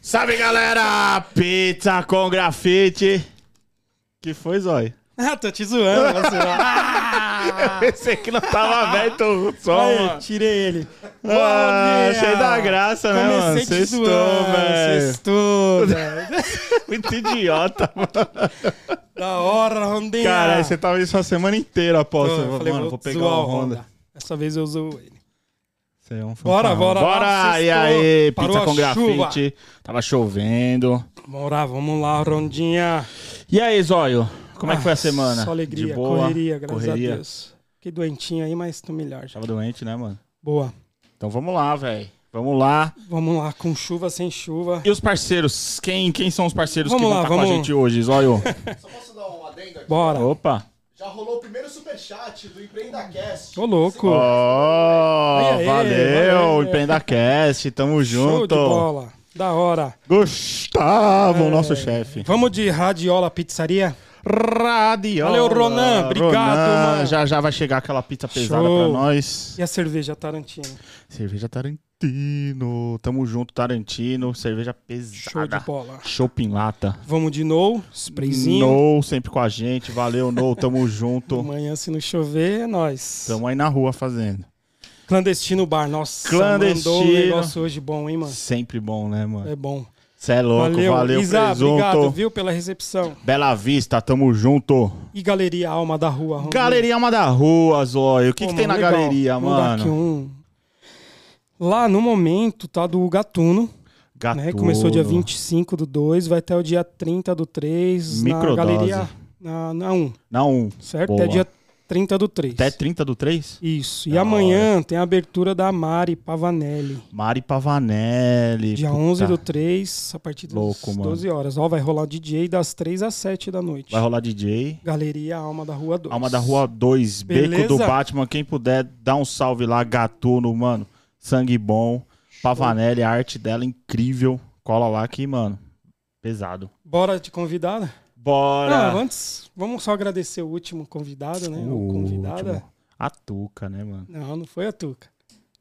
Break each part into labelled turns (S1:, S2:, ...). S1: Salve galera! Pizza com grafite. Que foi, Zói?
S2: Ah, tô te zoando, Marcelo.
S1: Pensei que não tava aberto o som.
S2: Ah. Aí,
S1: mano.
S2: tirei ele.
S1: Ah,
S2: Ô, meu.
S1: achei da graça, né, mano?
S2: Comecei te
S1: Sextou,
S2: zoando,
S1: velho.
S2: Sextou, velho.
S1: Muito idiota, mano.
S2: Da hora, Rondinha.
S1: Cara, você tá tava isso a semana inteira,
S2: Tô,
S1: aposto.
S2: eu
S1: Mano,
S2: falei,
S1: vou pegar
S2: zoar
S1: o Honda.
S2: Dessa vez eu zoo ele.
S1: Você é um
S2: Bora,
S1: fanfarrão.
S2: bora, lá,
S1: Bora! E
S2: sextou.
S1: aí,
S2: Parou
S1: pizza
S2: a
S1: com
S2: chuva.
S1: grafite. Tava chovendo.
S2: Bora, vamos lá, Rondinha.
S1: E aí, Zóio? Como é que foi a
S2: Ah,
S1: semana?
S2: Só alegria,
S1: De boa?
S2: correria, graças
S1: Correria.
S2: a Deus. Fiquei doentinho aí, mas tô melhor já.
S1: Tava doente, né, mano?
S2: Boa.
S1: Então vamos lá, velho. Vamos lá.
S2: Vamos lá, com chuva, sem chuva.
S1: E os parceiros? Quem, quem são os parceiros
S2: Vamos
S1: que vão
S2: lá,
S1: estar com a
S2: vamos-
S1: gente hoje, Zóio?
S3: Só posso dar um adendo aqui?
S2: Bora. Ô,
S1: Opa!
S3: Já rolou o primeiro superchat do EmpreendaCast.
S2: louco.
S1: Ó,
S2: Aê,
S1: valeu,
S2: valeu.
S1: EmpreendaCast, tamo
S2: Show de
S1: junto.
S2: bola. É. Da hora.
S1: Gustavo, nosso chefe.
S2: Vamos de radiola pizzaria?
S1: Radio.
S2: Valeu, Ronan, obrigado, mano.
S1: Já já vai chegar aquela pizza pesada
S2: Show.
S1: pra nós.
S2: E a cerveja Tarantino?
S1: Cerveja Tarantino, tamo junto, Tarantino, cerveja
S2: Show
S1: pesada.
S2: de bola.
S1: Shopping lata.
S2: Vamos de novo, sprayzinho.
S1: No, sempre com a gente, valeu, No, tamo junto.
S2: Amanhã, se não chover, é nóis.
S1: Tamo aí na rua fazendo.
S2: Clandestino Bar, nossa.
S1: Clandestino.
S2: Mandou um negócio hoje bom, hein, mano?
S1: Sempre bom, né, mano?
S2: É bom.
S1: Cê é louco, valeu,
S2: valeu, Isa,
S1: presunto.
S2: obrigado, viu, pela recepção.
S1: Bela Vista, tamo junto.
S2: E Galeria Alma da Rua. Rondinha.
S1: Galeria Ama da Rua, Zóio. O que,
S2: Pô,
S1: que tem na
S2: mano, legal.
S1: galeria,
S2: Vamos dar
S1: mano?
S2: aqui um. Lá, no momento, tá do Gatuno,
S1: Gatuno.
S2: né? Começou dia 25 do 2, vai até o dia 30 do 3.
S1: Microdose.
S2: Na Galeria... Na, na 1,
S1: Na 1.
S2: certo?
S1: Boa.
S2: Até dia 30 do 3.
S1: um. Até 30 do 3?
S2: Isso. E
S1: Da
S2: amanhã tem a abertura da Mari Pavanelli.
S1: Mari Pavanelli.
S2: Dia
S1: puta.
S2: 11 do 3, a partir das
S1: Louco, mano.
S2: 12 horas. Ó, vai rolar DJ das 3 às 7 da noite.
S1: Vai rolar DJ.
S2: Galeria Alma da Rua 2.
S1: Alma da Rua 2, Beco
S2: Beleza?
S1: do Batman. Quem puder, dá um salve lá. Gatuno, mano. Sangue bom. Pavanelli, a arte dela é incrível. Cola lá aqui, mano. Pesado.
S2: Bora te convidar?
S1: Bora!
S2: Não, antes, vamos só agradecer o último convidado, né?
S1: O
S2: Ou convidada.
S1: último. A Tuca, né, mano?
S2: Não, não foi a Tuca.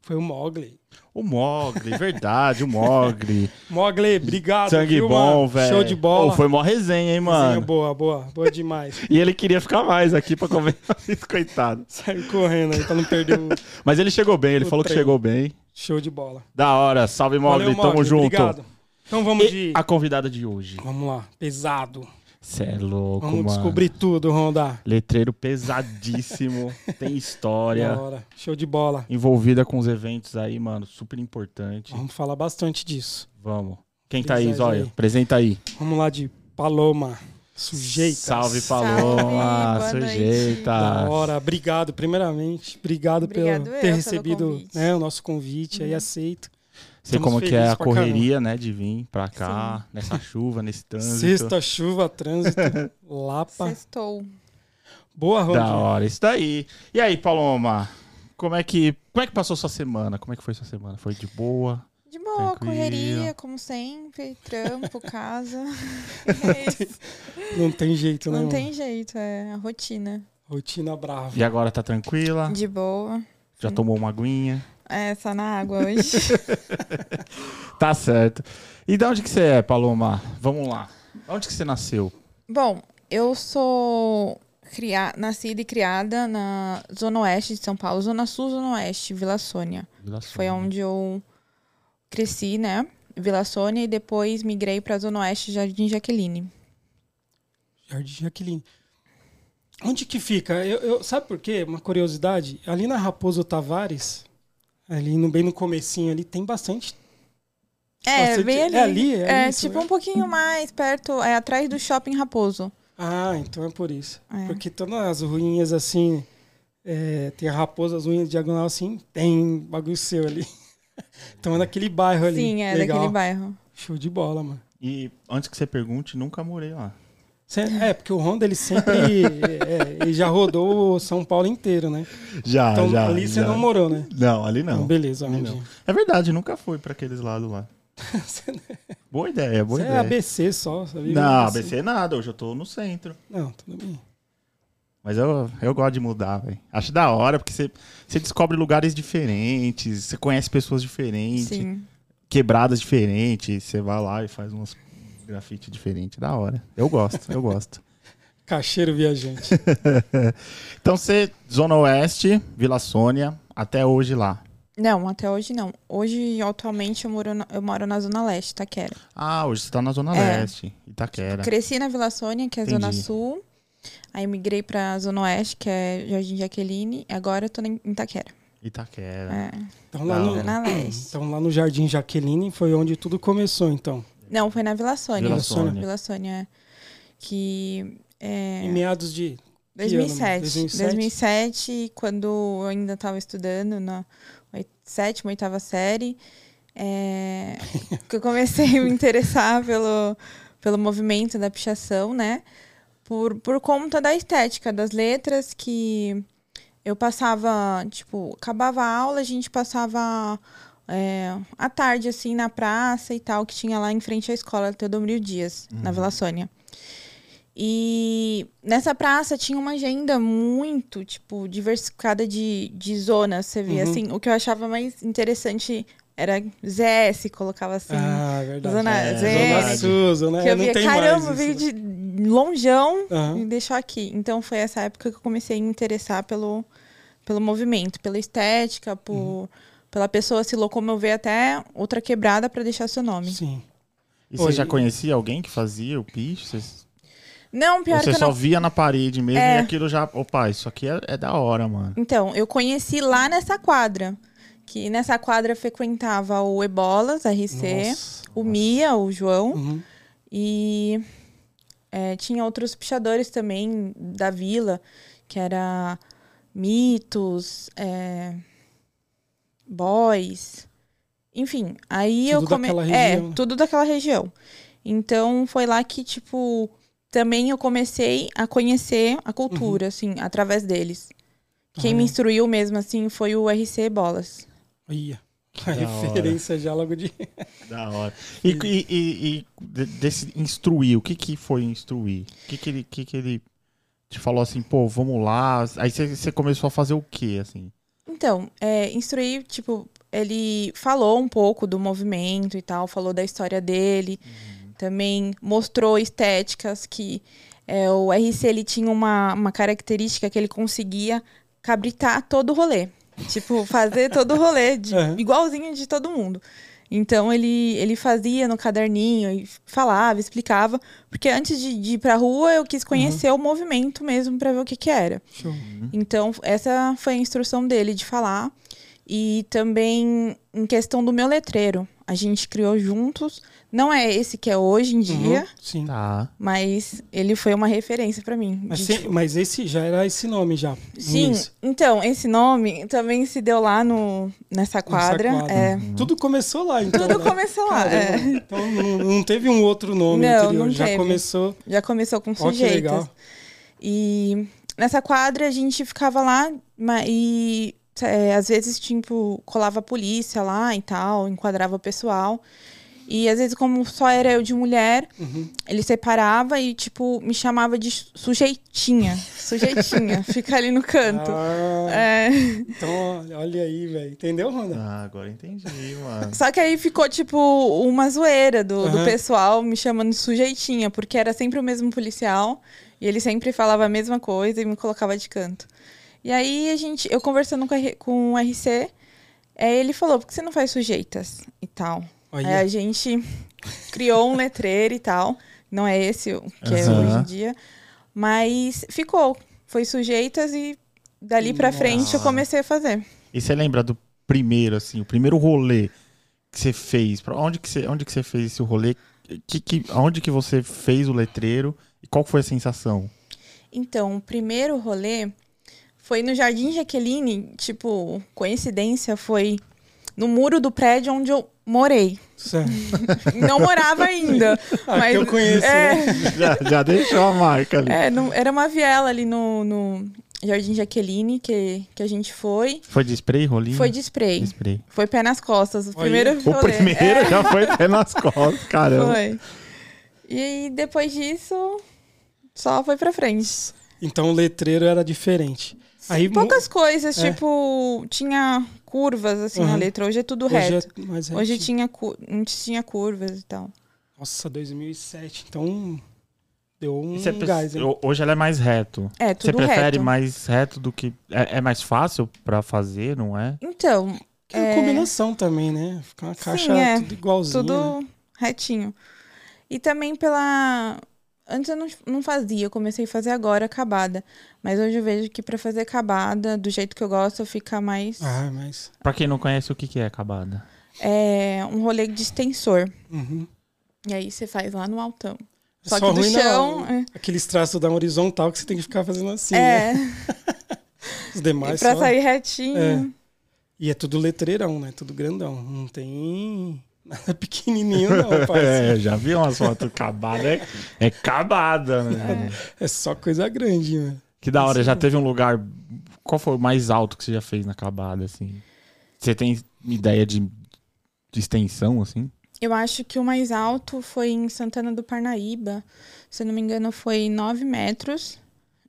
S2: Foi o Mogli.
S1: O Mogli, verdade, o Mogli.
S2: Mogli, obrigado.
S1: Sangue
S2: Ah, viu,
S1: bom,
S2: mano?
S1: velho.
S2: Show de bola.
S1: Pô, foi mó resenha, hein,
S2: Resenha
S1: mano?
S2: Boa, boa. Boa demais.
S1: E ele queria ficar mais aqui pra comer isso, coitado.
S2: Saiu correndo aí pra não perder o
S1: Mas ele chegou bem, ele
S2: O
S1: falou que
S2: trem.
S1: chegou bem.
S2: show de bola.
S1: Da hora, salve Mogli,
S2: Valeu,
S1: tamo junto.
S2: Obrigado. Então vamos
S1: E
S2: de...
S1: a convidada de hoje.
S2: Vamos lá, pesado.
S1: Cê é louco,
S2: Vamos
S1: mano.
S2: descobrir tudo, Ronda.
S1: Letreiro pesadíssimo, tem história.
S2: Da hora. Show de bola.
S1: Envolvida com os eventos aí, mano, super importante.
S2: Vamos falar bastante disso.
S1: Vamos. Quem tá aí,
S2: Diz aí,
S1: Zóio?
S2: aí.
S1: Apresenta aí.
S2: Vamos lá de Paloma. Sujeita.
S1: Salve, Paloma.
S4: Salve, boa
S1: sujeita.
S2: Da hora. Obrigado, primeiramente. Obrigado,
S4: Obrigado
S2: pelo
S4: eu
S2: ter
S4: pelo
S2: recebido
S4: convite. Uhum.
S2: né, o nosso convite aí, aceito.
S1: Sei como
S2: Estamos
S1: que é
S2: felizes
S1: a
S2: pra
S1: correria, né, de vir pra cá, nessa chuva, nesse trânsito.
S2: Sexta, chuva, trânsito, Lapa.
S4: Sextou.
S2: Boa,
S1: Da
S2: Rondinha.
S1: hora, isso daí. E aí, Paloma? Como é que, como é que passou sua semana? Como é que foi sua semana? Foi de boa?
S4: De boa,
S1: Tranquilo.
S4: correria, como sempre. Trampo, casa. É isso.
S2: Não tem jeito, né?
S4: Não
S2: mano?
S4: tem jeito, é a rotina.
S2: Rotina brava.
S1: E agora tá
S2: Ah.
S1: tranquila?
S4: De boa.
S1: Já tomou uma aguinha?
S4: É, só na água hoje.
S1: Tá certo. E da onde que você é, Paloma? Vamos lá. Onde que você nasceu?
S4: Bom, eu sou cria... nascida e criada na Zona Oeste de São Paulo, Zona Sul, Zona Oeste, Vila Sônia.
S1: Vila
S4: que foi
S1: Sônia.
S4: onde eu cresci, né? Vila Sônia, e depois migrei pra Zona Oeste, Jardim Jaqueline.
S2: Jardim Jaqueline. Onde que fica? Eu, eu- sabe por quê? Uma curiosidade. Ali na Raposo Tavares, ali no, bem no comecinho ali, tem bastante.
S4: É,
S2: Bastante-
S4: bem ali.
S2: é ali, é
S4: É,
S2: isso,
S4: tipo
S2: né?
S4: um pouquinho mais perto, é atrás do Shopping Raposo.
S2: Ah, então é por isso.
S4: É.
S2: Porque todas as ruinhas assim, é, tem a Raposo, as ruinhas diagonal assim, tem bagulho seu ali. Então é naquele bairro ali.
S4: Sim, é
S2: Legal.
S4: daquele bairro.
S2: Show de bola, mano.
S1: E antes que você pergunte, nunca morei lá.
S2: Cê- É, porque o Honda ele sempre é, ele já rodou o São Paulo inteiro, né?
S1: Ah, Já,
S2: Então ali você não morou, né?
S1: Não, ali
S2: Então,
S1: não.
S2: beleza,
S1: Ali
S2: Rondinha.
S1: não. É verdade, nunca fui pra aqueles lados lá.
S2: Você
S1: Boa ideia, boa
S2: você é
S1: ideia.
S2: ABC só, sabe?
S1: Não, ABC é nada, hoje eu tô no centro.
S2: Não, tudo bem.
S1: Mas eu, eu gosto de mudar, velho. Acho da hora, porque você, você descobre lugares diferentes, você conhece pessoas diferentes.
S4: Sim.
S1: quebradas diferentes. Você vai lá e faz umas grafite diferentes. Da hora. Eu gosto, eu gosto.
S2: Cacheiro viajante.
S1: Então você, Zona Oeste, Vila Sônia, até hoje lá.
S4: Não, até hoje não. Hoje, atualmente, eu moro na, eu moro na Zona Leste, tá, Taquera.
S1: Ah, hoje você tá na Zona
S4: É.
S1: Leste, Itaquera.
S4: Cresci na Vila Sônia, que é a Zona
S1: Tá. Entendi.
S4: Sul. Aí migrei pra Zona Oeste, que é Jardim Jaqueline. E agora eu tô em em Itaquera.
S1: Itaquera.
S4: É,
S2: Então lá,
S1: Da
S2: no,
S1: hora.
S4: Zona Leste.
S2: então lá no Jardim Jaqueline foi onde tudo começou, então.
S4: Não, foi na Vila Sônia.
S1: Vila Sônia.
S4: Vila Sônia. é. Que. É,
S2: Em meados de. que ano?
S4: 2007.
S2: 2007?
S4: 2007. quando eu ainda estava estudando na oi- sétima, oitava série, é, que eu comecei a me interessar pelo, pelo movimento da pichação, né? Por, por conta da estética das letras, que eu passava, tipo, acabava a aula, a gente passava é, a tarde, assim, na praça e tal, que tinha lá em frente à escola Teodomiro Dias,
S2: Uhum.
S4: na Vila Sônia. E nessa praça tinha uma agenda muito, tipo, diversificada de, de zonas. Você via,
S2: Uhum.
S4: assim, o que eu achava mais interessante era ZS, colocava assim.
S2: Ah, verdade.
S4: Zona
S1: É,
S4: Z.
S2: Zona
S1: verdade.
S2: Sul, Zona
S4: que eu
S2: não
S4: via,
S2: tem
S4: caramba,
S2: mais.
S4: veio
S2: isso.
S4: de longeão
S2: Aham.
S4: e deixou aqui. Então foi essa época que eu comecei a me interessar pelo, pelo movimento, pela estética, por,
S2: Uhum.
S4: pela pessoa se locomover até outra quebrada para deixar seu nome.
S2: Sim.
S1: E
S2: Oi.
S1: você já conhecia alguém que fazia o picho? Vocês-
S4: Não,
S1: Ou
S4: pior
S1: você
S4: que eu
S1: só
S4: não
S1: via na parede mesmo
S4: É.
S1: e aquilo já. Opa, isso aqui é, é da hora, mano.
S4: Então, eu conheci lá nessa quadra. Que nessa quadra frequentava o Ebolas, RC,
S2: Nossa.
S4: o Mia, o João.
S2: Uhum.
S4: E é, tinha outros pichadores também da vila, que era Mitos, é, Boys. Enfim, aí eu
S2: Tudo
S4: comecei.
S2: daquela
S4: É,
S2: região, né?
S4: tudo daquela região. Então foi lá que, tipo, também eu comecei a conhecer a cultura, assim, através deles. Quem
S2: Uhum. Ah,
S4: me
S2: é.
S4: instruiu mesmo, assim, foi o RC Bolas.
S2: Ia.
S1: Que
S2: A
S1: da hora.
S2: referência já logo de.
S1: Da hora. E, e, e- e de- desse instruir, o que que foi instruir? O que que ele, que que ele te falou assim, pô, vamos lá? Aí você você começou a fazer o quê, assim?
S4: Então, é, instruir, tipo, ele falou um pouco do movimento e tal, falou da história dele, também mostrou estéticas que é, o RC ele tinha uma, uma característica que ele conseguia cabritar todo o rolê. Tipo, fazer todo o rolê, de-
S2: Aham.
S4: igualzinho de todo mundo. Então ele, ele fazia no caderninho e falava, explicava. Porque antes de, de ir pra rua, eu quis conhecer o movimento mesmo pra ver o que, que era.
S2: Show.
S4: Então, essa foi a instrução dele de falar. E também em questão do meu letreiro. A gente criou juntos. Não é esse que é hoje em dia,
S2: Uhum, Sim.
S1: Tá.
S4: mas ele foi uma referência pra mim.
S2: Mas,
S4: De,
S2: sim,
S4: tipo,
S2: mas esse já era esse nome já. no
S4: Sim,
S2: início.
S4: então, esse nome também se deu lá no, nessa quadra.
S2: quadra. Uhum.
S4: é.
S2: Tudo começou lá, então.
S4: Tudo
S2: né?
S4: começou lá.
S2: Caramba,
S4: é.
S2: Então não, não teve um outro nome
S4: Não,
S2: anterior.
S4: não
S2: já
S4: teve.
S2: começou.
S4: Já começou com
S2: Ó, que
S4: sujeitas.
S2: legal.
S4: E nessa quadra a gente ficava lá ma- e é, às vezes, tipo, colava a polícia lá e tal, enquadrava o pessoal. E às vezes, como só era eu de mulher, ele separava e, tipo, me chamava de su- sujeitinha. Sujeitinha, fica ali no canto.
S2: Ah,
S4: É.
S2: Então, ó, olha aí, velho. Entendeu, Ronda?
S1: Ah, agora entendi, mano.
S4: Só que aí ficou, tipo, uma zoeira do, do
S2: Aham.
S4: pessoal me chamando de sujeitinha, porque era sempre o mesmo policial e ele sempre falava a mesma coisa e me colocava de canto. E aí a gente, eu conversando com, a R- com o RC, é, ele falou: por que você não faz sujeitas e tal?
S2: Olha.
S4: Aí a gente criou um letreiro e tal. Não é esse o que é
S1: Aham.
S4: hoje em dia. Mas ficou. Foi sujeitas e dali pra frente
S1: Nossa.
S4: eu comecei a fazer.
S1: E você lembra do primeiro, assim, o primeiro rolê que você fez? Pra onde que você, onde que você fez esse rolê? Que, que, onde que você fez o letreiro? E qual foi a sensação?
S4: Então, o primeiro rolê foi no Jardim Jaqueline, tipo, coincidência, foi no muro do prédio onde eu morei.
S2: Certo.
S4: Não morava ainda.
S2: Ah,
S4: mas
S2: que eu conheço, né?
S4: é,
S1: já, já deixou a marca ali.
S4: é, não- era uma viela ali no, no Jardim Jaqueline que, que a gente foi.
S1: Foi de spray, rolinho?
S4: Foi de spray.
S1: spray.
S4: Foi pé nas costas. O
S2: Olha.
S4: primeiro
S1: O
S4: rolê.
S1: primeiro já foi até nas costas,
S4: É,
S1: caramba.
S4: foi. E aí, depois disso, só foi pra frente.
S2: Então o letreiro era diferente. Aí, mu-
S4: Poucas coisas,
S2: É.
S4: tipo, tinha curvas, assim, na
S2: Uhum.
S4: letra. Hoje é tudo
S2: Hoje é
S4: reto.
S2: mais
S4: Hoje
S2: retinho.
S4: tinha, cu- antes tinha curvas e tal.
S2: Nossa, 2007. Então, deu um
S1: E você
S2: gás.
S1: pre-
S2: hein?
S1: ho- Hoje ela é mais reto.
S4: É,
S1: Você
S4: tudo
S1: prefere
S4: reto.
S1: mais reto do que. É, é mais fácil pra fazer, não é?
S4: Então,
S2: Que é
S4: é-
S2: combinação também, né? Ficar uma caixa
S4: é.
S2: tudo igualzinha. né?
S4: tudo retinho. E também pela. Antes eu não, não fazia, eu comecei a fazer agora acabada. Mas hoje eu vejo que pra fazer acabada, do jeito que eu gosto, fica mais.
S2: Ah, mas.
S1: Pra quem não conhece, o que, que é acabada?
S4: É, um rolê de extensor.
S2: Uhum.
S4: E aí você faz lá no altão.
S2: É
S4: Só, que do
S2: ruim na-
S4: chão. é-
S2: Aqueles traços da horizontal que você tem que ficar fazendo assim. Né?
S4: é,
S2: Os demais
S4: pra
S2: só.
S4: sair retinho.
S2: É. E é tudo letreirão, né? Tudo grandão. Não tem nada pequenininho, não, parceiro.
S1: É, já vi umas fotos acabada. É, é acabada, né?
S2: É só coisa grande, né?
S1: Que da hora, já teve um lugar. Qual foi o mais alto que você já fez na acabada, assim? Você tem ideia de, de extensão, assim?
S4: Eu acho que o mais alto foi em Santana do Parnaíba. Se eu não me engano, foi 9 metros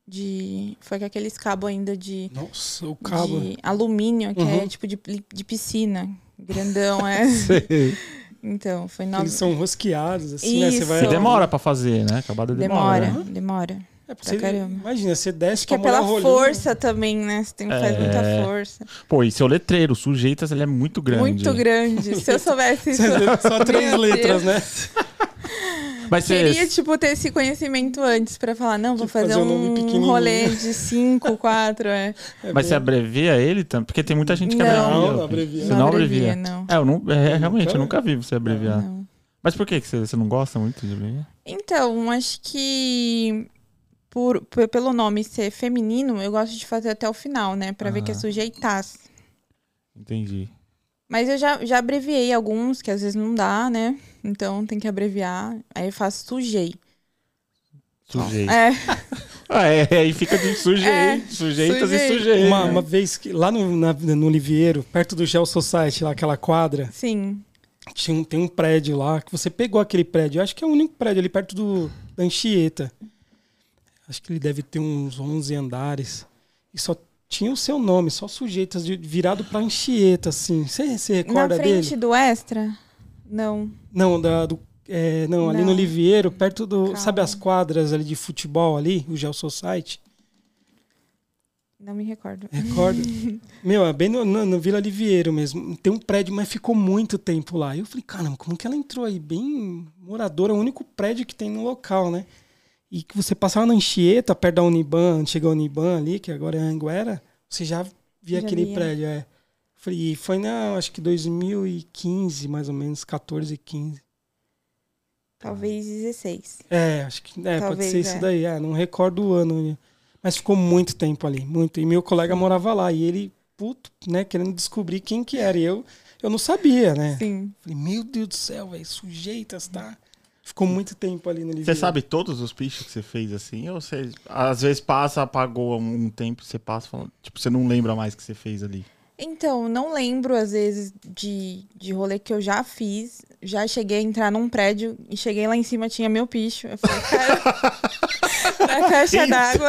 S4: de. Foi com aqueles cabos ainda de.
S2: Nossa, o cabo.
S4: de alumínio, que é
S2: Uhum.
S4: tipo de, pli- de piscina. Grandão, é. então, foi nove.
S2: Eles são rosqueados, assim, né? Você
S4: Isso.
S1: E
S2: vai.
S1: demora pra fazer, né? Acabada demora.
S4: Demora,
S1: né?
S4: demora.
S2: É, você,
S4: caramba.
S2: imagina, você desce
S4: Acho que é
S2: pra molhar
S4: pela
S2: o rolinho.
S4: força também, né? Você tem que fazer
S1: É.
S4: muita força.
S1: Pô, e seu letreiro, sujeitas, ele é muito grande.
S4: Muito grande. Se eu soubesse isso.
S2: Só três
S4: Meu
S2: letras,
S4: Deus.
S2: né?
S1: Mas você-
S4: Queria, tipo, ter esse conhecimento antes pra falar, não, vou
S2: Tipo, fazer
S4: fazer,
S2: um nome
S4: um
S2: pequenininho.
S4: rolê de 5, 4, é.
S1: Mas você abrevia ele? tam- Porque tem muita gente que abrevia.
S2: Não,
S4: Não.
S2: não abrevia.
S1: Você não, abrevia.
S4: não.
S1: É, eu não, é, realmente,
S2: Nunca?
S1: eu nunca vi você abreviar.
S4: não.
S1: Mas por que que você, você não gosta muito de abreviar?
S4: Então, acho que por, p- pelo nome ser feminino, eu gosto de fazer até o final, né? Pra ver que é
S1: Aham.
S4: sujeitas.
S1: Entendi.
S4: Mas eu já, já abreviei alguns, que às vezes não dá, né? Então tem que abreviar. Aí eu faço sujei.
S1: Sujeito.
S4: É,
S1: Ah, é, aí fica de sujeito,
S4: É,
S1: sujeitas e
S4: sujeito.
S1: sujeitos.
S2: Uma, uma vez que lá no, na- no Oliveiro, perto do Gel Society, lá aquela quadra,
S4: sim.
S2: tinha um, tem um prédio lá que você pegou aquele prédio. Eu acho que é o único prédio ali perto do, da Anchieta. Acho que ele deve ter uns 11 andares. E só tinha o seu nome, só sujeitas de, virado pra Anchieta, assim. Você se recorda
S4: Na frente
S2: dele?
S4: do extra? Não.
S2: Não, da, do, é, não, ali no
S4: Não.
S2: Oliveiro, perto do.
S4: Calma.
S2: Sabe as quadras ali de futebol ali, o Gel Society?
S4: Não me recordo.
S2: Recordo. Meu, é bem no, no- no Vila Liviero mesmo. Tem um prédio, mas ficou muito tempo lá. Eu falei, caramba, como que ela entrou aí? Bem moradora, o único prédio que tem no local, né? E que você passava na Anchieta, perto da Uniban, antiga Uniban ali, que agora é Anguera, você já via
S4: Já
S2: aquele
S4: via.
S2: prédio, é. Falei, e foi na, acho que 2015, mais ou menos, 14, 15.
S4: Talvez 16.
S2: É, acho que é, pode
S4: Talvez,
S2: ser isso
S4: é.
S2: daí. É, não recordo o ano. né? Mas ficou muito tempo ali, muito. E meu colega morava lá. E ele, puto, né, querendo descobrir quem que era. E eu, eu não sabia, né?
S4: Sim.
S2: Falei, meu Deus do céu, velho, sujeitas, tá? Ficou muito tempo ali no
S1: Você
S2: Oliveira.
S1: sabe todos os pichos que você fez assim? Ou você às vezes passa, apagou um um tempo, você passa, fala, tipo, você não lembra mais que você fez ali?
S4: Então, não lembro, às vezes, de, de rolê que eu já fiz. Já cheguei a entrar num prédio e cheguei lá em cima, tinha meu picho. Eu falei, cara. na caixa
S1: é
S4: d'água.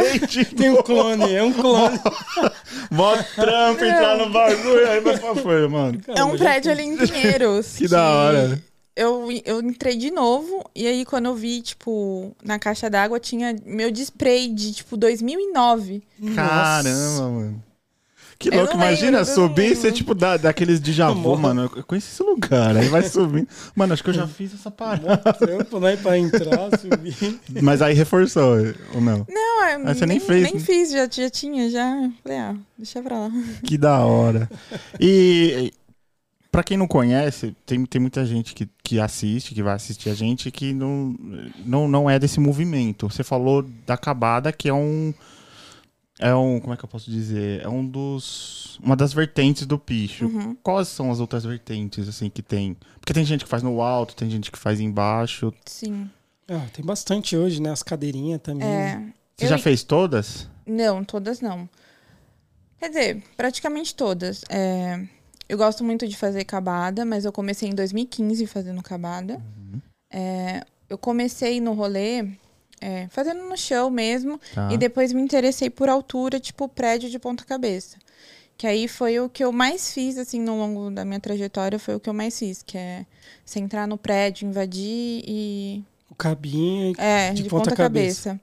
S2: Tem um clone, é um clone.
S1: tipo, Mó trampo entrar no bagulho, aí vai pra foi, mano.
S4: É um
S2: Caramba, já-
S4: prédio ali em Pinheiros.
S1: Que da hora. né?
S4: Eu, eu entrei de novo, e aí quando eu vi, tipo, na caixa d'água tinha meu display de, tipo, 2009.
S2: Nossa.
S1: Caramba, mano. Que
S4: Eu
S1: louco,
S4: não lembro,
S1: imagina
S4: eu não
S1: subir e
S4: lembro.
S1: ser tipo da, daqueles Djavu,
S2: Morro.
S1: mano. Eu conheci esse lugar, aí vai subindo. Mano, acho que eu já fiz essa parada.
S2: Tempo, né, pra entrar, subir.
S1: Mas aí reforçou, ou não?
S4: Não, eu
S1: Ah, você nem fez, né?
S4: fiz, já, já tinha, já. Falei, ah, deixa pra lá.
S1: Que da hora. E pra quem não conhece, tem, tem muita gente que, que assiste, que vai assistir a gente, que não, não, não é desse movimento. Você falou da acabada, que é um. É um. Como é que eu posso dizer? É um dos. Uma das vertentes do picho.
S4: Uhum.
S1: Quais são as outras vertentes, assim, que tem? Porque tem gente que faz no alto, tem gente que faz embaixo.
S4: Sim.
S2: Ah, tem bastante hoje, né? As cadeirinhas também.
S4: É.
S1: Você
S4: Eu
S1: já
S4: en-
S1: fez todas?
S4: Não, todas não. Quer dizer, praticamente todas. É, eu gosto muito de fazer cabada, mas eu comecei em 2015 fazendo cabada. É, eu comecei no rolê, é, fazendo no chão mesmo,
S1: Tá.
S4: e depois me interessei por altura, tipo prédio de ponta cabeça. Que aí foi o que eu mais fiz, assim, no longo da minha trajetória, foi o que eu mais fiz, que é você entrar no prédio, invadir e.
S2: O cabinho
S4: É,
S2: de
S4: de,
S2: ponta
S4: ponta, cabeça.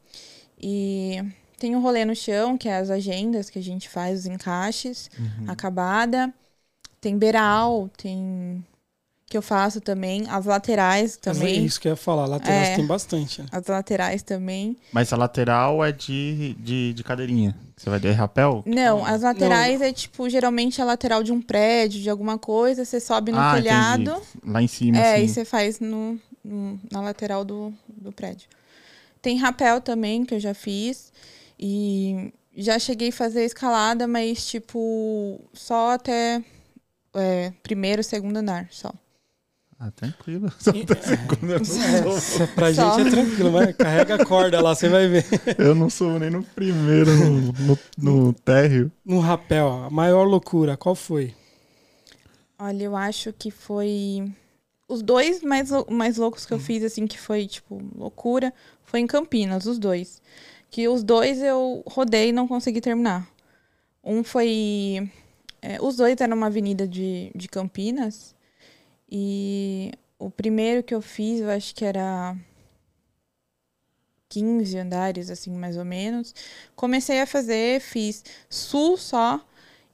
S4: E tem o rolê no chão, que é as agendas que a gente faz, os encaixes,
S2: Uhum.
S4: acabada. Tem beiral, tem. que eu faço também, as laterais
S2: Mas É
S4: também.
S2: isso que eu ia falar. Laterais
S4: É.
S2: tem bastante. né?
S4: As laterais também.
S1: Mas a lateral é de, de, de cadeirinha. Você vai de rapel?
S4: Não,
S2: Ah,
S4: as laterais é tipo, geralmente a lateral de um prédio, de alguma coisa, você sobe no
S1: Ah,
S4: telhado.
S1: entendi. Lá em cima,
S4: É,
S1: assim.
S4: e você faz no, no- na lateral do, do prédio. Tem rapel também, que eu já fiz. E já cheguei a fazer escalada, mas, tipo, só até é, primeiro, segundo andar, só.
S1: Ah, tranquilo. Só até segunda eu não sou.
S2: Isso é- pra
S4: Só.
S2: gente é tranquilo, mas carrega a corda lá, você vai ver.
S1: Eu não sou nem no primeiro, no, no, no térreo.
S2: No rapel, ó, a maior loucura, qual foi?
S4: Olha, eu acho que foi... Os dois mais, lou- mais loucos que eu fiz, assim, que foi, tipo, loucura, foi em Campinas, os dois. Que os dois eu rodei e não consegui terminar. Um foi... é, os dois eram uma avenida de, de Campinas. E o primeiro que eu fiz, eu acho que era 15 andares, assim, mais ou menos. Comecei a fazer, fiz sul só.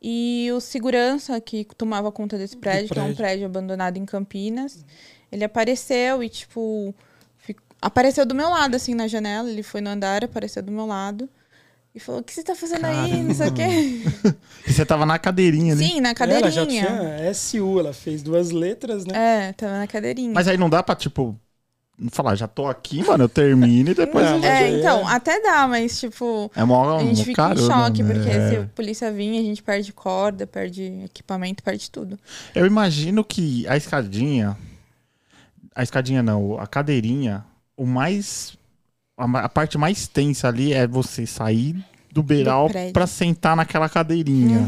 S4: E o segurança que tomava conta desse prédio, que é um
S2: prédio.
S4: prédio abandonado em Campinas, ele apareceu e, tipo, fi- apareceu do meu lado, assim, na janela. Ele foi no andar, apareceu do meu lado. E falou, o que você tá fazendo aí? Não sei o quê.
S1: E você tava na cadeirinha ali.
S4: Sim, na
S2: Ela já
S4: cadeirinha.
S1: né?
S2: tinha SU, ela fez duas letras, né?
S4: É, tava na cadeirinha.
S1: Mas aí não dá pra, tipo, falar, já tô aqui, mano, eu termino e depois.
S2: Não,
S1: eu-
S2: mas
S4: é,
S2: aí
S4: então,
S2: é-
S4: até dá, mas tipo,
S1: É mó,
S4: a gente
S1: mó
S4: fica
S1: caro,
S4: em choque,
S1: né?
S4: porque
S1: É.
S4: se a polícia vir, a gente perde corda, perde equipamento, perde tudo.
S1: Eu imagino que a escadinha. A escadinha não, a cadeirinha, o mais. A, ma- a parte mais tensa ali é você sair do beiral
S4: prédio. Uhum.
S1: pra sentar naquela cadeirinha.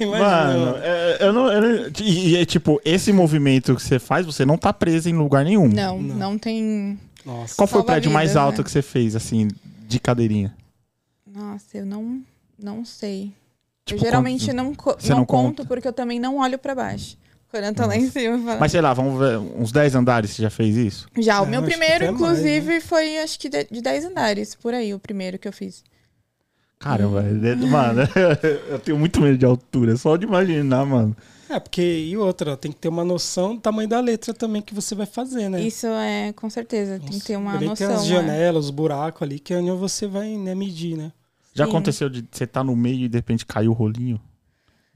S1: Mano, é, eu não. eu não- e, e é tipo, esse movimento que você faz, você não tá preso em lugar nenhum.
S4: Não, não, tem.
S2: Nossa.
S1: Qual foi o
S4: Salva
S1: prédio mais
S4: vidas,
S1: alto
S4: né?
S1: que você fez, assim, de cadeirinha?
S4: Nossa, eu não, não sei.
S1: Tipo,
S4: eu geralmente
S1: quanto-
S4: não, co-
S1: Você
S4: não,
S1: não
S4: conto
S1: conta?
S4: porque eu também não olho pra baixo. Quando eu tô lá em cima, eu falo-
S1: Mas sei lá, vamos ver, uns 10 andares você já fez isso?
S4: Já, o
S2: Não,
S4: meu
S2: acho que
S4: primeiro,
S2: até mais, né?
S4: inclusive, foi acho que de, de 10 andares, por aí, o primeiro que eu fiz.
S1: Caramba,
S4: Hum.
S1: é- mano, eu tenho muito medo de altura, só de imaginar, mano.
S2: É, porque e outra, tem que ter uma noção do tamanho da letra também que você vai fazer, né?
S4: Isso é, com certeza, tem que ter uma
S2: Também
S4: noção.
S2: Tem as
S4: né?
S2: janelas, os buracos ali, que é onde você vai né, medir, né?
S1: Já
S4: Sim.
S1: aconteceu de você tá no meio e de repente caiu o rolinho?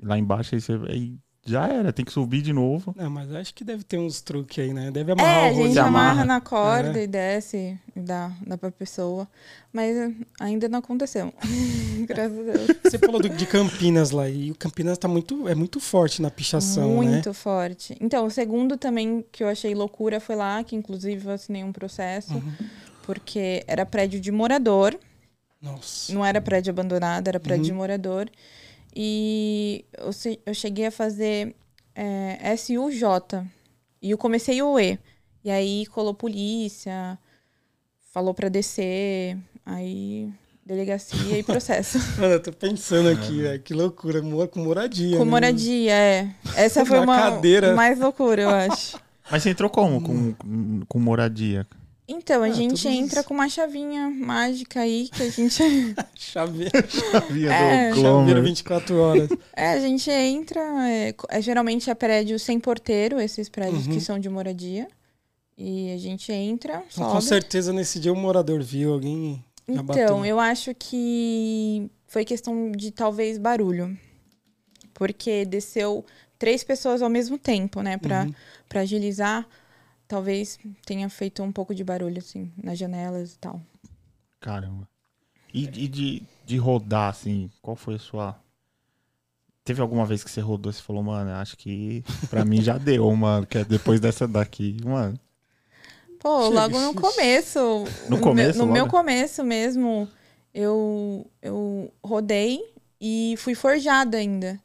S1: Lá embaixo aí você. Aí já era, tem que subir de novo.
S2: Não, mas acho que deve ter uns truques aí, né? Deve amarrar
S4: É,
S2: o
S4: a gente
S2: rolinho.
S1: amarra.
S4: amarra na corda
S2: É.
S4: e desce e dá, dá pra pessoa. Mas eh, ainda não aconteceu. Graças a Deus.
S2: Você falou do- de Campinas lá, e o Campinas tá muito, é muito forte na pichação, né?
S4: Muito forte. Então, o segundo também que eu achei loucura foi lá, que inclusive eu assinei um processo,
S2: Uhum.
S4: porque era prédio de morador,
S2: Nossa.
S4: não era prédio abandonado, era prédio de
S2: Uhum.
S4: morador. E eu, se- eu cheguei a fazer eh, SUJ. E eu comecei o E. E aí colou polícia, falou pra descer, aí delegacia e processo.
S2: Mano, eu tô pensando aqui, velho, que loucura, mora- com moradia.
S4: Com
S2: né?
S4: moradia, é. Essa foi
S2: Na
S4: uma
S2: cadeira.
S4: mais loucura, eu acho.
S1: Mas você entrou como?
S4: Hum.
S1: Com, com, com moradia.
S4: Então, a
S2: Ah,
S4: gente
S2: tudo
S4: entra
S2: isso.
S4: com uma chavinha mágica aí, que a gente.
S2: Chaveiro,
S1: Via
S4: É,
S2: chaveiro 24 horas.
S4: É, a gente entra. É, co- é, geralmente é prédio sem porteiro, esses prédios
S1: Uhum.
S4: que são de moradia. E a gente entra,
S1: Um
S2: Então,
S4: sobe.
S2: com certeza nesse dia um morador viu alguém. já bateu.
S4: Então, eu acho que foi questão de talvez barulho. Porque desceu três pessoas ao mesmo tempo, né? Pra,
S1: Uhum.
S4: pra agilizar, talvez tenha feito um pouco de barulho, assim, nas janelas e tal.
S1: Caramba. E, e de, de rodar, assim, qual foi a sua. Teve alguma vez que você rodou e você falou, mano, acho que pra mim já deu, mano, que é depois dessa daqui, mano.
S4: Pô,
S2: Chega.
S4: logo no começo.
S1: No
S4: meu-
S1: começo,
S4: No
S1: logo?
S4: meu começo mesmo, eu, eu rodei e fui forjada ainda.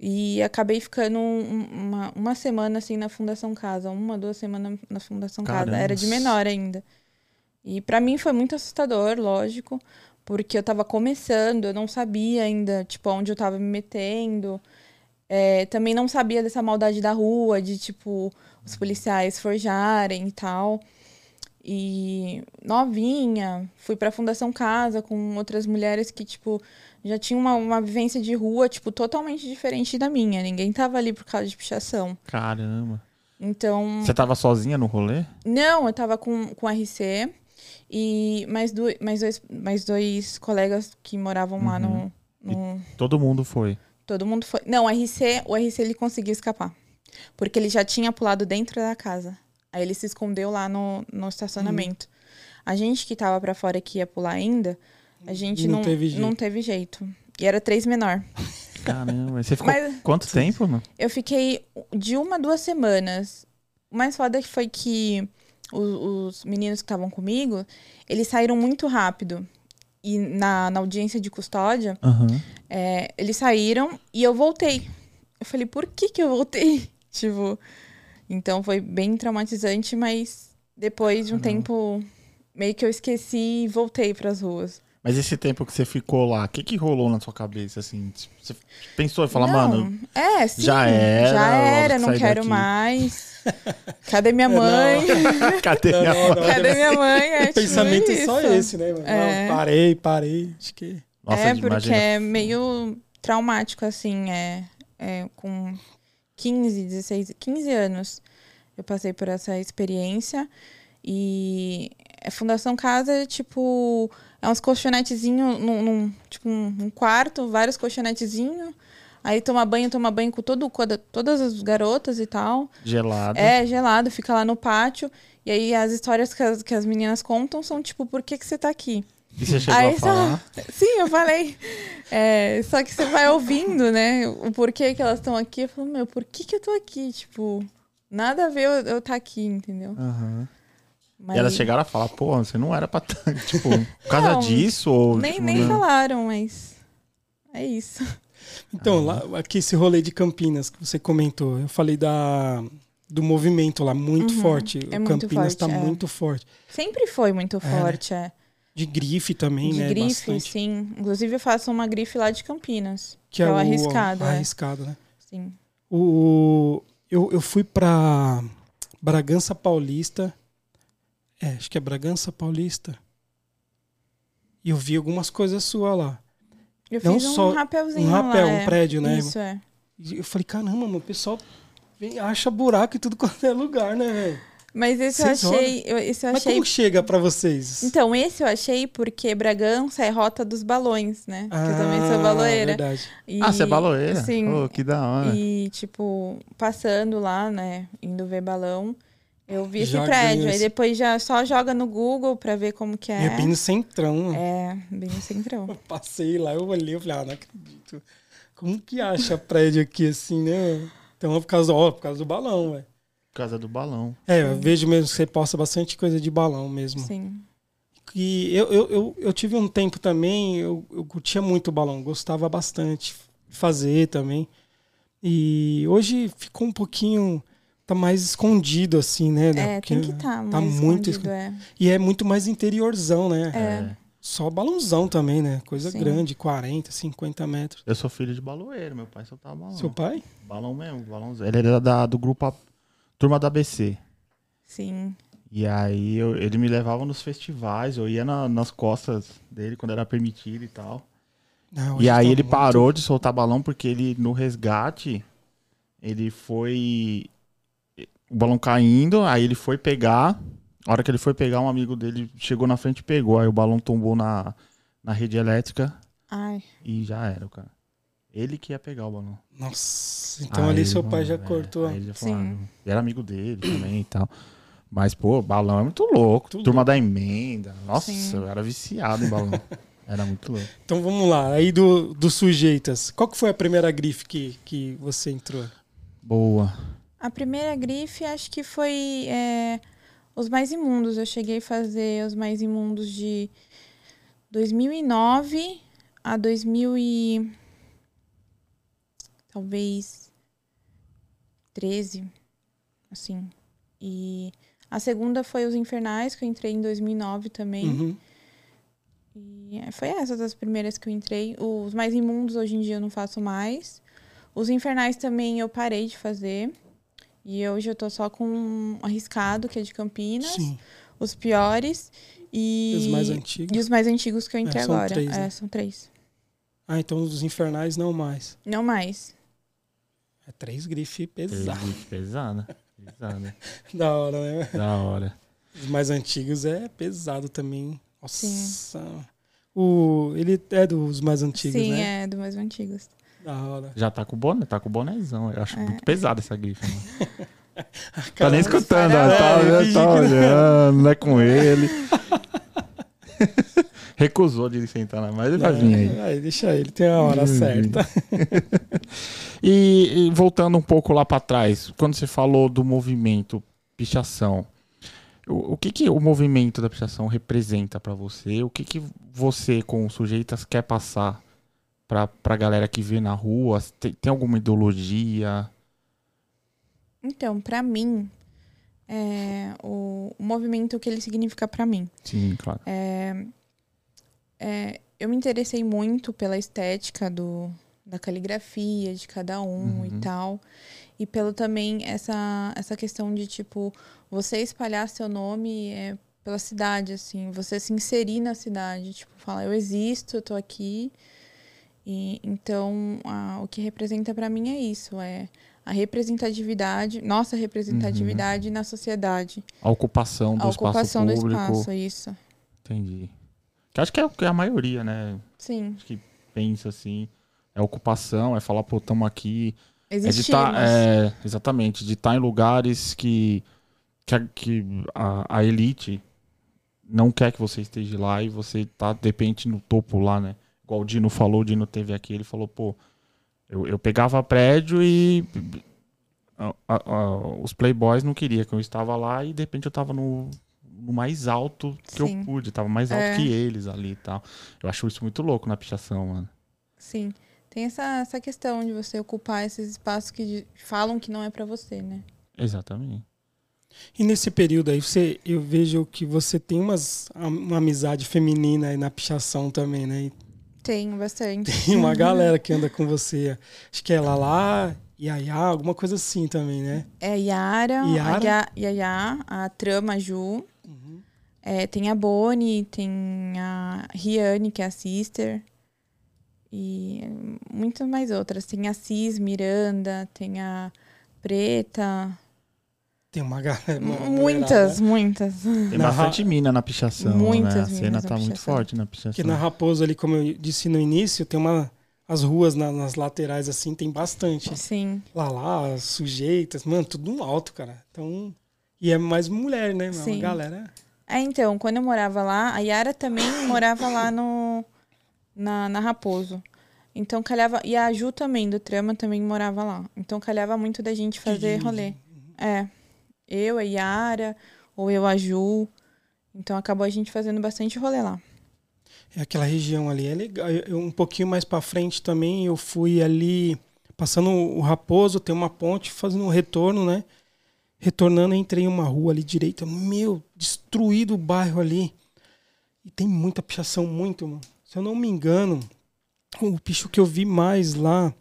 S4: E acabei ficando um- uma, uma semana assim na Fundação Casa. Uma, duas semanas na Fundação Casa. Era de
S1: Caramba.
S4: menor ainda. E pra mim foi muito assustador, lógico. porque eu tava começando, eu não sabia ainda, tipo, onde eu tava me metendo. É, também não sabia dessa maldade da rua, de, tipo, os policiais forjarem e tal. E novinha, fui pra Fundação Casa com outras mulheres que, tipo, já tinham uma, uma vivência de rua, tipo, totalmente diferente da minha. Ninguém tava ali por causa de pichação.
S1: Caramba.
S4: Então,
S1: Você tava sozinha no rolê?
S4: não, eu tava com, com RC e mais, du mais, dois, mais dois colegas que moravam lá
S2: Uhum.
S4: no- no,
S1: Todo mundo foi.
S4: Todo mundo foi. Não, o RC, o RC ele conseguiu escapar. Porque ele já tinha pulado dentro da casa. Aí ele se escondeu lá no, no estacionamento.
S2: Uhum.
S4: A gente que tava pra fora que ia pular ainda, a gente
S2: Não
S4: não, não,
S2: teve
S4: teve,
S2: jeito.
S4: jeito. E era três menor.
S1: Caramba. Você ficou
S4: Mas-
S1: quanto tempo, mano?
S4: Eu fiquei de uma a duas semanas. O mais foda que foi que o- os, meninos que estavam comigo, eles saíram muito rápido. E na, na audiência de custódia, É, eles saíram e eu voltei. Eu falei, por que que eu voltei? Tipo, então foi bem traumatizante, mas depois
S1: Uhum.
S4: de um tempo meio que eu esqueci e voltei pras ruas.
S1: Mas esse tempo que você ficou lá, o que que rolou na sua cabeça, assim? Tipo, Você pensou e falou,
S4: não,
S1: mano,
S4: é, sim,
S1: já era,
S4: já
S1: logo
S4: era,
S1: que
S4: não
S1: sair
S4: quero
S1: daqui.
S4: mais. Cadê minha mãe?
S1: cadê minha
S2: Não, não, não.
S4: Cadê minha mãe? É,
S2: O
S4: tipo
S2: pensamento é só
S4: isso.
S2: esse, né? mano?
S4: É.
S2: Não, parei, parei. Acho que.
S1: Nossa,
S4: é,
S1: imagina.
S4: porque é meio traumático, assim, é, é com 15, 16, 15 anos eu passei por essa experiência e a Fundação Casa é tipo, é uns colchonetezinhos, num, num- tipo um, um quarto, vários colchonetezinhos, aí toma banho, toma banho com todo, com a- todas as garotas e tal,
S1: gelado.
S4: é, gelado, fica lá no pátio, e aí as histórias que as, que as meninas contam são tipo, por que que você tá aqui?
S1: E você chegou
S4: Aí
S1: a
S4: só-
S1: falar.
S4: Sim, eu falei. É, só que você vai ouvindo, né? O porquê que elas estão aqui. Eu falo, meu, por que, que eu tô aqui? Tipo, nada a ver eu eu tá aqui, entendeu?
S1: Aham.
S4: Mas
S1: E elas chegaram a falar, pô, você não era pra tanto. Tipo, por causa
S4: Não,
S1: disso? Ou,
S4: Nem,
S1: tipo,
S4: nem
S1: não-
S4: falaram, mas. É isso.
S2: Então, lá, aqui esse rolê de Campinas que você comentou, eu falei da, do movimento lá, muito
S4: Uhum,
S2: forte.
S4: é
S2: o
S4: muito
S2: Campinas
S4: forte,
S2: tá
S4: é.
S2: muito forte.
S4: Sempre foi muito forte, é.
S2: De grife também,
S4: De
S2: né?
S4: grife,
S2: Bastante.
S4: sim. Inclusive, eu faço uma grife lá de Campinas.
S2: Que é o
S4: arriscado, é.
S2: arriscado, né?
S4: Sim.
S2: O, eu, eu fui pra Bragança Paulista. É, acho que é Bragança Paulista. E eu vi algumas coisas suas lá.
S4: Eu
S2: Não
S4: fiz
S2: só
S4: um rapelzinho
S2: um rapel,
S4: lá,
S2: um
S4: é.
S2: prédio, né?
S4: Isso, é.
S2: E eu falei, caramba, mano, o pessoal vem- acha buraco e tudo quanto é lugar, né, velho?
S4: Mas esse eu
S2: Seis horas.
S4: achei... Eu, esse eu
S2: Mas
S4: achei
S2: como chega pra vocês?
S4: Então, esse eu achei porque Bragança é rota dos balões, né? Porque eu também sou
S2: Ah,
S4: baloeira.
S2: Verdade.
S4: E-
S1: Ah, você é baloeira?
S4: Sim.
S1: Pô, que da hora.
S4: E, tipo, passando lá, né? Indo ver balão, eu vi
S2: Já
S4: esse prédio.
S2: ganhou
S4: Aí
S2: esse-
S4: depois já só joga no Google pra ver como que
S2: E
S4: é.
S2: é bem no centrão. né?
S4: É, bem no centrão.
S2: Eu passei lá, eu olhei e falei, ah, não acredito. Como que acha prédio aqui assim, né? Então é por causa, ó, por causa do balão, velho.
S1: Por causa do balão.
S2: É, eu vejo mesmo que você posta bastante coisa de balão mesmo.
S4: Sim.
S2: E eu, eu, eu, eu tive um tempo também, eu, eu curtia muito o balão, gostava bastante de fazer também. E hoje ficou um pouquinho, tá mais escondido assim, né? né?
S4: É, tem
S2: Porque
S4: que estar
S2: tá
S4: mais
S2: muito
S4: escondido, é.
S2: E é muito mais interiorzão, né?
S4: É.
S2: Só balãozão também, né? Coisa
S4: Sim.
S2: grande, 40, 50 metros.
S1: Eu sou filho de baloeiro, meu pai soltava balão.
S2: Seu pai?
S1: Balão mesmo, balãozinho. Ele era da, do grupo A- Turma da ABC.
S4: Sim.
S1: E aí eu- ele me levava nos festivais, eu ia na- nas costas dele quando era permitido e tal.
S2: Não, hoje
S1: E aí
S2: tá
S1: ele
S2: muito-
S1: parou de soltar balão porque ele, no resgate, ele foi. O balão caindo, aí ele foi pegar. A hora que ele foi pegar, um amigo dele chegou na frente e pegou. Aí o balão tombou na, na rede elétrica
S4: Ai.
S1: e já era, o cara. Ele que ia pegar o balão.
S2: Nossa, então
S1: Aí,
S2: ali seu pai
S1: mano,
S2: já
S1: é,
S2: cortou.
S1: aí ele já falou,
S4: Sim.
S1: ah, e era amigo dele também e tal. Mas, pô, balão é muito louco.
S2: Muito
S1: Turma da emenda. Nossa,
S4: Sim.
S1: eu era viciado em balão. era muito louco.
S2: Então vamos lá, aí do, do sujeitas. Qual que foi a primeira grife que, que você entrou?
S1: Boa.
S4: A primeira grife acho que foi é, Os Mais Imundos. Eu cheguei a fazer Os Mais Imundos de 2009 a 2000 e... talvez 13, assim. E a segunda foi Os Infernais, que eu entrei em 2009 também.
S2: Uhum.
S4: E é, foi essas as primeiras que eu entrei. Os mais imundos hoje em dia eu não faço mais. Os infernais também eu parei de fazer. E hoje eu tô só com um arriscado, que é de Campinas.
S2: Sim.
S4: Os piores. E
S2: E os mais antigos?
S4: E os mais antigos que eu entrei
S2: É, são
S4: agora.
S2: três,
S4: É,
S2: né?
S4: são três.
S2: Ah, então os infernais não mais.
S4: Não mais.
S2: É três grife pesado.
S1: É Pesada. Pesada.
S2: da hora, né?
S1: da hora.
S2: Os mais antigos é pesado também. Nossa. O, ele é dos mais antigos,
S4: Sim,
S2: né?
S4: é, dos mais antigos.
S2: Da hora.
S1: Já tá com o boné, tá com o bonézão. Eu acho
S2: É.
S1: muito pesada essa grife. mano. Tá
S2: Cara,
S1: nem escutando, ó.
S4: É,
S1: Tá,
S2: eu
S1: olhando,
S2: fingi
S1: tá
S2: que não.
S1: olhando, não é com ele. Recusou de ele sentar na mas ele
S2: É.
S1: vai vir aí. Uhum.
S2: Vai, deixa ele, tem a hora
S1: Vai vir.
S2: certa.
S1: E, e voltando um pouco lá para trás, quando você falou do movimento pichação, o, o que, que o movimento da pichação representa para você? O que, que você, com os sujeitas, quer passar para a galera que vê na rua? Se Tem, tem alguma ideologia?
S4: Então, pra mim, é, o, o movimento, o que ele significa pra mim.
S1: Sim, claro.
S4: É, eu me interessei muito pela estética do, da caligrafia de cada um
S1: Uhum.
S4: e tal. E pelo também essa, essa questão de, tipo, você espalhar seu nome é, pela cidade, assim, você se inserir na cidade, tipo, falar, eu existo, eu tô aqui. E, então, a- o que representa pra mim é isso, é a representatividade, nossa representatividade na sociedade,
S1: A ocupação Uhum. Um do
S4: a
S1: espaço
S4: ocupação
S1: público.
S4: do espaço, é isso.
S1: Entendi. Que acho que é o que a maioria, né?
S4: Sim,
S1: Pensa assim. É ocupação, é falar, pô, tamo aqui, É de
S4: existimos.
S1: tá, é, exatamente, de estar em lugares que, que, a, que a- a elite não quer que você esteja lá e você tá, de repente, no topo lá, né? Igual o Dino falou, o Dino teve aqui, ele falou, pô, eu, eu pegava prédio e a- a- a- os playboys não queriam que eu estava lá e de repente eu tava no, no mais alto que eu
S4: Sim.
S1: pude, tava mais alto
S4: É.
S1: que eles ali e tal. Eu acho isso muito louco na pichação, mano.
S4: Sim. Tem essa, essa questão de você ocupar esses espaços que de- falam que não é pra você, né?
S1: Exatamente.
S2: E nesse período aí, você, eu vejo que você tem umas, uma amizade feminina aí na pichação também, né? E
S4: Tem bastante.
S2: tem uma galera que anda com você. Acho que é Lala, Yaya, alguma coisa assim também, né?
S4: É Yara,
S2: Yara? Uhum.
S4: a Ga- Yaya, a Trama a Ju. É, tem a Bonnie, tem a Riane, que é a Sister. E hum, muitas mais outras. Tem a Cis, Miranda, tem a Preta.
S2: Tem uma galera. uma mulherada,
S4: muitas,
S2: né?
S4: muitas.
S1: Tem
S2: Na ra-
S1: bastante mina na pichação.
S4: Muitas
S1: né? A
S4: minas
S1: cena
S4: na
S1: tá muito
S4: pichação.
S1: forte na pichação.
S2: Porque na Raposo ali, como eu disse no início, tem uma. As ruas na- nas laterais, assim, tem bastante.
S4: Sim.
S2: Lala, sujeitas, mano, tudo no alto, cara. Então. E é mais mulher, né? É uma
S4: Sim.
S2: galera.
S4: É, então, quando eu morava lá, a Yara também morava lá no, na, na Raposo. Então calhava. E a Ju também, do Trama, também morava lá. Então calhava muito da gente fazer
S2: Que-
S4: rolê. É. Eu, a Yara, ou eu, a Ju. Então acabou a gente fazendo bastante rolê lá.
S2: É aquela região ali, é legal. Eu- eu- um pouquinho mais pra frente também, eu fui ali, passando o Raposo, tem uma ponte, fazendo um retorno, né? Retornando, eu entrei em uma rua ali direita, meu, destruído o bairro ali. E tem muita pichação, muito, mano. Se eu não me engano, o picho que eu vi mais lá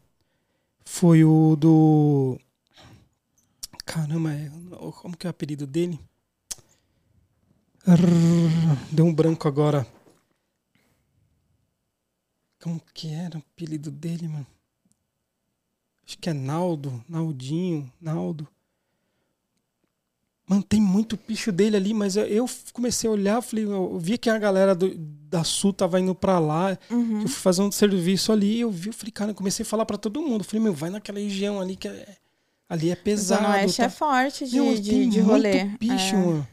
S2: foi o do. Caramba, é- como que é o apelido dele? Arr, Deu um branco agora. Como que era o apelido dele, mano? Acho que é Naldo, Naldinho, Naldo. Mano, tem muito picho dele ali, mas eu, eu comecei a olhar, falei, eu vi que a galera do- da Sul tava indo pra lá.
S4: Uhum.
S2: Eu fui fazer um serviço ali, eu vi, eu falei, cara, eu comecei a falar pra todo mundo. Eu Falei, meu, vai naquela região ali que é, ali é pesado.
S4: Zona Oeste
S2: tá?
S4: é forte de,
S2: Meu,
S4: de,
S2: tem
S4: de rolê.
S2: muito bicho,
S4: É.
S2: mano.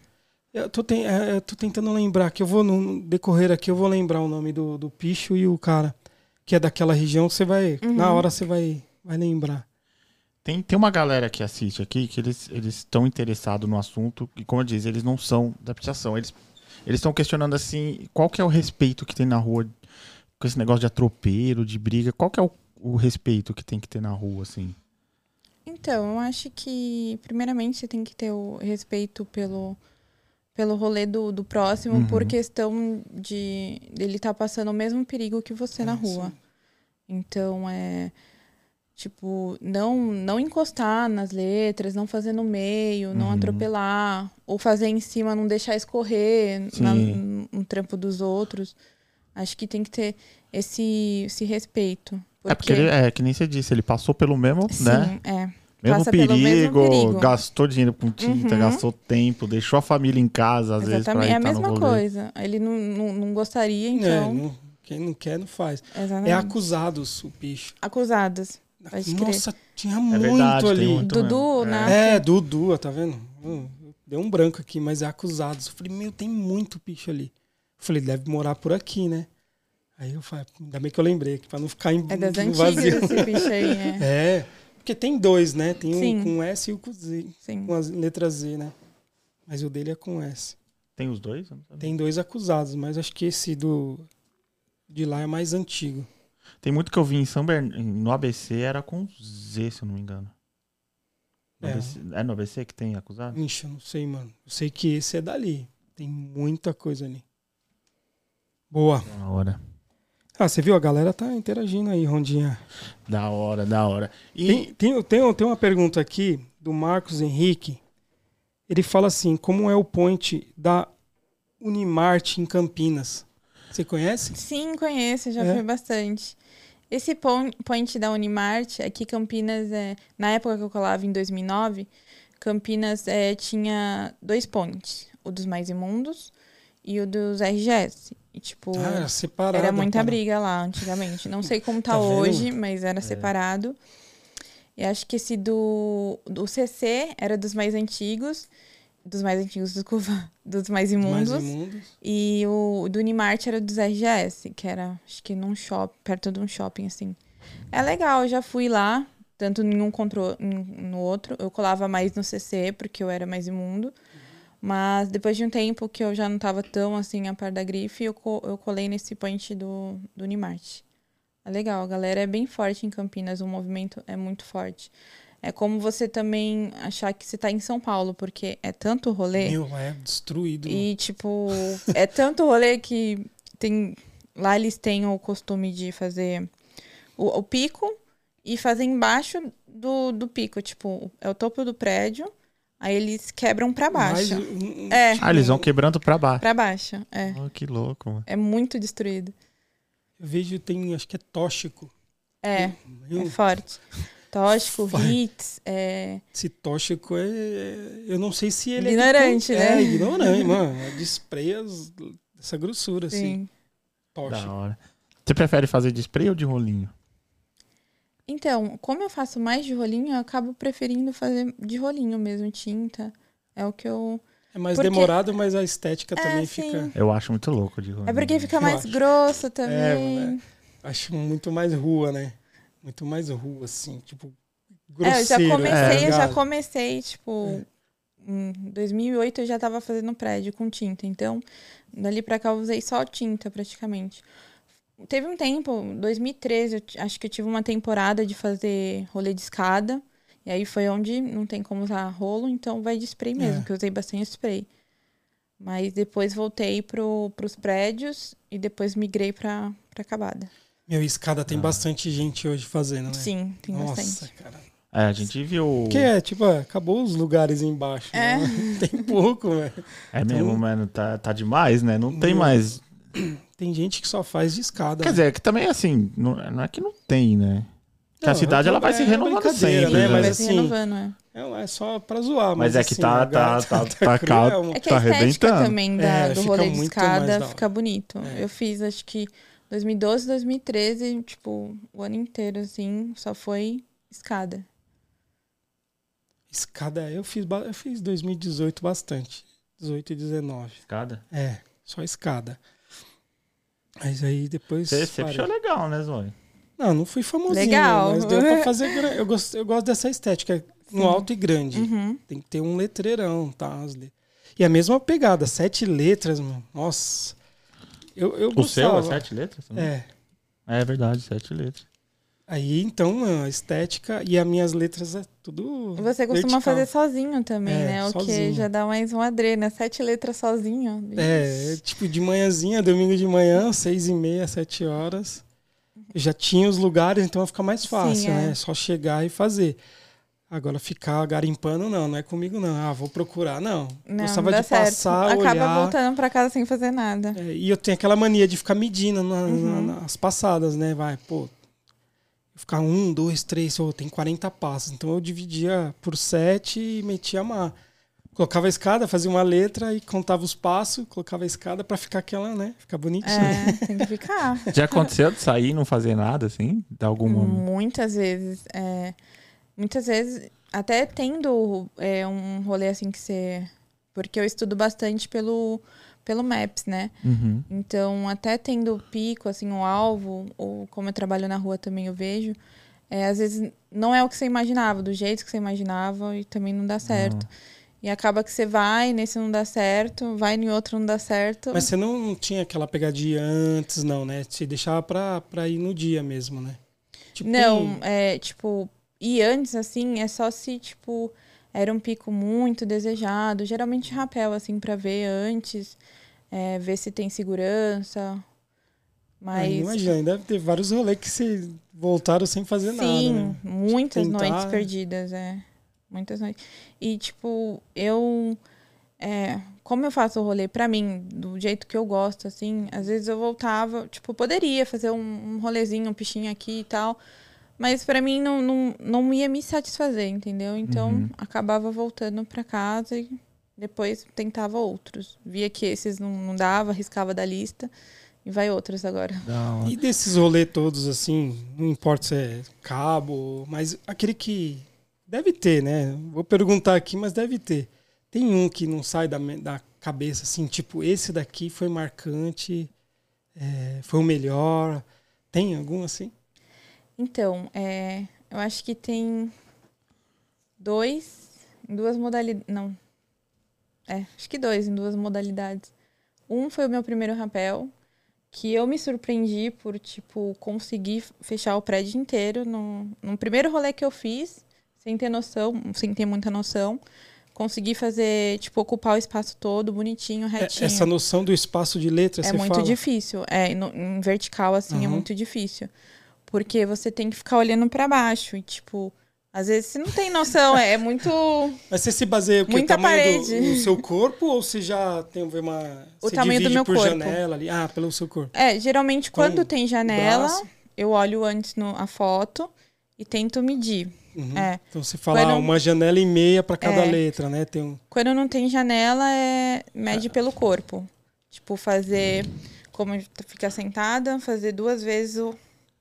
S2: Eu tô, ten- é, eu tô tentando lembrar, que eu vou no- no decorrer aqui, eu vou lembrar o nome do, do picho e o cara que é daquela região, você vai,
S4: Uhum.
S2: na hora você vai, vai lembrar.
S1: Tem, tem uma galera que assiste aqui que eles eles estão interessados no assunto e, como eu disse, eles não são da pichação. Eles eles estão questionando assim, qual que é o respeito que tem na rua com esse negócio de atropelo, de briga? Qual que é o, o respeito que tem que ter na rua, assim?
S4: Então, eu acho que, primeiramente, você tem que ter o respeito pelo, pelo rolê do, do próximo
S1: Uhum.
S4: por questão de ele estar passando o mesmo perigo que você
S1: É,
S4: na rua. Então é tipo, não não encostar nas letras, não fazer no meio,
S1: Uhum.
S4: não atropelar, ou fazer em cima, não deixar escorrer na-
S1: Sim.
S4: no trampo dos outros. Acho que tem que ter esse, esse respeito.
S1: É porque ele, é que nem você disse, ele passou pelo mesmo,
S4: Sim,
S1: né?
S4: é.
S1: Mesmo
S4: passa pelo
S1: perigo,
S4: mesmo perigo.
S1: gastou dinheiro com tinta,
S4: Uhum.
S1: gastou tempo, deixou a família em casa, às vezes, pra
S4: Exatamente.
S1: ir
S4: É a
S1: tá no
S4: mesma
S1: rolê.
S4: coisa. Ele não, não, não
S2: É,
S4: gostaria, então. Tá
S2: não- quem não quer, não faz.
S4: exatamente.
S2: É acusados o bicho.
S4: Acusadas. Pode crer.
S2: Nossa, tinha muito
S1: É verdade, tem
S2: ali.
S1: muito.
S4: Dudu,
S1: mesmo.
S4: né?
S2: É, Dudu, tá vendo? Hum, Deu um branco aqui, mas é acusados. Eu falei, meu, tem muito bicho ali. Eu falei, deve morar por aqui, né? Aí eu falei, ainda bem que eu lembrei, que pra não ficar em
S4: É das
S2: no
S4: antigas
S2: vazio.
S4: esse bicho aí, é.
S2: É, porque tem dois, né? Tem
S4: Sim.
S2: um com S e o com Z,
S4: Sim.
S2: com as letras Z, né? Mas o dele é com S.
S1: Tem os dois? Eu não sabia.
S2: Tem dois acusados, mas acho que esse do de lá é mais antigo.
S1: Tem muito que eu vi em São Bernardo, no ABC era com Z, se eu não me engano. No
S2: É.
S1: ABC é no ABC que tem acusado?
S2: Ixi, eu não sei, mano. Eu sei que esse é dali. Tem muita coisa ali. Boa.
S1: Da hora.
S2: Ah, você viu? A galera tá interagindo aí, Rondinha.
S1: Da hora, da hora. E
S2: Tem, tem, tem, tem uma pergunta aqui do Marcos Henrique. Ele fala assim: como é o point da Unimart em Campinas? Você conhece?
S4: Sim, conheço, já
S2: É?
S4: fui bastante. Esse pon- point da Unimart, aqui Campinas, é, na época que eu colava em 2009, Campinas é, tinha dois pontes, o dos mais imundos e o dos RGS. E, tipo,
S2: Ah, era separado.
S4: era muita
S2: cara.
S4: briga lá antigamente. Não sei como tá,
S2: Tá vendo?
S4: hoje, mas era separado. E acho que esse do, do CC era dos mais antigos, dos mais antigos, desculpa, dos
S2: Mais
S4: mais imundos.
S2: imundos.
S4: E o do Unimart era dos RGS, que era, acho que num shopping, perto de um shopping, assim. É legal, eu já fui lá, tanto em um contra o- em- no outro. Eu colava mais no CC, porque eu era mais imundo. Mas depois de um tempo que eu já não tava tão, assim, a par da grife, eu, co- eu colei nesse punch do, do Unimart. É legal, a galera é bem forte em Campinas, o movimento é muito forte. É como você também achar que você tá em São Paulo, porque é tanto rolê...
S2: Meu, lá é destruído.
S4: E, tipo, é tanto rolê que tem. Lá eles têm o costume de fazer o, o pico e fazer embaixo do, do pico. Tipo, é o topo do prédio, aí eles quebram pra
S2: Mais
S4: baixo.
S2: um- um-
S4: É.
S1: ah, eles vão quebrando pra baixo.
S4: Pra baixo, é.
S1: Oh, que louco, mano.
S4: É muito destruído.
S2: Eu vejo, tem, acho que é tóxico.
S4: É,
S2: Meu,
S4: é forte. Tóxico,
S2: Forte.
S4: hits, é.
S2: Esse tóxico é. é- Eu não sei se ele
S4: Ignorante,
S2: é. de-
S4: né?
S2: É, ignorante, mano. É de spray as- essa grossura, assim.
S4: Sim.
S1: Da
S2: Tóxico.
S1: hora. Você prefere fazer de spray ou de rolinho?
S4: Então, como eu faço mais de rolinho, eu acabo preferindo fazer de rolinho mesmo, tinta. É o que eu. assim,
S2: É mais
S4: Porque- É,
S2: demorado, mas a estética também
S4: sim.
S2: fica.
S1: Eu acho muito louco de rolinho.
S4: É porque fica
S2: Eu
S4: mais
S2: acho.
S4: grosso
S2: É,
S4: também.
S2: mano, Acho muito mais rua, né? Muito mais rua, assim. Tipo,
S4: É, eu já
S2: grosseiro. tá É.
S4: comecei, eu já
S2: ligado?
S4: comecei, tipo, em 2008 eu já tava fazendo prédio com tinta, então dali pra cá eu usei só tinta praticamente. Teve um tempo, 2013, eu ti- acho que eu tive uma temporada de fazer rolê de escada, e aí foi onde não tem como usar rolo, então vai de spray mesmo,
S2: É.
S4: que eu usei bastante spray. Mas depois voltei pro, pros prédios e depois migrei pra, pra acabada.
S2: Meu, escada tem bastante gente hoje fazendo, né?
S4: Sim, tem
S2: Nossa,
S4: bastante.
S2: cara.
S1: É, a gente viu.
S2: Porque é, tipo, é, acabou os lugares embaixo.
S4: É.
S2: né? Tem pouco, velho.
S1: É mesmo,
S2: Então-
S1: mano. Tá, tá demais, né? Não tem
S2: Não.
S1: mais.
S2: Tem gente que só faz de escada.
S1: Quer
S2: né?
S1: dizer, que também assim, não, não é que não tem, né? Que a
S2: Não,
S1: cidade ela vai
S2: é
S1: se renovando
S2: brincadeira,
S1: sempre.
S2: né?
S1: né? Tá
S2: Mas
S4: Vai se
S2: assim,
S4: renovando, é.
S2: É, é só pra zoar, mas.
S1: Mas é que
S2: assim,
S1: tá, tá,
S2: a galera
S1: tá, tá,
S2: cruel,
S1: caro.
S2: mano.
S4: É que a
S1: Tá
S4: estética
S1: arrebentando.
S4: também da-
S2: É,
S4: do
S2: fica
S4: rolê de
S2: muito mais da
S4: escada
S2: hora.
S4: fica bonito.
S2: É.
S4: Eu fiz, acho que 2012, 2013, tipo, o ano inteiro, assim, só foi escada.
S2: Escada, eu fiz, ba- eu fiz 2018 bastante. 18 e 19.
S1: Escada.
S2: É, só escada. Mas aí depois.
S1: Você é você
S2: parei.
S1: achou legal, né, Zói?
S2: Não, não fui famosinho,
S4: Legal.
S2: mas deu pra fazer. gran- Eu gosto, eu gosto dessa estética é no alto e grande.
S4: Uhum.
S2: Tem que ter um letreirão, tá? As le- E a mesma pegada, sete letras, mano. Nossa. Eu, eu
S1: O seu
S2: gostava.
S1: é sete letras?
S2: É.
S1: É verdade, sete letras.
S2: Aí, então, a estética e as minhas letras é tudo.
S4: Você
S2: vertical.
S4: costuma fazer sozinho também,
S2: É,
S4: né? O
S2: sozinho.
S4: que já dá mais um adrê, né? Sete letras sozinho.
S2: É, tipo, de manhãzinha, domingo de manhã, seis e meia, sete horas. Eu já tinha os lugares, então vai ficar mais fácil,
S4: Sim, é.
S2: né? É só chegar e fazer. Agora, ficar garimpando, não, não é comigo, não. Ah, vou procurar, não.
S4: Não,
S2: Gostava
S4: não dá
S2: de
S4: certo.
S2: passar,
S4: Acaba
S2: olhar.
S4: voltando pra casa sem fazer nada.
S2: É, e eu tenho aquela mania de ficar medindo na-
S4: Uhum.
S2: na- nas passadas, né? Vai, pô. Ficar um, dois, três, ou tem 40 passos. Então eu dividia por sete e metia a mar. Colocava a escada, fazia uma letra e contava os passos, colocava a escada pra ficar aquela, né? Ficar bonitinha.
S4: É, tem que ficar.
S1: Já aconteceu de sair e não fazer nada, assim? Dá alguma.
S4: Hum. Muitas vezes. é, muitas vezes, até tendo é, um rolê assim que você. Porque eu estudo bastante pelo, pelo Maps, né?
S1: Uhum.
S4: Então, até tendo o pico, assim, o alvo, ou como eu trabalho na rua também eu vejo, é, às vezes não é o que você imaginava, do jeito que você imaginava, e também não dá certo. E acaba que você vai, nesse não dá certo, vai em outro não dá certo.
S2: Mas você não tinha aquela pegadinha antes, não, né? Você deixava pra, pra ir no dia mesmo, né? Tipo,
S4: Não, é tipo. E antes, assim, é só se, tipo, era um pico muito desejado. Geralmente rapel, assim, pra ver antes, é, ver se tem segurança.
S2: ah,
S4: Mas.
S2: Imagina, deve ter vários rolês que você voltaram sem fazer
S4: Sim,
S2: nada. Né?
S4: muitas
S2: Tentar.
S4: noites perdidas, é. Muitas noites. E, tipo, eu. é, como eu faço o rolê pra mim, do jeito que eu gosto, assim, às vezes eu voltava, tipo, poderia fazer um, um rolezinho, um pichinho aqui e tal. Mas pra mim não, não, não ia me satisfazer, entendeu? Então
S1: Uhum.
S4: acabava voltando pra casa e depois tentava outros. Via que esses não, não dava, arriscava da lista e vai outros agora.
S2: E desses rolê todos, assim, não importa se é cabo, mas aquele que deve ter, né? Vou perguntar aqui, mas deve ter. Tem um que não sai da, me- da cabeça, assim, tipo, esse daqui foi marcante, é, foi o melhor. Tem algum assim?
S4: Então, é, eu acho que tem dois, em duas modalidades. Não. É, acho que dois, em duas modalidades. Um foi o meu primeiro rapel, que eu me surpreendi por, tipo, conseguir fechar o prédio inteiro. No, no primeiro rolê que eu fiz, sem ter noção, sem ter muita noção, consegui fazer, tipo, ocupar o espaço todo, bonitinho,
S2: É,
S4: retinho.
S2: essa noção do espaço de letra,
S4: É
S2: você
S4: muito
S2: fala.
S4: difícil. É, no- em vertical, assim, é
S2: Aham.
S4: muito difícil. Porque você tem que ficar olhando pra baixo. E, tipo, às vezes você não tem noção. é, é muito.
S2: Mas você se baseia o
S4: Muita
S2: tamanho do,
S4: parede.
S2: do seu corpo ou você já tem uma...
S4: O
S2: você
S4: tamanho do
S2: divide
S4: meu
S2: por
S4: corpo.
S2: janela ali? Ah, pelo seu corpo.
S4: É, geralmente
S2: Então,
S4: quando tem janela,
S2: braço.
S4: eu olho antes no- a foto e tento medir.
S2: Uhum.
S4: É.
S2: Então você fala
S4: Quando-
S2: ah, uma janela e meia para cada
S4: É.
S2: letra, né? Tem um...
S4: Quando não tem janela, é mede pelo corpo. Tipo, fazer. Como ficar sentada, fazer duas vezes o,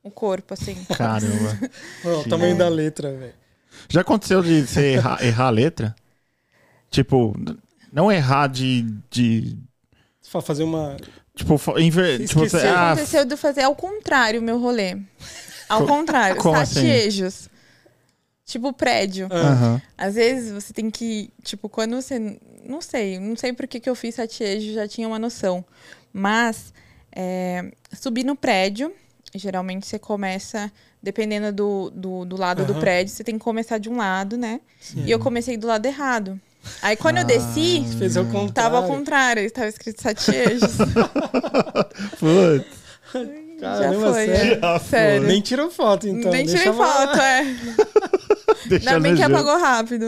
S4: o corpo, assim.
S1: Caramba.
S2: Ó, o tamanho
S1: É.
S2: da letra, velho.
S1: Já aconteceu de você errar, errar a letra? Tipo, n- não errar de. de
S2: Você fala fazer uma.
S1: tipo, fa- inver...
S2: Se
S1: tipo você,
S2: esqueceu.
S1: ah,
S4: Aconteceu de eu fazer ao contrário o meu rolê. Ao contrário,
S1: como assim?
S4: satiejos. Tipo prédio.
S2: Ah,
S1: aham.
S4: Às vezes você tem que. Tipo, quando você. Não sei, não sei por que que eu fiz satiejo, já tinha uma noção. Mas é, subir no prédio, geralmente você começa, dependendo do, do, do lado do
S2: Aham.
S4: prédio, você tem que começar de um lado, né?
S2: Sim.
S4: E eu comecei do lado errado. Aí quando eu desci,
S2: Ah. Fez ao contrário.
S4: tava ao contrário, estava escrito satiejos.
S1: Putz. Ah,
S2: Caramba,
S4: foi,
S2: sério.
S4: é.
S1: Já
S4: Sério.
S2: Nem tirou foto, então.
S4: Nem
S2: deixa
S4: tirei
S2: lá.
S4: foto, é.
S1: deixa
S4: Ainda bem que
S1: legenda.
S4: apagou rápido.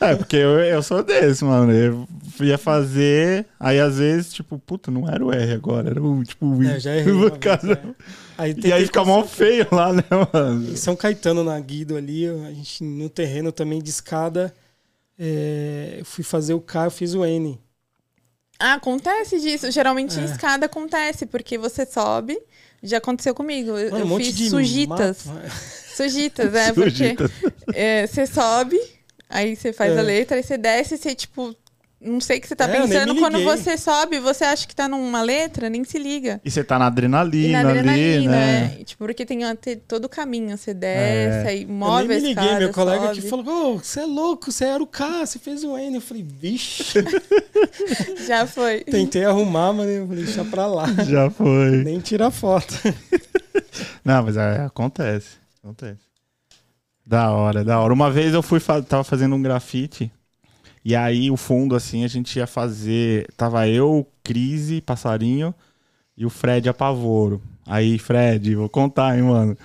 S1: É, porque eu, eu sou desse, mano. Eu ia fazer, aí às vezes, tipo, puta, não era o R agora, era o tipo o I.
S2: É, já errei uma vez,
S1: Cara,
S2: é. Aí
S1: E aí fica mó feio lá, né, mano?
S2: Em São Caetano, na Guido ali, a gente no terreno também de escada. é, eu fui fazer o K, eu fiz o N.
S4: Ah, acontece disso. Geralmente em
S2: É.
S4: escada acontece, porque você sobe. Já aconteceu comigo. Eu,
S2: Mano,
S4: eu
S2: um monte
S4: fiz
S2: de
S4: sujitas.
S2: mapa.
S4: Sujitas, é, porque
S1: Sujeita.
S4: é, você sobe, aí você faz
S2: É.
S4: a letra, aí você desce, você tipo. Não sei o que você tá
S2: É, eu nem
S4: pensando.
S2: me
S4: Quando
S2: liguei.
S4: você sobe, você acha que tá numa letra, nem se liga.
S1: E você tá na
S4: E
S1: adrenalina,
S4: na
S1: ali,
S4: adrenalina,
S1: né?
S4: é. Tipo, porque tem até todo o caminho. Você desce, aí move
S2: eu nem
S4: a
S2: me liguei,
S4: escada,
S2: meu colega
S4: sobe.
S2: aqui falou: Ô, você é louco, você era o K, você fez o N. Eu falei: vixe,
S4: Já foi. é.
S2: tentei arrumar, mas eu falei: deixa pra lá.
S1: Já foi.
S2: Nem tirar foto.
S1: Não, mas é, acontece. Acontece. Da hora, da hora. Uma vez eu fui, fa- tava fazendo um grafite. E aí o fundo, assim, a gente ia fazer. Tava eu, Crise, Passarinho e o Fred Apavoro. Aí, Fred, vou contar, hein, mano.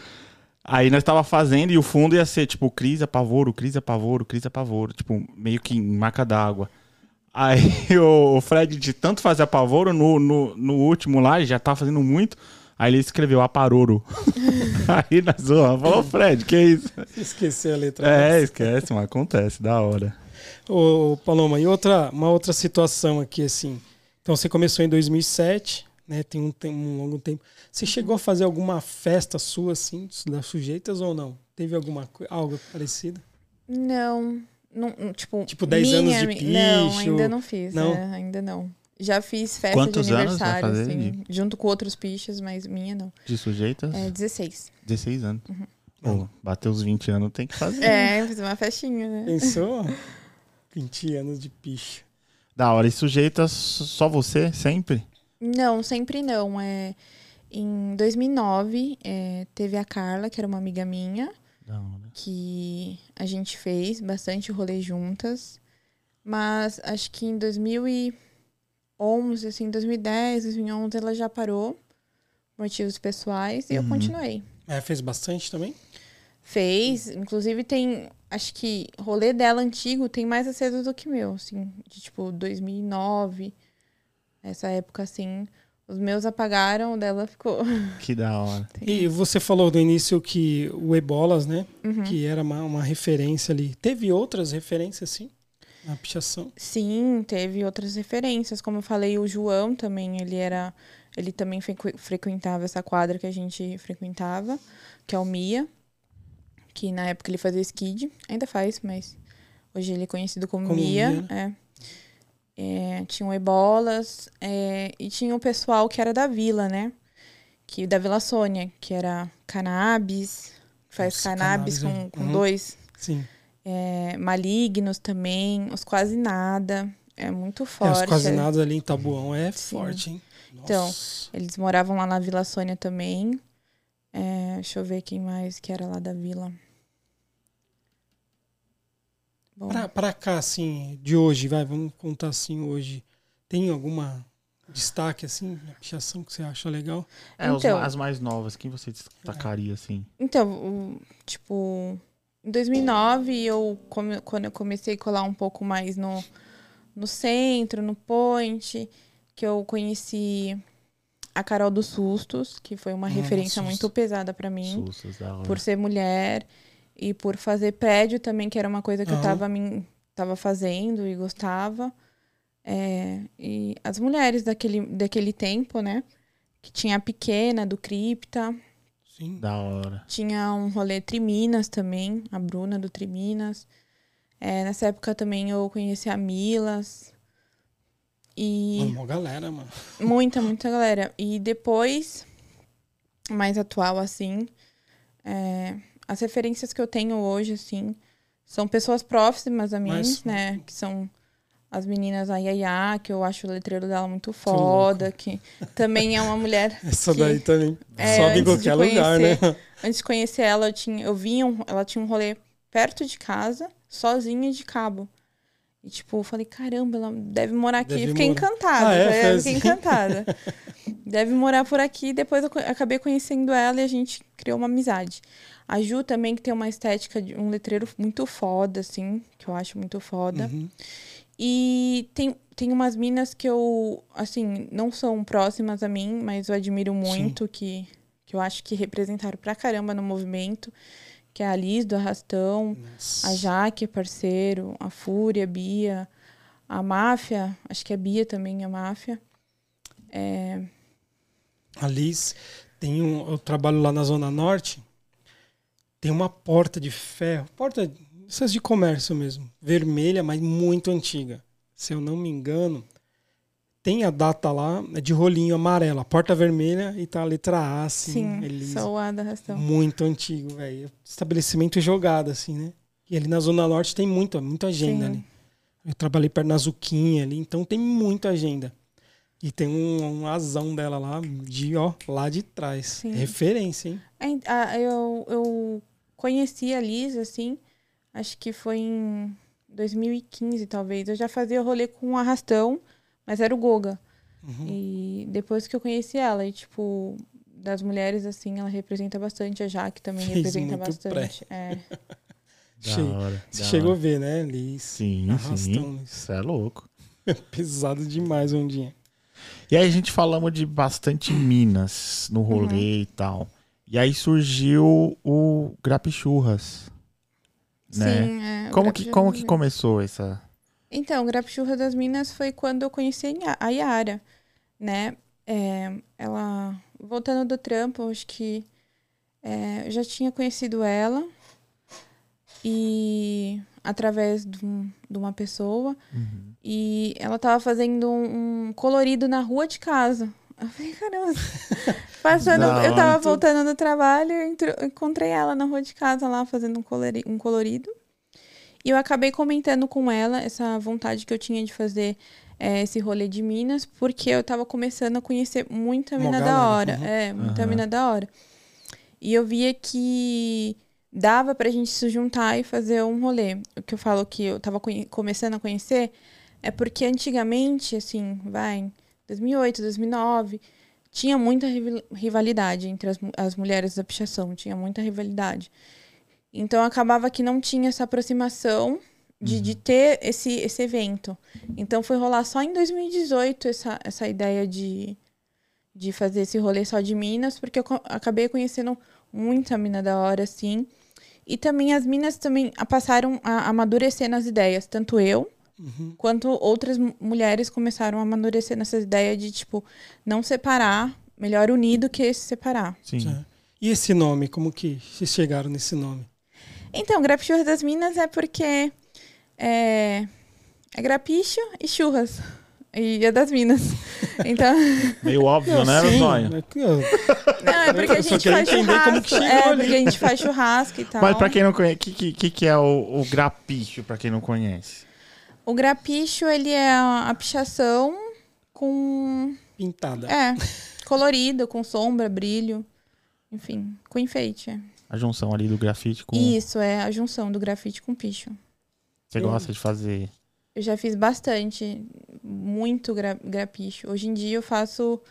S1: Aí nós tava fazendo e o fundo ia ser, tipo, Cris Apavoro, Cris Apavoro, Cris Apavoro. Tipo, meio que em marca d'água. Aí o o Fred, de tanto fazer apavoro, no, no, no último lá, ele já tava fazendo muito. Aí ele escreveu aparoro. aí nós zoamos. Falou, Fred, que isso?
S2: Esqueci a letra.
S1: É, esquece, mas acontece, da hora.
S2: Ô, Paloma, e outra, uma outra situação aqui, assim. Então, você começou em 2007, né? Tem um, tem um longo tempo. Você chegou a fazer alguma festa sua, assim, das sujeitas ou não? Teve alguma coi- algo parecida?
S4: Não. não não, tipo,
S2: Tipo, 10
S4: minha,
S2: anos de
S4: mi- Não,
S2: picho.
S4: ainda não fiz.
S2: Não?
S4: é, ainda não. Já fiz festa
S1: Quantos
S4: de
S1: anos
S4: aniversário,
S1: vai fazer,
S4: assim, junto com outros pichos, mas minha não.
S1: De sujeitas,
S4: É 16.
S1: 16 anos. Pô, bater os 20 anos tem que fazer.
S4: É, eu fiz uma festinha, né?
S2: Pensou? 20 anos de picho.
S1: Da hora, e sujeitas só você, sempre?
S4: Não, sempre não. É, em 2009, é, teve a Carla, que era uma amiga minha,
S1: Da hora.
S4: que a gente fez bastante rolê juntas. Mas acho que em 2011, assim, 2010, 2011, ela já parou. Motivos pessoais. E eu continuei.
S2: É, fez bastante também?
S4: Fez. Inclusive tem... Acho que rolê dela antigo tem mais aceso do que meu, assim. De, tipo, 2009. Essa época, assim. Os meus apagaram, o dela ficou...
S1: Que da hora.
S2: E você falou no início que o Ebolas, né? Que era uma, uma referência ali. Teve outras referências, sim? Na pichação?
S4: Sim, teve outras referências. Como eu falei, o João também, ele era. Ele também frequ- frequentava essa quadra que a gente frequentava, que é o Mia. Que na época ele fazia skid, ainda faz, mas hoje ele é conhecido como,
S2: Como
S4: Mia.
S2: Mia,
S4: É. É, tinha o Ebolas é, e tinha o pessoal que era da vila, né? Que, da Vila Sônia, que era cannabis, que faz
S2: Nossa,
S4: cannabis,
S2: cannabis,
S4: com,
S2: é.
S4: com
S2: Uhum.
S4: dois
S2: Sim.
S4: é, malignos também, os quase nada. É muito
S2: É,
S4: forte.
S2: os quasinados ali em Tabuão é
S4: Sim.
S2: forte, hein?
S4: Então,
S2: Nossa.
S4: Eles moravam lá na Vila Sônia também. É, deixa eu ver quem mais que era lá da vila. Bom,
S2: Pra, pra cá, assim, de hoje, vai, vamos contar assim hoje. Tem alguma destaque, assim, na pichação que você acha legal?
S1: É, os-
S4: Então.
S1: as mais novas, quem você destacaria, assim?
S4: Então, o- tipo, em 2009 eu come- quando eu comecei a colar um pouco mais no no centro, no Point, que eu conheci a Carol dos Sustos, que foi uma
S2: Ah,
S4: referência
S2: Sustos.
S4: muito pesada pra mim.
S1: Sussos, da hora.
S4: por ser mulher e por fazer prédio também, que era uma coisa que eu
S2: Aham.
S4: tava, me, tava fazendo e gostava. É, e as mulheres daquele, daquele tempo, né? Que tinha a pequena do Cripta,
S2: Sim.
S1: Da hora.
S4: tinha um rolê Triminas também, a Bruna do Triminas. É, nessa época também eu conheci a Milas. E
S2: Mano, mó galera, mano.
S4: Muita, muita galera. E depois, mais atual, assim, é, as referências que eu tenho hoje, assim, são pessoas próximas a mim,
S2: Mas-
S4: né? Que são as meninas a Yaya, que eu acho o letreiro dela muito foda, que também é uma mulher.
S2: Essa
S4: que,
S2: daí também
S4: É,
S2: sobe em
S4: antes de
S2: qualquer lugar, né?
S4: Antes de conhecer ela, eu, tinha, eu vinha, um- ela tinha um rolê perto de casa, sozinha de cabo. E tipo, eu falei, caramba, ela deve morar aqui.
S2: Deve
S4: fiquei
S2: morar.
S4: encantada,
S2: Ah, é? Foi
S4: falei, eu fiquei
S2: assim?
S4: encantada. deve morar por aqui. Depois eu co- acabei conhecendo ela e a gente criou uma amizade. A Ju também, que tem uma estética de um letreiro muito foda, assim, que eu acho muito foda.
S2: Uhum.
S4: E tem, tem umas minas que eu, assim, não são próximas a mim, mas eu admiro muito, que, que eu acho que representaram pra caramba no movimento, que é a Liz do Arrastão, a Jaque, parceiro, a Fúria, a Bia, a Máfia, acho que é a Bia também, a Máfia.
S2: A Liz tem um. Eu trabalho lá na Zona Norte. Tem uma porta de ferro, porta essas de comércio mesmo, vermelha, mas muito antiga. Se eu não me engano, tem a data lá é de rolinho amarelo, a porta vermelha e tá a letra A, assim,
S4: Sim,
S2: é lisa.
S4: sou a do Arrastão.
S2: muito antigo, velho. Estabelecimento jogado, assim, né? E ali na Zona Norte tem muito, muita agenda né?
S4: Sim.
S2: ali. Eu trabalhei perto na Zuquinha ali, então tem muita agenda. E tem um, um asão dela lá, de ó, lá de trás.
S4: Sim.
S2: Referência, hein?
S4: Ai, ah, Eu, eu conheci a Liz, assim, acho que foi em 2015, talvez. Eu já fazia rolê com um arrastão, mas era o Goga.
S2: Uhum.
S4: E depois que eu conheci ela, e tipo, das mulheres, assim, ela representa bastante. A Jaque também
S2: Fez
S4: representa
S2: muito
S4: bastante. É.
S2: Che-
S1: hora.
S2: Você
S1: da
S2: chegou a
S1: hora.
S2: ver, né, Liz?
S1: Sim,
S2: Arrastão,
S1: sim.
S2: Liz.
S1: Isso é louco.
S2: Pesado demais, um Ondinha.
S1: E aí a gente falamos de bastante Minas
S4: Uhum.
S1: no rolê e tal. E aí surgiu o Grapichurras. Né?
S4: Sim, é. o
S1: Como
S4: Grapo
S1: que,
S4: de
S1: como
S4: Ouro
S1: que
S4: Negro.
S1: começou essa.
S4: Então, o Grapchurra das Minas foi quando eu conheci a Nha- a Yara, né? É, ela, voltando do trampo, acho que é, eu já tinha conhecido ela e através de, um- de uma pessoa. E ela tava fazendo um, um colorido na rua de casa. Eu falei, caramba. Passando,
S1: Da
S4: eu tava
S1: hora.
S4: voltando do trabalho, eu entro- eu encontrei ela na rua de casa lá fazendo um, colori- um colorido. E eu acabei comentando com ela essa vontade que eu tinha de fazer eh, esse rolê de Minas, porque eu tava começando a conhecer muita
S2: Uma
S4: mina da
S2: galera,
S4: hora.
S2: uhum.
S4: É, muita
S1: Aham.
S4: mina da hora. E eu via que dava pra gente se juntar e fazer um rolê. O que eu falo que eu tava conhe- começando a conhecer é porque antigamente, assim, vai, em 2008, 2009, tinha muita rival- rivalidade entre as, mu- as mulheres da pichação, tinha muita rivalidade. Então acabava que não tinha essa aproximação de,
S1: Uhum.
S4: de ter esse, esse evento. Então foi rolar só em 2018 essa, essa ideia de, de fazer esse rolê só de Minas, porque eu co- acabei conhecendo muita mina da hora, assim. E também as minas também a- passaram a amadurecer nas ideias, tanto eu
S2: Uhum.
S4: quanto outras mu- mulheres começaram a amadurecer nessa ideia de, tipo, não separar, melhor unir do que se separar.
S1: Sim.
S2: Já. E esse nome, como que vocês chegaram nesse nome?
S4: Então, grapichurras das minas é porque é, é grapicho e churras. E é das minas. Então,
S1: Meio óbvio, né,
S2: Sim,
S1: Zonho?
S2: mas que- eu-
S4: não, é porque a
S2: Eu só
S4: gente
S2: queria
S4: faz
S2: entender como
S4: churrasco.
S2: que né? chegou
S4: é,
S2: ali.
S4: porque a gente faz churrasco e tal.
S1: Mas pra quem não conhece, o que, que, que que é o, o grapicho, pra quem não conhece?
S4: O grapicho, ele é a a pichação com...
S2: Pintada.
S4: É, colorido, com sombra, brilho. Enfim, com enfeite, é.
S1: A junção ali do grafite com.
S4: Isso, é a junção do grafite com picho.
S1: Você gosta de fazer.
S4: Eu já fiz bastante, muito gra grapicho. Hoje em dia eu faço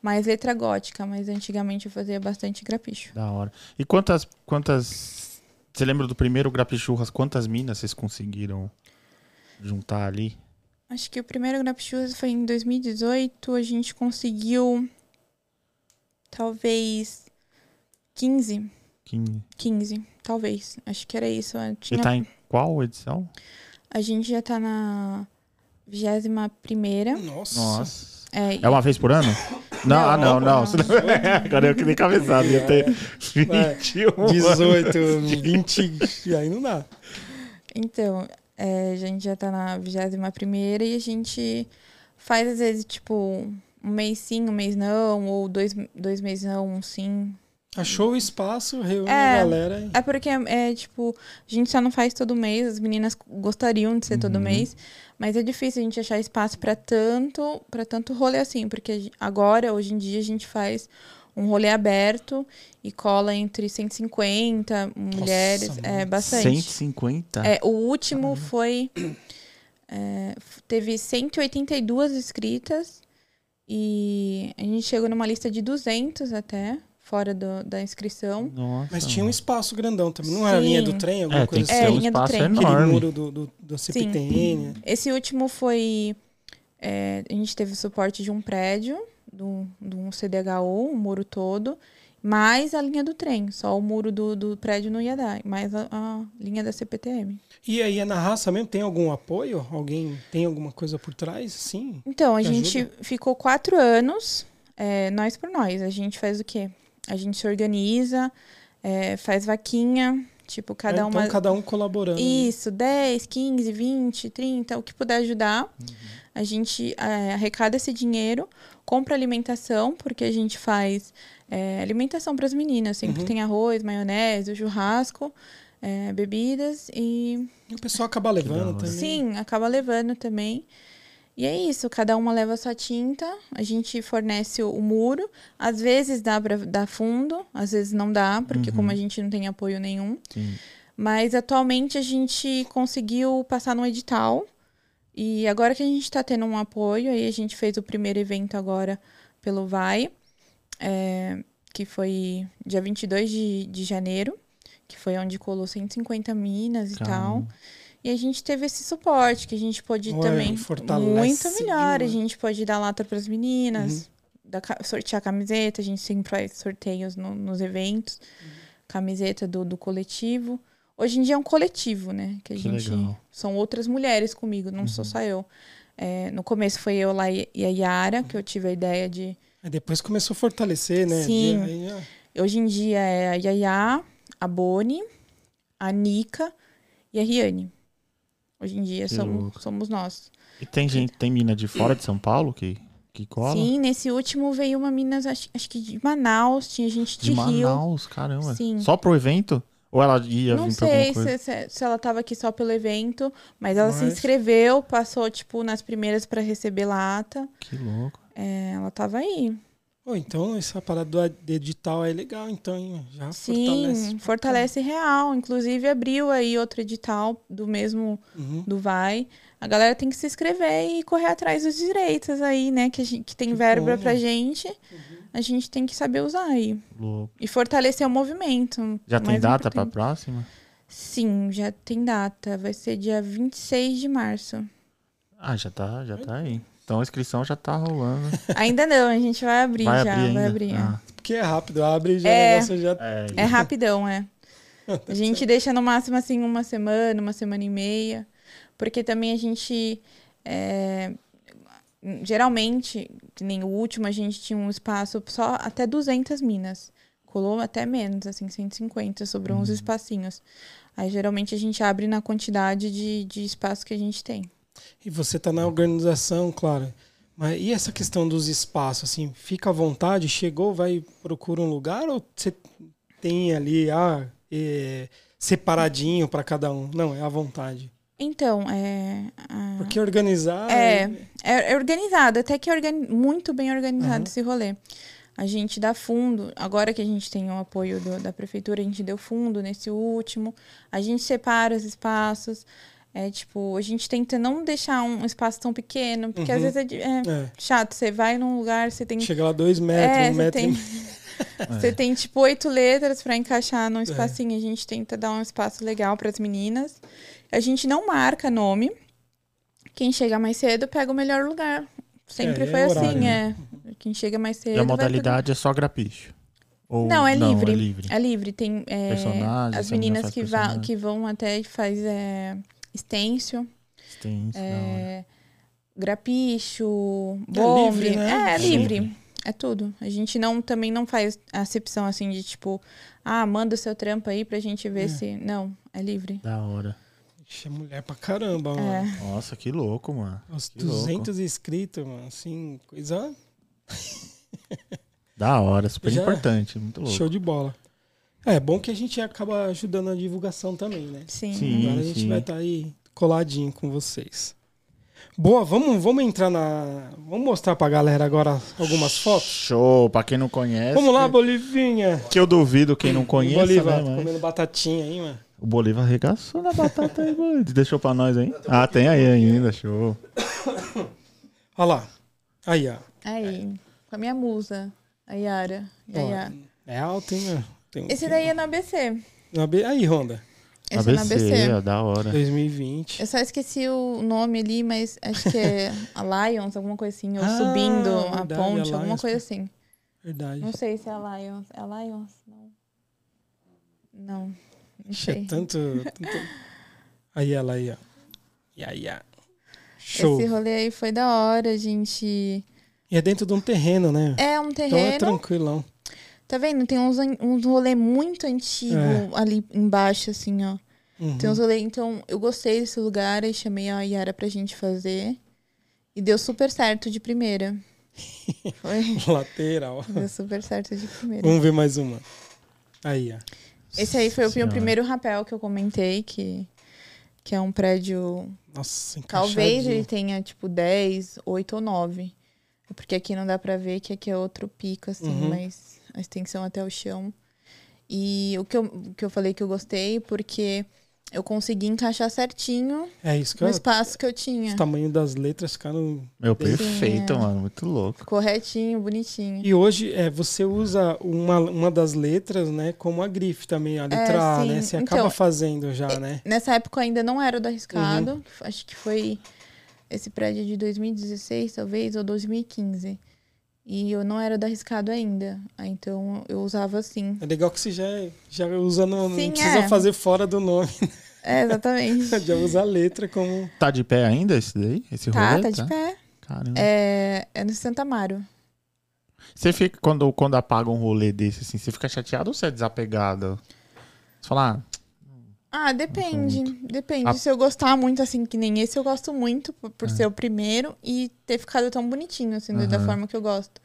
S4: mais letra gótica, mas antigamente eu fazia bastante grapicho.
S1: Da hora. E quantas. quantas. Você lembra do primeiro grapichurras? Quantas minas vocês conseguiram juntar ali?
S4: Acho que o primeiro grapicho foi em 2018, a gente conseguiu talvez 15,
S1: Quem-
S4: 15, talvez. Acho que era isso. Eu
S1: Você
S4: tinha-
S1: tá em qual edição?
S4: A gente já tá na 21 primeira.
S2: Nossa.
S1: Nossa.
S4: É,
S1: É uma vez por ano? Não,
S4: Não,
S1: ah, não, não.
S4: não.
S1: Agora eu que nem cabeçada. Ia ter 21.
S2: 18, 20, e aí não dá.
S4: Então, é, a gente já tá na 21 primeira e a gente faz às vezes, tipo, um mês sim, um mês não, ou dois, dois meses não, um sim.
S2: Achou o espaço, reúne
S4: É.
S2: a galera. e-
S4: É porque, é, tipo, a gente só não faz todo mês, as meninas gostariam de ser todo mês, mas é difícil a gente achar espaço pra tanto, para tanto rolê assim, porque a gen- agora, hoje em dia, a gente faz um rolê aberto e cola entre 150 mulheres, é
S2: mano.
S4: bastante.
S1: 150?
S4: É, o último foi. é, f- teve 182 inscritas e a gente chegou numa lista de 200 até, fora do- da inscrição.
S1: Nossa.
S2: Mas tinha um espaço grandão também. Não era a linha
S4: Sim.
S2: do trem, alguma
S1: É, tem
S2: coisa assim?
S1: que
S4: É,
S1: ser um
S4: linha do
S1: espaço
S4: trem.
S2: Aquele
S1: enorme.
S2: muro do, do, do CPTN.
S4: Esse último foi. é, a gente teve o suporte de um prédio, de um, de um CDHU, um muro todo, mais a linha do trem. Só o muro do, do prédio não ia dar, mais a, a linha da CPTM.
S2: E aí é na raça mesmo? Tem algum apoio? Alguém tem alguma coisa por trás? assim? Sim.
S4: Então, a
S2: Te
S4: gente ficou quatro anos, é, nós por nós. A gente faz o quê? A gente se organiza, é, faz vaquinha, tipo, cada
S2: É, então
S4: uma.
S2: cada um colaborando. né?
S4: Isso, 10, 15, 20, 30, o que puder ajudar. A gente é, arrecada esse dinheiro, compra alimentação, porque a gente faz é, alimentação para as meninas. Sempre
S2: Uhum.
S4: tem arroz, maionese, o churrasco, é, bebidas e
S2: E o pessoal acaba
S1: da
S2: levando
S1: hora.
S2: também.
S4: Sim, acaba levando também. E é isso, cada uma leva a sua tinta, a gente fornece o, o muro. Às vezes dá para dar fundo, às vezes não dá, porque como a gente não tem apoio nenhum.
S1: Uhum. Sim.
S4: Mas atualmente a gente conseguiu passar num edital. E agora que a gente está tendo um apoio, aí a gente fez o primeiro evento agora pelo Vai, é, que foi dia 22 de, de janeiro, que foi onde colou 150 minas e tal.
S1: Caramba.
S4: E a gente teve esse suporte, que a gente pôde
S2: Ué,
S4: também.
S2: fortalece
S4: muito melhor.
S2: demais.
S4: A gente pôde dar lata para as meninas, dar ca- sortear camiseta. A gente sempre faz sorteios no- nos eventos. Camiseta do, do coletivo. Hoje em dia é um coletivo, né? Que a
S1: Que
S4: gente.
S1: legal.
S4: São outras mulheres comigo, não sou só eu. É, no começo foi eu lá e e a Yara, que eu tive a ideia de.
S2: Aí depois começou a fortalecer, né?
S4: Sim.
S2: De- aí, ah,
S4: Hoje em dia é a Yaya, a Boni, a Nika e a Riane. Hoje em dia
S1: Que
S4: somos,
S1: louco.
S4: somos nós.
S1: E tem gente, tem mina de fora de São Paulo que, que cola?
S4: Sim, nesse último veio uma mina, acho, acho que de Manaus, tinha gente de,
S1: De
S4: Rio.
S1: Manaus, caramba.
S4: Sim.
S1: Só pro evento? Ou ela ia
S4: Não
S1: vir pra alguma
S4: sei
S1: coisa?
S4: se, se- se ela tava aqui só pelo evento, mas ela se
S2: Mas-
S4: inscreveu, passou, tipo, nas primeiras para receber lata.
S1: Que louco.
S4: É, ela tava aí.
S2: pô, então essa parada do ad- edital é legal, então, hein?
S1: Ah,
S2: Já fortalece. um
S4: Sim, fortalece real. Inclusive, abriu aí outro edital do mesmo
S2: Uhum.
S4: do Vai. A galera tem que se inscrever e correr atrás dos direitos aí, né? Que, a gente, que tem
S2: Que
S4: verba
S2: bom.
S4: pra gente.
S1: Uhum.
S4: A gente tem que saber usar aí.
S1: louco.
S4: E fortalecer o movimento.
S1: Já tem
S4: Mais um
S1: data
S4: importante.
S1: pra próxima?
S4: Sim, já tem data. Vai ser dia 26 de março.
S1: Ah, já tá, já tá aí. Então a inscrição já tá rolando.
S4: Ainda não, a gente vai abrir
S1: vai
S4: já.
S1: abrir ainda?
S4: vai abrir. é.
S1: Ah,
S2: Porque é rápido, abre e já
S4: É.
S2: o negócio já. tá
S1: é,
S4: É rapidão, é. A gente deixa no máximo assim uma semana, uma semana e meia. Porque também a gente. é, geralmente, que nem o último, a gente tinha um espaço só até 200 minas. Colou até menos, assim, 150, sobrou
S1: Uhum.
S4: uns espacinhos. Aí geralmente a gente abre na quantidade de, de espaço que a gente tem.
S2: E você tá na organização, claro. Mas e essa questão dos espaços, assim, fica à vontade, chegou, vai procura um lugar ou você tem ali ah, é, separadinho para cada um? Não, é à vontade.
S4: Então, é. a-
S2: Porque organizar
S4: É, é, é organizado, até que é organi- muito bem organizado esse rolê. A gente dá fundo, agora que a gente tem o apoio do- da prefeitura, a gente deu fundo nesse último. A gente separa os espaços. É tipo, a gente tenta não deixar um espaço tão pequeno, porque às
S2: Uhum.
S4: vezes é, de- é
S2: é,
S4: chato. Você vai num lugar, você tem.
S2: chega lá dois metros,
S4: é,
S2: um
S4: você
S2: metro e
S4: tem, você
S2: É.
S4: tem tipo oito letras pra encaixar num espacinho. A gente tenta dar um espaço legal pras meninas. A gente não marca nome. Quem chega mais cedo pega o melhor lugar. Sempre
S2: É,
S4: foi
S2: é horário,
S4: assim,
S2: né?
S4: é. Quem chega mais cedo.
S1: E a
S4: vai pro-
S1: modalidade é só grapicho? Ou
S4: Não, é livre.
S1: é livre.
S4: É livre. Tem é,
S1: Personagens,
S4: as
S1: a menina
S4: meninas
S1: faz
S4: que, va-
S1: personagem.
S4: que vão até e faz é, stencil,
S1: Tem isso, da hora.
S4: é, grapicho,
S2: É
S4: bombe.
S2: livre, né?
S4: É, é
S1: Sim.
S4: livre. É tudo. A gente não também não faz acepção assim de tipo, ah, manda o seu trampo aí pra gente ver
S2: É.
S4: se. Não, é livre.
S1: Da hora.
S2: Ixi, é mulher pra caramba, mano.
S4: É.
S1: Nossa, que louco, mano.
S2: Os
S1: Que louco.
S2: 200 inscritos, mano, assim, coisa
S1: Da hora, super
S2: Já-
S1: importante. Muito louco.
S2: show de bola. É, bom que a gente acaba ajudando na divulgação também, né?
S4: Sim.
S1: Sim.
S2: Agora a gente
S1: sim.
S2: vai estar aí coladinho com vocês. Boa, vamos, vamos entrar na. Vamos mostrar pra galera agora algumas fotos.
S1: Show, pra quem não conhece.
S2: Vamos lá,
S1: que-
S2: Bolivinha.
S1: Que eu duvido quem não
S2: O
S1: conhece.
S2: Bolívar, tá
S1: né, mas-
S2: comendo batatinha aí, mano.
S1: O Bolívar arregaçou na batata aí, mano. Deixou pra nós, hein? Ah, tem aí ainda, show.
S2: Olha lá. Aí, ó.
S4: Aí, com a minha musa, a Yara. E a
S2: Ó,
S4: Yara.
S2: É alto, hein, mano? Tem um-
S4: Esse daí é no ABC.
S2: Na B- Aí, Honda.
S4: Esse é no ABC.
S1: ó, da hora.
S2: 2020.
S4: Eu só esqueci o nome ali, mas acho que é a Lions, alguma coisa assim. Ou
S2: Ah,
S4: subindo a
S2: verdade,
S4: ponte,
S2: a
S4: alguma
S2: Lions.
S4: coisa assim.
S2: Verdade.
S4: Não sei se é a Lions. É a Lions? Não. Não. Não
S2: Ixi, é
S4: sei.
S2: tanto, tanto- Aí ela aí, ó. E aí, ó. Show.
S4: Esse rolê aí foi da hora, a gente.
S2: E é dentro de um terreno, né?
S4: É um
S2: Então é
S4: terreno.
S2: tranquilão.
S4: tá vendo? Tem uns, an- uns rolê muito antigo
S2: É.
S4: ali embaixo, assim, ó.
S2: Uhum.
S4: Tem uns rolê, então eu gostei desse lugar e chamei a Yara pra gente fazer. E deu super certo de primeira. Foi.
S2: Uhum. Lateral.
S4: Deu super certo de primeira.
S2: Vamos ver mais uma. Aí, ó.
S4: Esse aí foi o meu
S1: Senhora.
S4: primeiro rapel que eu comentei, que, que é um prédio.
S2: Nossa,
S4: Talvez ele
S2: encaixadinho.
S4: tenha tipo 10, 8 ou 9. É Porque aqui não dá pra ver que aqui é outro pico, assim,
S2: Uhum.
S4: mas a extensão até o chão. E o que, eu, o que eu falei que eu gostei, porque eu consegui encaixar certinho
S2: É isso que
S4: no
S2: eu...
S4: espaço que eu tinha.
S2: O tamanho das letras ficaram...
S1: Meu,
S2: Sim,
S1: perfeito,
S4: é.
S1: mano. Muito louco.
S4: Ficou retinho, bonitinho.
S2: E hoje é, você usa uma, uma das letras, né, como a grife também, a letra A,
S4: É, sim.
S2: né? Você
S4: Então,
S2: acaba fazendo já, né?
S4: Nessa época eu ainda não era do arriscado. Acho que foi esse prédio de 2016, talvez, ou 2015. E eu não era do arriscado ainda. Ah, Então eu usava assim.
S2: É legal que você já, já usa, no, não
S4: Sim,
S2: precisa
S4: é.
S2: fazer fora do nome,
S4: É, exatamente.
S2: já usa a letra como...
S1: Tá de pé ainda esse daí? Esse
S4: tá,
S1: rolê? Hum.
S4: tá de pé.
S1: Caramba.
S4: É, é no Santa Amaro.
S1: Você fica, quando, quando apaga um rolê desse, assim, você fica chateado ou você é desapegado? Você fala, ah,
S4: Ah, depende. Depende.
S1: A- É.
S4: Se eu gostar muito, assim, que nem esse, eu gosto muito por, por ser o primeiro e ter ficado tão bonitinho, assim, do- da
S1: Aham.
S4: forma que eu gosto.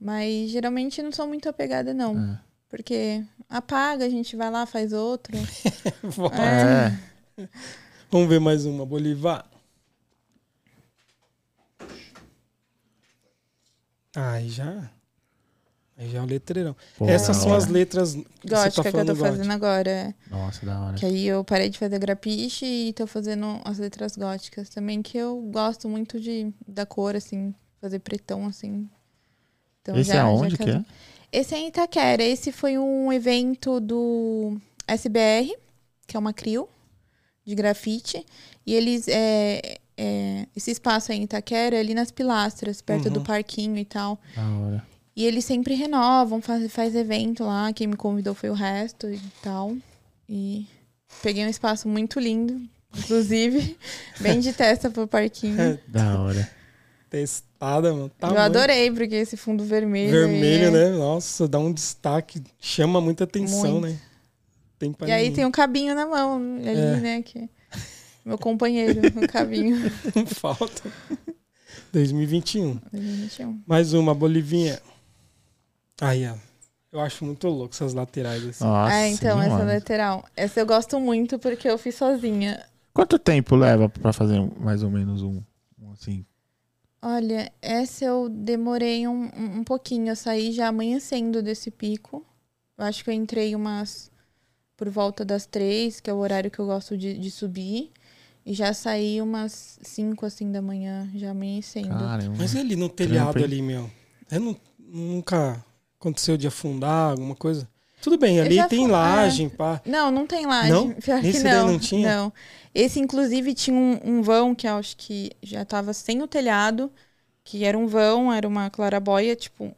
S4: Mas geralmente não sou muito apegada, não.
S1: É.
S4: Porque apaga, a gente vai lá, faz outro.
S1: é.
S2: Vamos ver mais uma, Bolivar. Aí já. Aí já é um letreirão.
S1: Pô,
S2: Essas
S1: da
S2: são
S1: hora.
S2: as letras que tá
S4: Gótica que eu tô
S2: falando gótica.
S4: fazendo agora. é.
S1: Nossa, da hora.
S4: Que aí eu parei de fazer grapiche e tô fazendo as letras góticas também, que eu gosto muito de, da cor, assim, fazer pretão, assim. Então,
S1: Esse é onde que
S4: casou.
S1: é?
S4: Esse é em Itaquera. Esse foi um evento do SBR, que é uma CRIO de grafite. E eles. É, é, esse espaço aí em Itaquera, é ali nas pilastras, perto
S2: Uhum.
S4: do parquinho e tal.
S1: Da hora.
S4: E eles sempre renovam, faz, faz evento lá. Quem me convidou foi o resto e tal. E peguei um espaço muito lindo, inclusive, bem de testa pro parquinho.
S2: É,
S1: Da hora.
S2: Testada, mano. Tá
S4: Eu adorei, porque esse fundo vermelho. aí
S2: Vermelho,
S4: é-
S2: né? Nossa, dá um destaque. Chama muita atenção,
S4: Muito.
S2: né? Tem pra
S4: E aí tem
S2: ninguém.
S4: um cabinho na mão ali,
S2: É.
S4: né? Que... Meu companheiro, um cabinho.
S2: Não falta. 2021.
S4: 2021.
S2: Mais uma, Bolivinha. Aí, ó. Eu acho muito louco essas laterais. Assim.
S1: Nossa,
S4: Ah, então,
S1: sim,
S4: essa
S1: mano.
S4: lateral. Essa eu gosto muito porque eu fiz sozinha.
S1: Quanto tempo leva pra fazer mais ou menos um, um assim?
S4: Olha, essa eu demorei um, um um pouquinho. Eu saí já amanhecendo desse pico. Eu acho que eu entrei umas por volta das três, que é o horário que eu gosto de, de subir. E já saí umas cinco, assim, da manhã, já amanhecendo.
S1: Caramba.
S2: Mas é ele no telhado
S1: hein?
S2: ali, meu. Eu nu- nunca aconteceu de afundar alguma coisa? Tudo bem, ali
S4: já é.
S2: tem
S4: afu-
S2: laje, pá.
S4: Não, não tem laje.
S2: Não?
S4: Pior
S2: Nesse
S4: que
S2: daí
S4: não.
S2: não tinha?
S4: Não. Esse, inclusive, tinha um, um vão que eu acho que já tava sem o telhado, que era um vão, era uma clarabóia, tipo,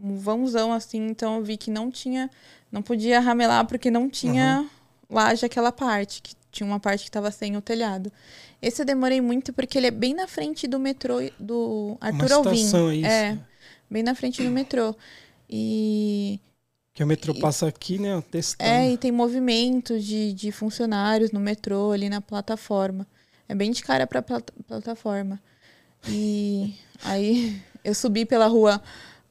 S4: um vãozão assim. Então eu vi que não tinha. Não podia ramelar porque não tinha laje aquela parte, que tinha uma parte que tava sem o telhado. Esse eu demorei muito porque ele é bem na frente do metrô do Arthur
S2: Uma
S4: Alvim.
S2: estação, é isso.
S4: É,
S2: né?
S4: bem na frente do metrô. E
S2: Que o metrô
S4: E-
S2: passa aqui, né? ó, Testando.
S4: é, e tem movimento de, de funcionários no metrô, ali na plataforma. É bem de cara pra plata- plataforma. E aí eu subi pela rua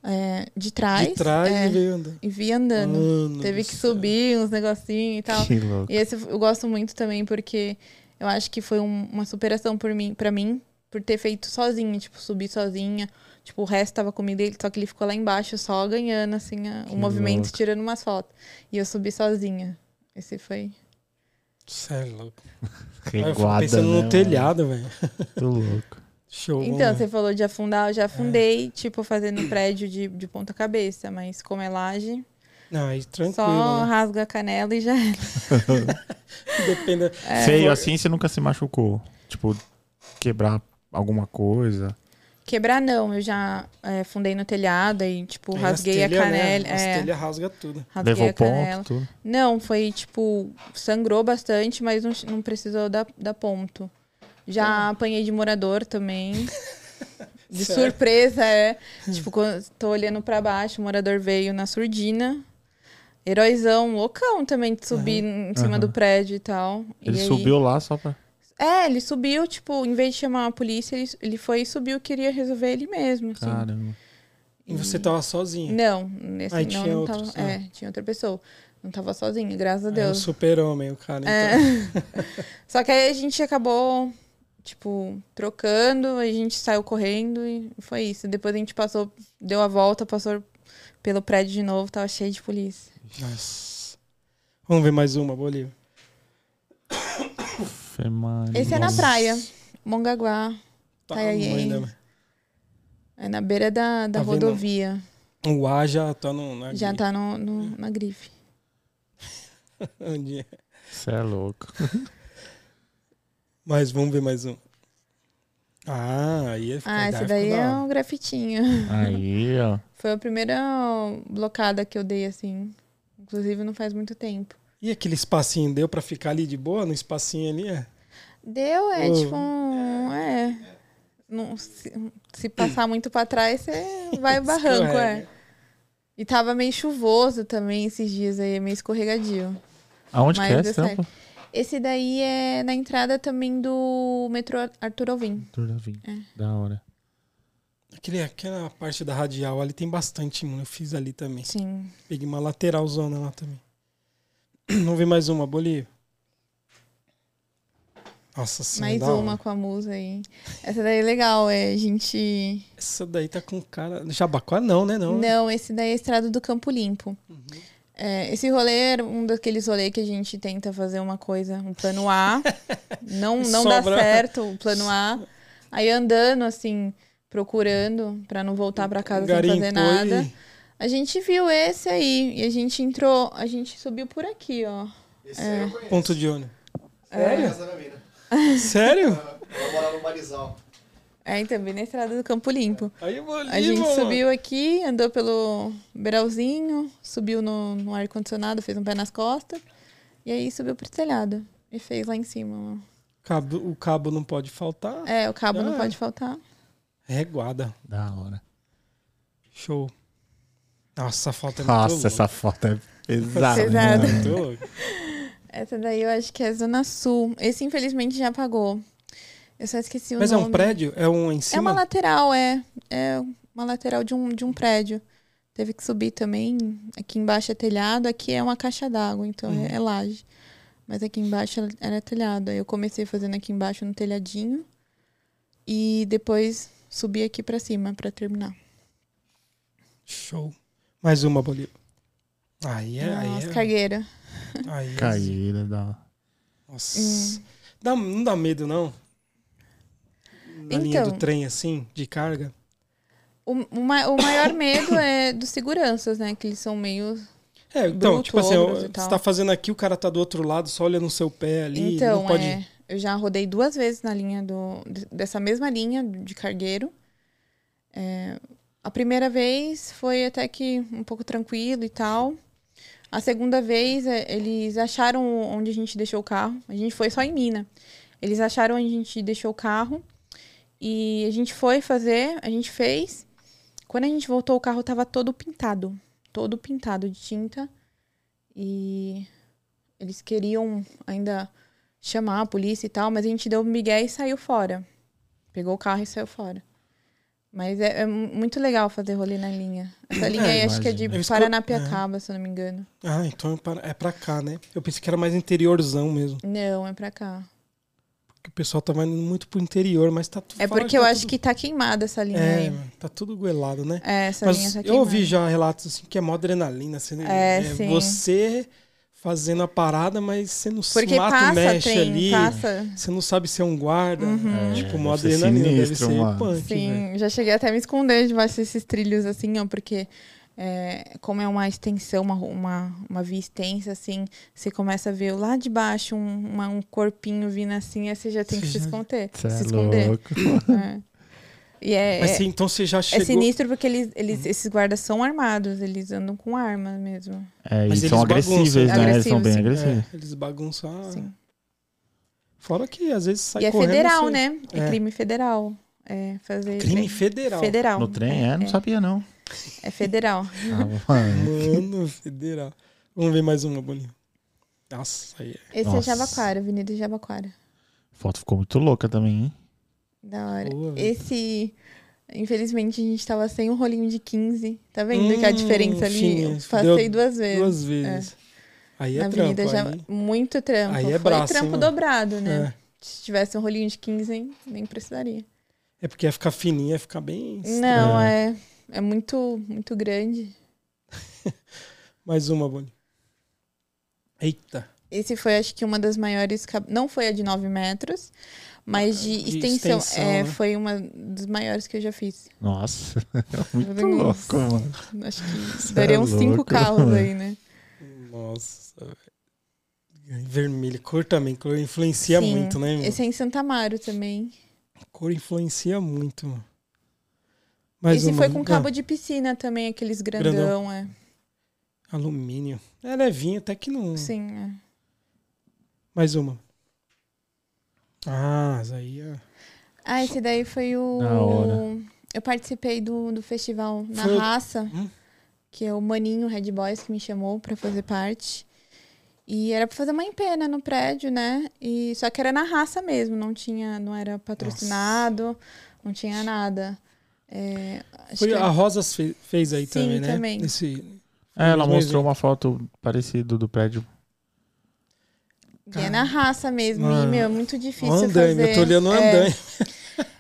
S4: é, de trás,
S2: de trás
S4: é,
S2: e veio andando.
S4: e vi andando.
S2: Mano
S4: Teve
S2: do
S4: que
S2: céu.
S4: subir uns negocinhos e tal.
S1: Que louco.
S4: E esse Então, eu gosto muito também, porque eu acho que foi um- uma superação por mim, pra mim, por ter feito sozinha, tipo, subir sozinha. Tipo, o resto tava comigo, ele- só que ele ficou lá embaixo só ganhando, assim, a-
S1: Que
S4: o movimento,
S1: louco.
S4: tirando umas fotos. E eu subi sozinha. Esse foi.
S2: Cê é louco. Aí eu fico
S1: Reguada,
S2: pensando
S1: né,
S2: no
S1: mano?
S2: telhado, velho.
S1: Muito louco. É.
S2: Show.
S4: Então,
S2: vamos
S4: você falou de afundar, eu já afundei, tipo, fazendo prédio de, de ponta-cabeça, mas como é laje,
S2: lá. Não, aí tranquilo.
S4: só
S2: né?
S4: rasga a canela e já. É.
S2: Depende.
S1: Feio assim, você nunca se machucou. Tipo, quebrar alguma coisa.
S4: Quebrar não, eu já é, afundei no telhado e, tipo,
S1: É,
S2: Aí as
S4: rasguei a
S2: telha, né?
S4: canela.
S2: As
S4: é,
S2: telhas rasga tudo.
S4: rasguei
S1: Levou
S4: a canela.
S1: ponto, tudo.
S4: Não, foi tipo, sangrou bastante, mas não, não precisou dar, dar ponto.
S1: Ah.
S4: Já apanhei de morador também. De
S2: Sério?
S4: surpresa, é.
S1: Hum.
S4: Tipo, quando tô olhando pra baixo, o morador veio na surdina. Heróizão, loucão também de subir em cima
S1: Aham.
S4: do prédio e tal. E
S1: Ele
S4: aí-
S1: subiu lá só pra.
S4: É, ele subiu, tipo, em vez de chamar a polícia, ele, ele foi e subiu, queria resolver ele mesmo. assim.
S1: Caramba.
S4: Uhum.
S2: E você tava sozinho.
S4: Não, nesse
S2: Aí
S4: não,
S2: tinha
S4: não
S2: outros,
S4: tava. É, tinha outra pessoa. Não tava sozinho, graças a
S2: É um
S4: Deus.
S2: super-homem, o cara.
S4: É.
S2: então.
S4: Só que aí a gente acabou, tipo, trocando, a gente saiu correndo e foi isso. Depois a gente passou, deu a volta, passou pelo prédio de novo, tava cheio de polícia.
S2: então. Nossa. Vamos ver mais uma, Bolívia.
S1: Fê, mano.
S4: Esse é na praia, Mongaguá,
S2: Tá,
S4: Ai, ai, ai.
S2: ainda, mano.
S4: é na beira da, da
S2: Tá vendo?
S4: rodovia.
S2: O A já tá no. Na
S4: Já tá no, no- na grife.
S2: Onde é?
S1: Você é louco.
S2: Mas vamos ver mais um. Ah, aí é
S4: Ah, esse
S2: ficou
S4: daí é
S2: da hora.
S4: um grafitinho.
S1: Aí, ó.
S4: Foi a primeira blocada que eu dei, assim. Inclusive, não faz muito tempo.
S2: E aquele espacinho deu pra ficar ali de boa? No espacinho ali, é?
S4: Deu, é
S2: Oh.
S4: tipo um. É. Não, se, se passar muito pra trás, você vai o barranco, é.
S2: Escorrega.
S4: E tava meio chuvoso também esses dias aí, é meio escorregadio.
S1: Aonde
S4: Mas
S1: que é
S4: deu
S1: esse
S4: certo.
S1: trampo?
S4: Esse daí é na entrada também do metrô Arthur Alvim.
S1: Arthur Davi.
S4: É.
S1: Da hora.
S2: Aquele, aquela parte da radial ali tem bastante, mano. Eu fiz ali também.
S4: Sim.
S2: Peguei uma lateralzona lá também. Vamos ver mais uma, Bolívia. Nossa senhora.
S4: Mais
S2: é da hora.
S4: uma com a musa aí. Essa daí é legal, é a gente.
S2: Essa daí tá com cara. Jabaquá não, né? Não. Uhum. né?
S4: Não, esse daí é a estrada do Campo Limpo. É, esse rolê era um daqueles rolês que a gente tenta fazer uma coisa, um plano A. não não
S2: Sobra.
S4: dá certo o plano A. Aí andando, assim, procurando pra não voltar pra casa sem fazer
S2: Garimpou e-
S4: nada. A gente viu esse aí e a gente entrou, a gente subiu por aqui, ó.
S3: Esse aí eu conheço.
S2: Ponto de ônibus.
S3: Na
S2: Sério?
S3: casa da mina.
S2: Sério?
S3: Ela mora no Marizal.
S4: É, e também na estrada do Campo Limpo.
S2: Aí, Bolívia.
S4: A gente
S2: mano.
S4: subiu aqui, andou pelo beiralzinho, subiu no, no ar-condicionado, fez um pé nas costas. E aí subiu pro telhado. E fez lá em cima.
S2: Cabo- o cabo não pode faltar.
S4: É, o cabo não
S2: Ah.
S4: pode faltar.
S2: Reguada.
S1: Da hora.
S2: Show. Nossa, essa foto é muito
S1: Nossa,
S2: louca. É
S1: essa foto é pesada. né?
S4: Pesada.
S1: mano.
S2: Muito louca.
S4: Essa daí eu acho que é Zona Sul. Esse, infelizmente, já apagou. Eu só esqueci o
S2: Mas é
S4: nome.
S2: um prédio? É um em
S4: É
S2: cima?
S4: uma lateral, é. É uma lateral de um, de um prédio. Teve que subir também. Aqui embaixo é telhado, aqui é uma caixa d'água, então é- é, laje. Mas aqui embaixo era- era telhado. Aí eu comecei fazendo aqui embaixo no telhadinho. E depois subi aqui pra cima pra terminar.
S2: Show. Mais uma, Bolívia. Aí é. Aí
S4: Nossa,
S2: é.
S4: cargueira.
S2: Aí é-
S1: Caída, da hora.
S2: Nossa.
S4: Hum.
S2: Dá- não dá medo, não? Na linha
S4: Então.
S2: do trem, assim, de carga.
S4: O, o ma- o maior medo é dos seguranças, né? Que eles são meio.
S2: É, então,
S4: Bruto,
S2: tipo assim, ó,
S4: ogros e
S2: você
S4: tal.
S2: tá fazendo aqui, o cara tá do outro lado, só olha no seu pé ali.
S4: então,
S2: não pode.
S4: é, eu já rodei duas vezes na linha do. de- dessa mesma linha de cargueiro. É, a primeira vez foi até que um pouco tranquilo e tal. A segunda vez, é, eles acharam onde a gente deixou o carro. A gente foi só em Minas. Eles acharam onde a gente deixou o carro. E a gente foi fazer, a gente fez. Quando a gente voltou, o carro tava todo pintado. Todo pintado de tinta. E eles queriam ainda chamar a polícia e tal, mas a gente deu um migué e saiu fora. Pegou o carro e saiu fora. Mas é, é mu- muito legal fazer rolê na linha. Essa linha aí acho que é de
S2: imagino. Eu é. escu-
S4: Paranapiacaba, se eu não me engano.
S2: Ah, então é pra, é pra cá, né? Eu pensei que era mais interiorzão mesmo.
S4: Não, é pra cá.
S2: Porque o pessoal tava indo muito pro interior, mas tá tudo.
S4: É
S2: falaram
S4: porque eu
S2: tá
S4: acho
S2: tudo-
S4: que tá queimada essa linha
S2: É,
S4: aí.
S2: mano, tá tudo goelado, né?
S4: É, essa linha
S2: Mas
S4: tá
S2: eu
S4: queimada.
S2: ouvi já relatos assim que é mó adrenalina. Você,
S4: É, sim.
S2: você fazendo a parada, mas você não se
S4: Porque
S2: mata,
S4: passa
S2: mexe
S4: trem,
S2: ali.
S4: passa. Uhum.
S2: Você não sabe se é um guarda. tipo, mó
S1: deve ser
S2: adrenalina. Deve
S1: sinistro,
S2: ser
S1: mano.
S2: punk,
S4: Sim,
S2: velho.
S4: já cheguei até a me esconder debaixo desses trilhos, assim, ó, porque é, como é uma extensão, uma, uma, uma via extensa, assim, você começa a ver lá de baixo um, uma- um corpinho vindo assim, aí você já tem que se esconder.
S1: Você
S4: se
S1: é
S4: esconder.
S1: louco.
S4: É. E é,
S2: Mas
S4: é-
S2: sim, então você já chegou.
S4: é sinistro porque eles, eles, esses guardas são armados, eles andam com arma mesmo.
S1: É, e
S2: Mas
S1: são
S2: eles bagunçam,
S1: agressíveis, né? Eles são
S4: Agressivos,
S1: bem
S4: sim.
S1: agressivos.
S2: É, eles bagunçam.
S4: Sim.
S2: Fora que às vezes sai
S4: assim. e é
S2: tá correndo.
S4: federal,
S2: você-
S4: né? É,
S2: É.
S4: crime federal. É fazer.
S2: Crime federal.
S4: federal.
S1: No trem, é? Não sabia, não.
S4: É federal.
S1: Ah, mano.
S2: Mano, federal. Vamos ver mais uma, Boninho. Nossa, aí é.
S4: Esse
S1: Nossa.
S4: é Jabaquara, Avenida Jabaquara.
S1: A foto ficou muito louca também, hein?
S4: Da hora.
S2: Boa, velho.
S4: Esse. Infelizmente, a gente tava sem um rolinho de 15. Tá vendo que a
S2: Hum,
S4: diferença ali?
S2: tinha.
S4: Eu Passei
S2: Deu
S4: duas vezes.
S2: duas vezes. Aí é
S4: na
S2: trampo.
S4: avenida já.
S2: aí-
S4: Muito trampo.
S2: aí é
S4: Foi
S2: braço, hein,
S4: trampo
S2: mano?
S4: dobrado,
S2: É.
S4: né? Se tivesse um rolinho de 15, hein, nem precisaria.
S2: É porque ia ficar fininho, ia ficar bem.
S4: Não, é. É muito, muito grande.
S2: Mais uma, Boni. Eita.
S4: Esse foi, acho que, uma das maiores. cab- Não foi a de 9 metros, mas de,
S2: De
S4: extensão.
S2: extensão,
S4: é,
S2: né?
S4: Foi uma das maiores que eu já fiz.
S1: Nossa, é muito
S4: Nossa.
S1: louco, mano.
S4: Acho
S1: Cê
S4: que
S1: é
S4: daria uns cinco
S1: louco,
S4: carros
S1: mano.
S4: aí, né?
S2: Nossa. velho. Vermelho. Cor também. Cor influencia
S4: Sim.
S2: muito, né? mano?
S4: Esse é em Santa Amaro também.
S2: Cor influencia muito, mano. Mais
S4: Esse
S2: uma.
S4: foi com
S2: Ah,
S4: cabo de piscina também, aqueles grandão,
S2: Grandão.
S4: é.
S2: alumínio. É levinho, até que não.
S4: Sim, é.
S2: Mais uma. Ah, mas aí é.
S4: Ah, esse daí foi o.
S1: Da hora.
S4: Eu participei do, do festival Na
S2: Foi o-
S4: Raça,
S2: Hum?
S4: que é o Maninho Red Boys que me chamou pra fazer parte. E era pra fazer uma empena no prédio, né? E só que era na raça mesmo, não tinha, não era patrocinado, não tinha nada. É, acho
S2: Foi,
S4: que
S2: a Rosas fe- fez aí
S4: Sim,
S2: também, né?
S4: também.
S2: Esse...
S1: É, ela
S2: Mesmo
S1: mostrou uma foto parecida do prédio.
S4: E é na raça mesmo, e,
S2: Mano,
S4: meu, é muito difícil
S2: Andaime,
S4: fazer.
S2: eu tô olhando o
S4: É,
S2: andaime.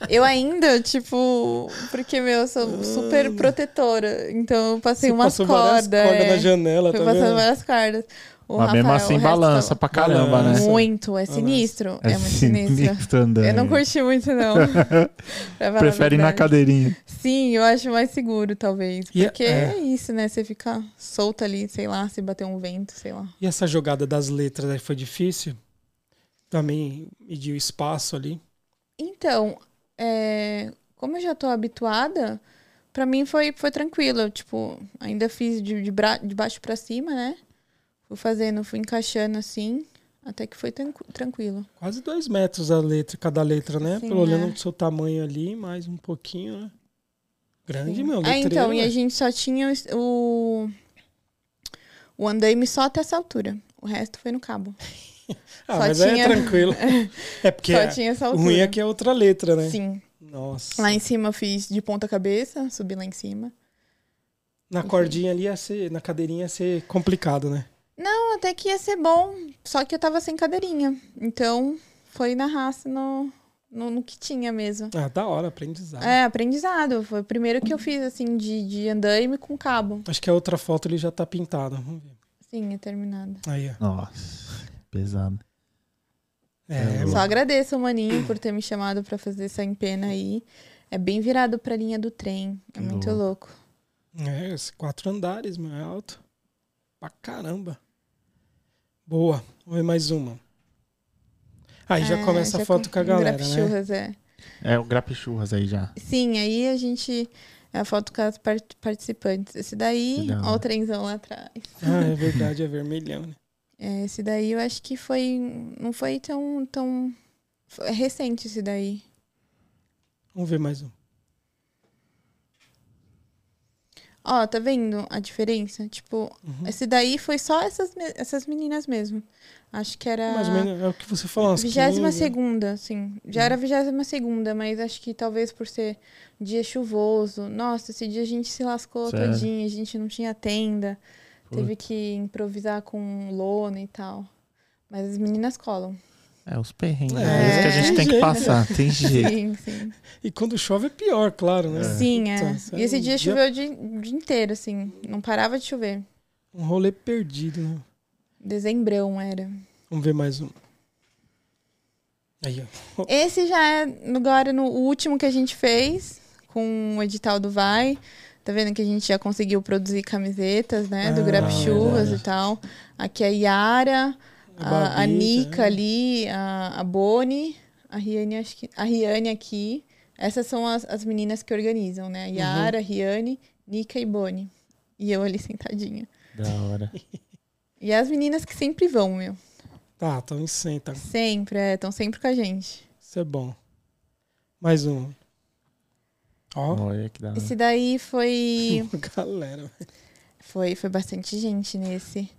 S4: eu ainda, tipo, porque, meu, eu sou super protetora, então eu passei
S2: Ah. Você
S4: umas
S2: passou várias
S4: cordas.
S2: cordas
S4: é.
S2: na janela,
S4: Fui
S2: tá
S4: passando
S2: vendo?
S4: várias cordas. O
S1: Mas mesmo
S4: Rafael, o
S1: assim,
S4: resto
S1: balança
S4: tava-
S1: pra caramba,
S2: Balança.
S1: né?
S4: Muito, é
S2: Balança.
S4: sinistro. É, muito sinistro.
S1: sinistro andando.
S4: Eu não curti muito, não. Pra falar a
S1: Prefere ir na
S4: verdade.
S1: cadeirinha.
S4: Sim, eu acho mais seguro, talvez.
S2: E é-
S4: Porque
S2: é.
S4: é isso, né? Você fica solta ali, sei lá, se bater um vento, sei lá.
S2: E essa jogada das letras aí foi difícil? Também medir o espaço ali.
S4: Então, é, como eu já tô habituada, pra mim foi, foi tranquilo. Eu, tipo, ainda fiz de, de, bra- de baixo pra cima, né? Fui fazendo, fui encaixando assim, até que foi tranqu- tranquilo.
S2: Quase dois metros a letra, cada letra, né?
S4: Sim,
S2: Pelo olhando
S4: é.
S2: do seu tamanho ali, mais um pouquinho, né? Grande, meu.
S4: ah,
S2: Letreiro,
S4: então, e a
S2: né?
S4: gente só tinha os- o, o andaime só até essa altura. O resto foi no cabo.
S2: Ah,
S4: só
S2: mas aí é
S4: tinha-
S2: tranquilo. É porque
S4: só
S2: é-
S4: tinha essa
S2: o
S4: altura.
S2: ruim é que é outra letra, né?
S4: Sim.
S2: Nossa.
S4: Lá em cima eu fiz de ponta cabeça, subi lá em cima.
S2: Na cordinha ali ia ser, na cadeirinha ia ser complicado, né?
S4: Não, até que ia ser bom, só que eu tava sem cadeirinha. Então, foi na raça, no, no, no que tinha mesmo.
S2: Ah, da hora, aprendizado.
S4: É, aprendizado. Foi o primeiro que eu fiz, assim, de, de andaime com cabo.
S2: Acho que a outra foto ele já tá pintado. Vamos ver.
S4: Sim, é terminado.
S2: Aí, ó.
S1: Nossa, pesado.
S2: É,
S1: É,
S2: mano.
S4: Só agradeço o Maninho por ter me chamado pra fazer essa empena aí. É bem virado pra linha do trem. É muito
S1: Boa.
S4: louco.
S2: É, esses quatro andares, meu, é alto. Pra caramba. Boa. Vou ver mais uma. Aí já
S4: É,
S2: começa a
S4: já
S2: foto com a
S4: um
S2: galera, né?
S4: grafichurras, é.
S1: É o grapichurras aí já.
S4: Sim, aí a gente. É a foto com as par- participantes. Esse daí,
S1: Que da hora.
S4: ó o trenzão lá atrás.
S2: Ah, é verdade, é vermelhão, né?
S4: É, esse daí eu acho que foi. Não foi tão. tão foi recente esse daí.
S2: Vamos ver mais um.
S4: Ó, tá vendo a diferença? Tipo,
S1: Uhum.
S4: esse daí foi só essas, me- essas meninas mesmo. Acho que era.
S2: Mais ou menos é o que você falou. umas
S4: 22
S2: 15.
S4: segunda, sim. Já
S1: Uhum.
S4: era 22 segunda, mas acho que talvez por ser dia chuvoso. Nossa, esse dia a gente se lascou
S1: Sério?
S4: todinha, a gente não tinha tenda.
S1: Putz.
S4: Teve que improvisar com lona e tal. Mas as meninas colam.
S1: É, os perrengues.
S2: É,
S1: É, isso que a
S4: tem
S1: gente tem que
S2: jeito.
S1: passar. Tem jeito.
S4: Sim, sim.
S2: E quando chove é pior, claro, né?
S4: Sim, é.
S2: Puta, isso
S4: E esse
S2: um
S4: dia choveu o dia, o dia inteiro, assim. Não parava de chover.
S2: Um rolê perdido, né?
S4: Dezembrão era.
S2: Vamos ver mais um. Aí, ó.
S4: Esse já é no- agora no o último que a gente fez com o edital do Vai. Tá vendo que a gente já conseguiu produzir camisetas, né? Do
S2: Ah,
S4: Grapichurras
S1: verdade.
S4: e tal. Aqui é a Yara,
S2: A
S4: a, a
S2: Babi,
S4: Nica
S2: tá?
S4: ali, a, a Boni, a Riane, acho que. A Riane aqui. Essas são as, as meninas que organizam, né?
S2: Uhum.
S4: Yara, Riane, Nica e Boni. E eu ali sentadinha.
S1: Da hora.
S4: E as meninas que sempre vão, meu.
S2: Tá, estão em 100, tá?
S4: Sempre, é. Estão sempre com a gente.
S2: Isso é bom. Mais um. Ó,
S1: Olha que da
S2: Ah.
S1: hora.
S4: Esse daí foi.
S2: galera.
S4: Foi, foi bastante gente nesse.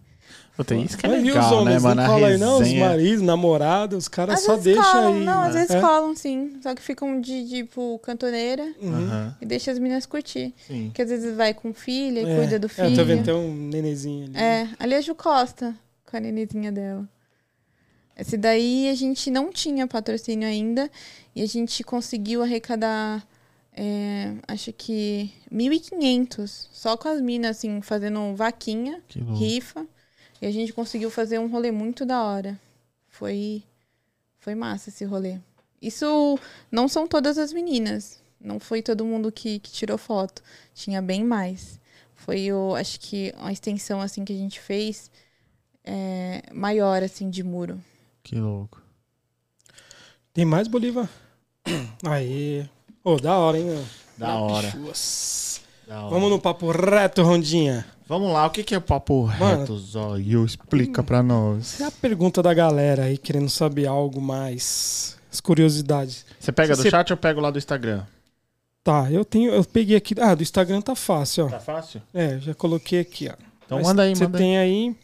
S1: Puta, isso que é
S2: Mas e
S1: legal,
S2: os homens
S1: né, mano?
S2: não
S1: A
S2: colam aí, não? Os
S1: resenha.
S2: maridos, namorados, os caras
S4: Às
S2: É só
S4: vezes
S2: deixam
S4: colam,
S2: aí.
S4: não, às vezes
S2: É?
S4: colam, sim. Só que ficam de, tipo, cantoneira
S2: Uhum.
S1: Aham,
S4: e deixa as meninas curtir.
S1: sim.
S4: Porque às vezes vai com filha e
S2: É,
S4: cuida do
S2: É, eu tô vendo,
S4: filho.
S2: tem um nenenzinho ali.
S4: É, ali é a Ju Costa. com a nenezinha dela. Esse daí a gente não tinha patrocínio ainda e a gente conseguiu arrecadar, é, acho que 1.500, só com as minas, assim, fazendo vaquinha,
S1: Que louco.
S4: rifa. E a gente conseguiu fazer um rolê muito da hora. Foi, foi massa esse rolê. Isso não são todas as meninas. Não foi todo mundo que, que tirou foto. Tinha bem mais. Foi, o, acho que, uma extensão assim que a gente fez é, maior, assim, de muro.
S1: Que louco.
S2: Tem mais, Bolívar? Aí. Ô, da hora, hein, meu?
S1: Da hora.
S2: Pichuas.
S1: da hora.
S2: Vamos no papo reto, Rondinha.
S1: Vamos lá, o que, que é o papo
S2: Mano.
S1: reto, Zóio? Explica pra nós.
S2: É a pergunta da galera aí querendo saber algo mais. As curiosidades.
S1: Você pega
S2: Se
S1: do
S2: você-
S1: chat ou pego lá do Instagram?
S2: Tá, eu tenho. Eu peguei aqui. Ah, do Instagram tá fácil, ó.
S1: Tá fácil?
S2: É, já coloquei aqui, ó.
S1: Então
S2: Mas
S1: manda aí,
S2: Você
S1: manda aí.
S2: tem aí.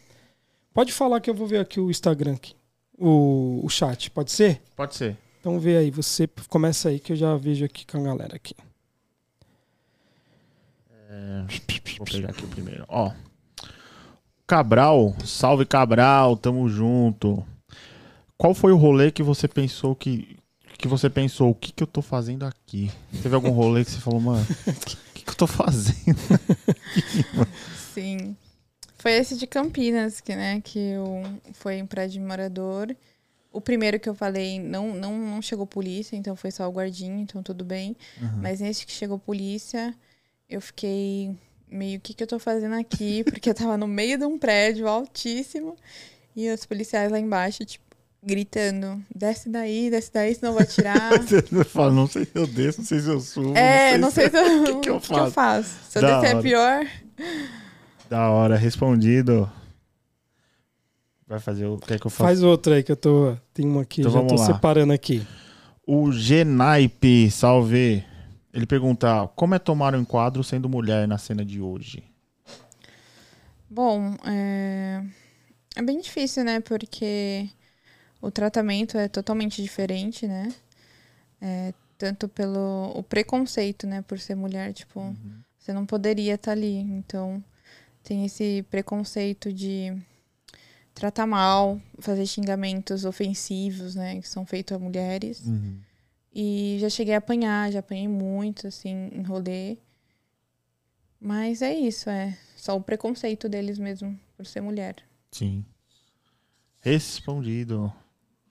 S2: Pode falar que eu vou ver aqui o Instagram aqui. O, o chat, pode ser?
S1: Pode ser.
S2: Então vê aí, você começa aí que eu já vejo aqui com a galera aqui.
S1: Vou pegar aqui primeiro. Ó. Cabral, salve Cabral, tamo junto. Qual foi o rolê que você pensou que que você pensou, o que que eu tô fazendo aqui? Teve algum rolê que você falou, mano, o que que eu tô fazendo?
S4: Sim. Foi esse de Campinas, que, né, que eu, foi em prédio de morador. O primeiro que eu falei não, não, não chegou polícia, então foi só o guardinha, então tudo bem.
S1: Uhum.
S4: Mas nesse que chegou polícia, eu fiquei meio, o que, que eu tô fazendo aqui? Porque eu tava no meio de um prédio altíssimo e os policiais lá embaixo, tipo, gritando, desce daí, desce daí, senão eu vou atirar.
S1: Eu falo, não sei se eu desço, não sei se eu subo.
S4: é, não sei se eu-
S1: que que eu
S4: o que eu
S1: faço?
S4: faço. Se eu
S1: Da hora.
S4: descer é pior.
S1: Da hora, respondido. Vai fazer o que é que eu faço?
S2: Faz outra aí que eu tô. Tem uma aqui,
S1: Então
S2: já
S1: vamos
S2: tô
S1: lá.
S2: separando aqui.
S1: O Genaipe, salve. Ele pergunta: como é tomar um enquadro sendo mulher na cena de hoje?
S4: Bom, é... é bem difícil, né? Porque o tratamento é totalmente diferente, né? É, tanto pelo o preconceito, né? Por ser mulher, tipo, você não poderia estar ali. Então, tem esse preconceito de tratar mal, fazer xingamentos ofensivos, né? Que são feitos a mulheres.
S1: Uhum.
S4: E já cheguei a apanhar, já apanhei muito, assim, em rolê. Mas é isso, é só o preconceito deles mesmo, por ser mulher.
S1: Sim. Respondido.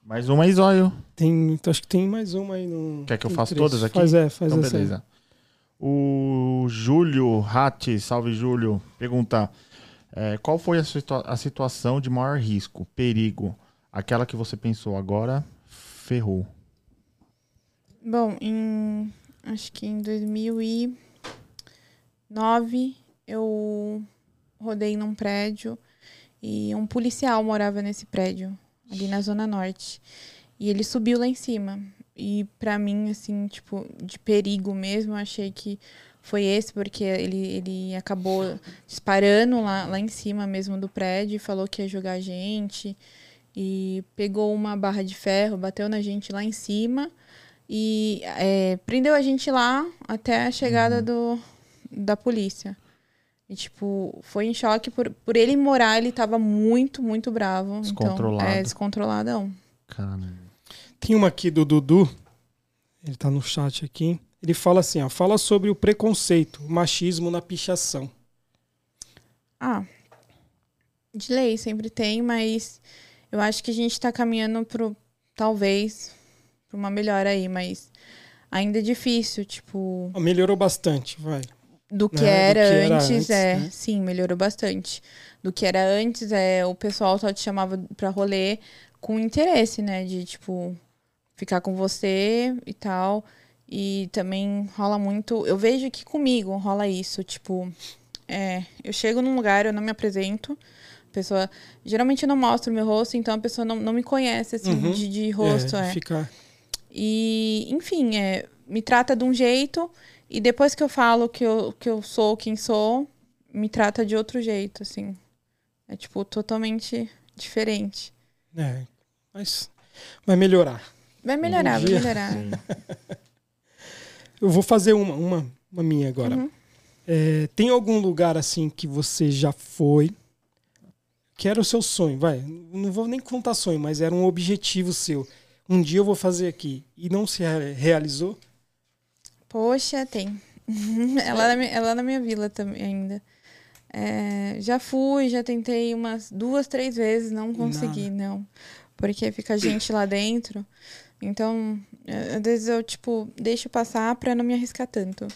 S1: Mais um, uma aí, Zóio.
S2: Tem, então acho que tem mais uma aí no.
S1: Quer que eu
S2: tem
S1: faça
S2: três.
S1: todas aqui?
S2: Faz é, faz
S1: Então,
S2: essa. aí.
S1: beleza. O Júlio Ratti, salve Júlio, pergunta: é, qual foi a, situa- a situação de maior risco, perigo? Aquela que você pensou agora, ferrou.
S4: Bom, em. Acho que em 2009 eu rodei num prédio e um policial morava nesse prédio, ali na Zona Norte. E ele subiu lá em cima. E pra mim, assim, tipo, de perigo mesmo, eu achei que foi esse, porque ele, ele acabou disparando lá, lá em cima mesmo do prédio e falou que ia jogar a gente. E pegou uma barra de ferro, bateu na gente lá em cima. E é, prendeu a gente lá até a chegada do, da polícia. E, tipo, foi em choque por, por ele morar, ele tava muito, muito bravo.
S1: Descontrolado.
S4: Então, é, descontroladão.
S1: Caramba.
S2: Tem uma aqui do Dudu. Ele tá no chat aqui. Ele fala assim, ó, fala sobre o preconceito, o machismo na pichação.
S4: Ah, de lei sempre tem, mas eu acho que a gente tá caminhando pro, talvez, pra uma melhora aí, mas ainda é difícil, tipo,
S2: Ó, melhorou bastante, vai.
S4: do que
S2: Né, do
S4: era
S2: que era
S4: antes,
S2: antes,
S4: é,
S2: né?
S4: sim, melhorou bastante. Do que era antes, é, o pessoal só te chamava pra rolê com interesse, né, de, tipo, ficar com você e tal. E também rola muito, eu vejo que comigo rola isso, tipo, é, eu chego num lugar, eu não me apresento, a pessoa, geralmente eu não mostro meu rosto, então a pessoa não, não me conhece, assim,
S2: Uhum.
S4: de, de rosto, é.
S2: Fica...
S4: E, enfim, é, me trata de um jeito e depois que eu falo que eu, que eu sou quem sou, me trata de outro jeito, assim. É, tipo, totalmente diferente.
S2: É, mas vai melhorar.
S4: Vai melhorar, vai
S2: dia.
S4: melhorar.
S2: Eu vou fazer uma, uma, uma minha agora. É, tem algum lugar assim que você já foi, que era o seu sonho, vai, não vou nem contar sonho, mas era um objetivo seu. Um dia eu vou fazer aqui e não se re- realizou.
S4: Poxa, tem. é, lá na, mi- é lá na minha vila também ainda. É, já fui, já tentei umas duas, três vezes, não consegui, não. Porque fica gente lá dentro. Então, é, às vezes eu, tipo, deixo passar pra não me arriscar tanto.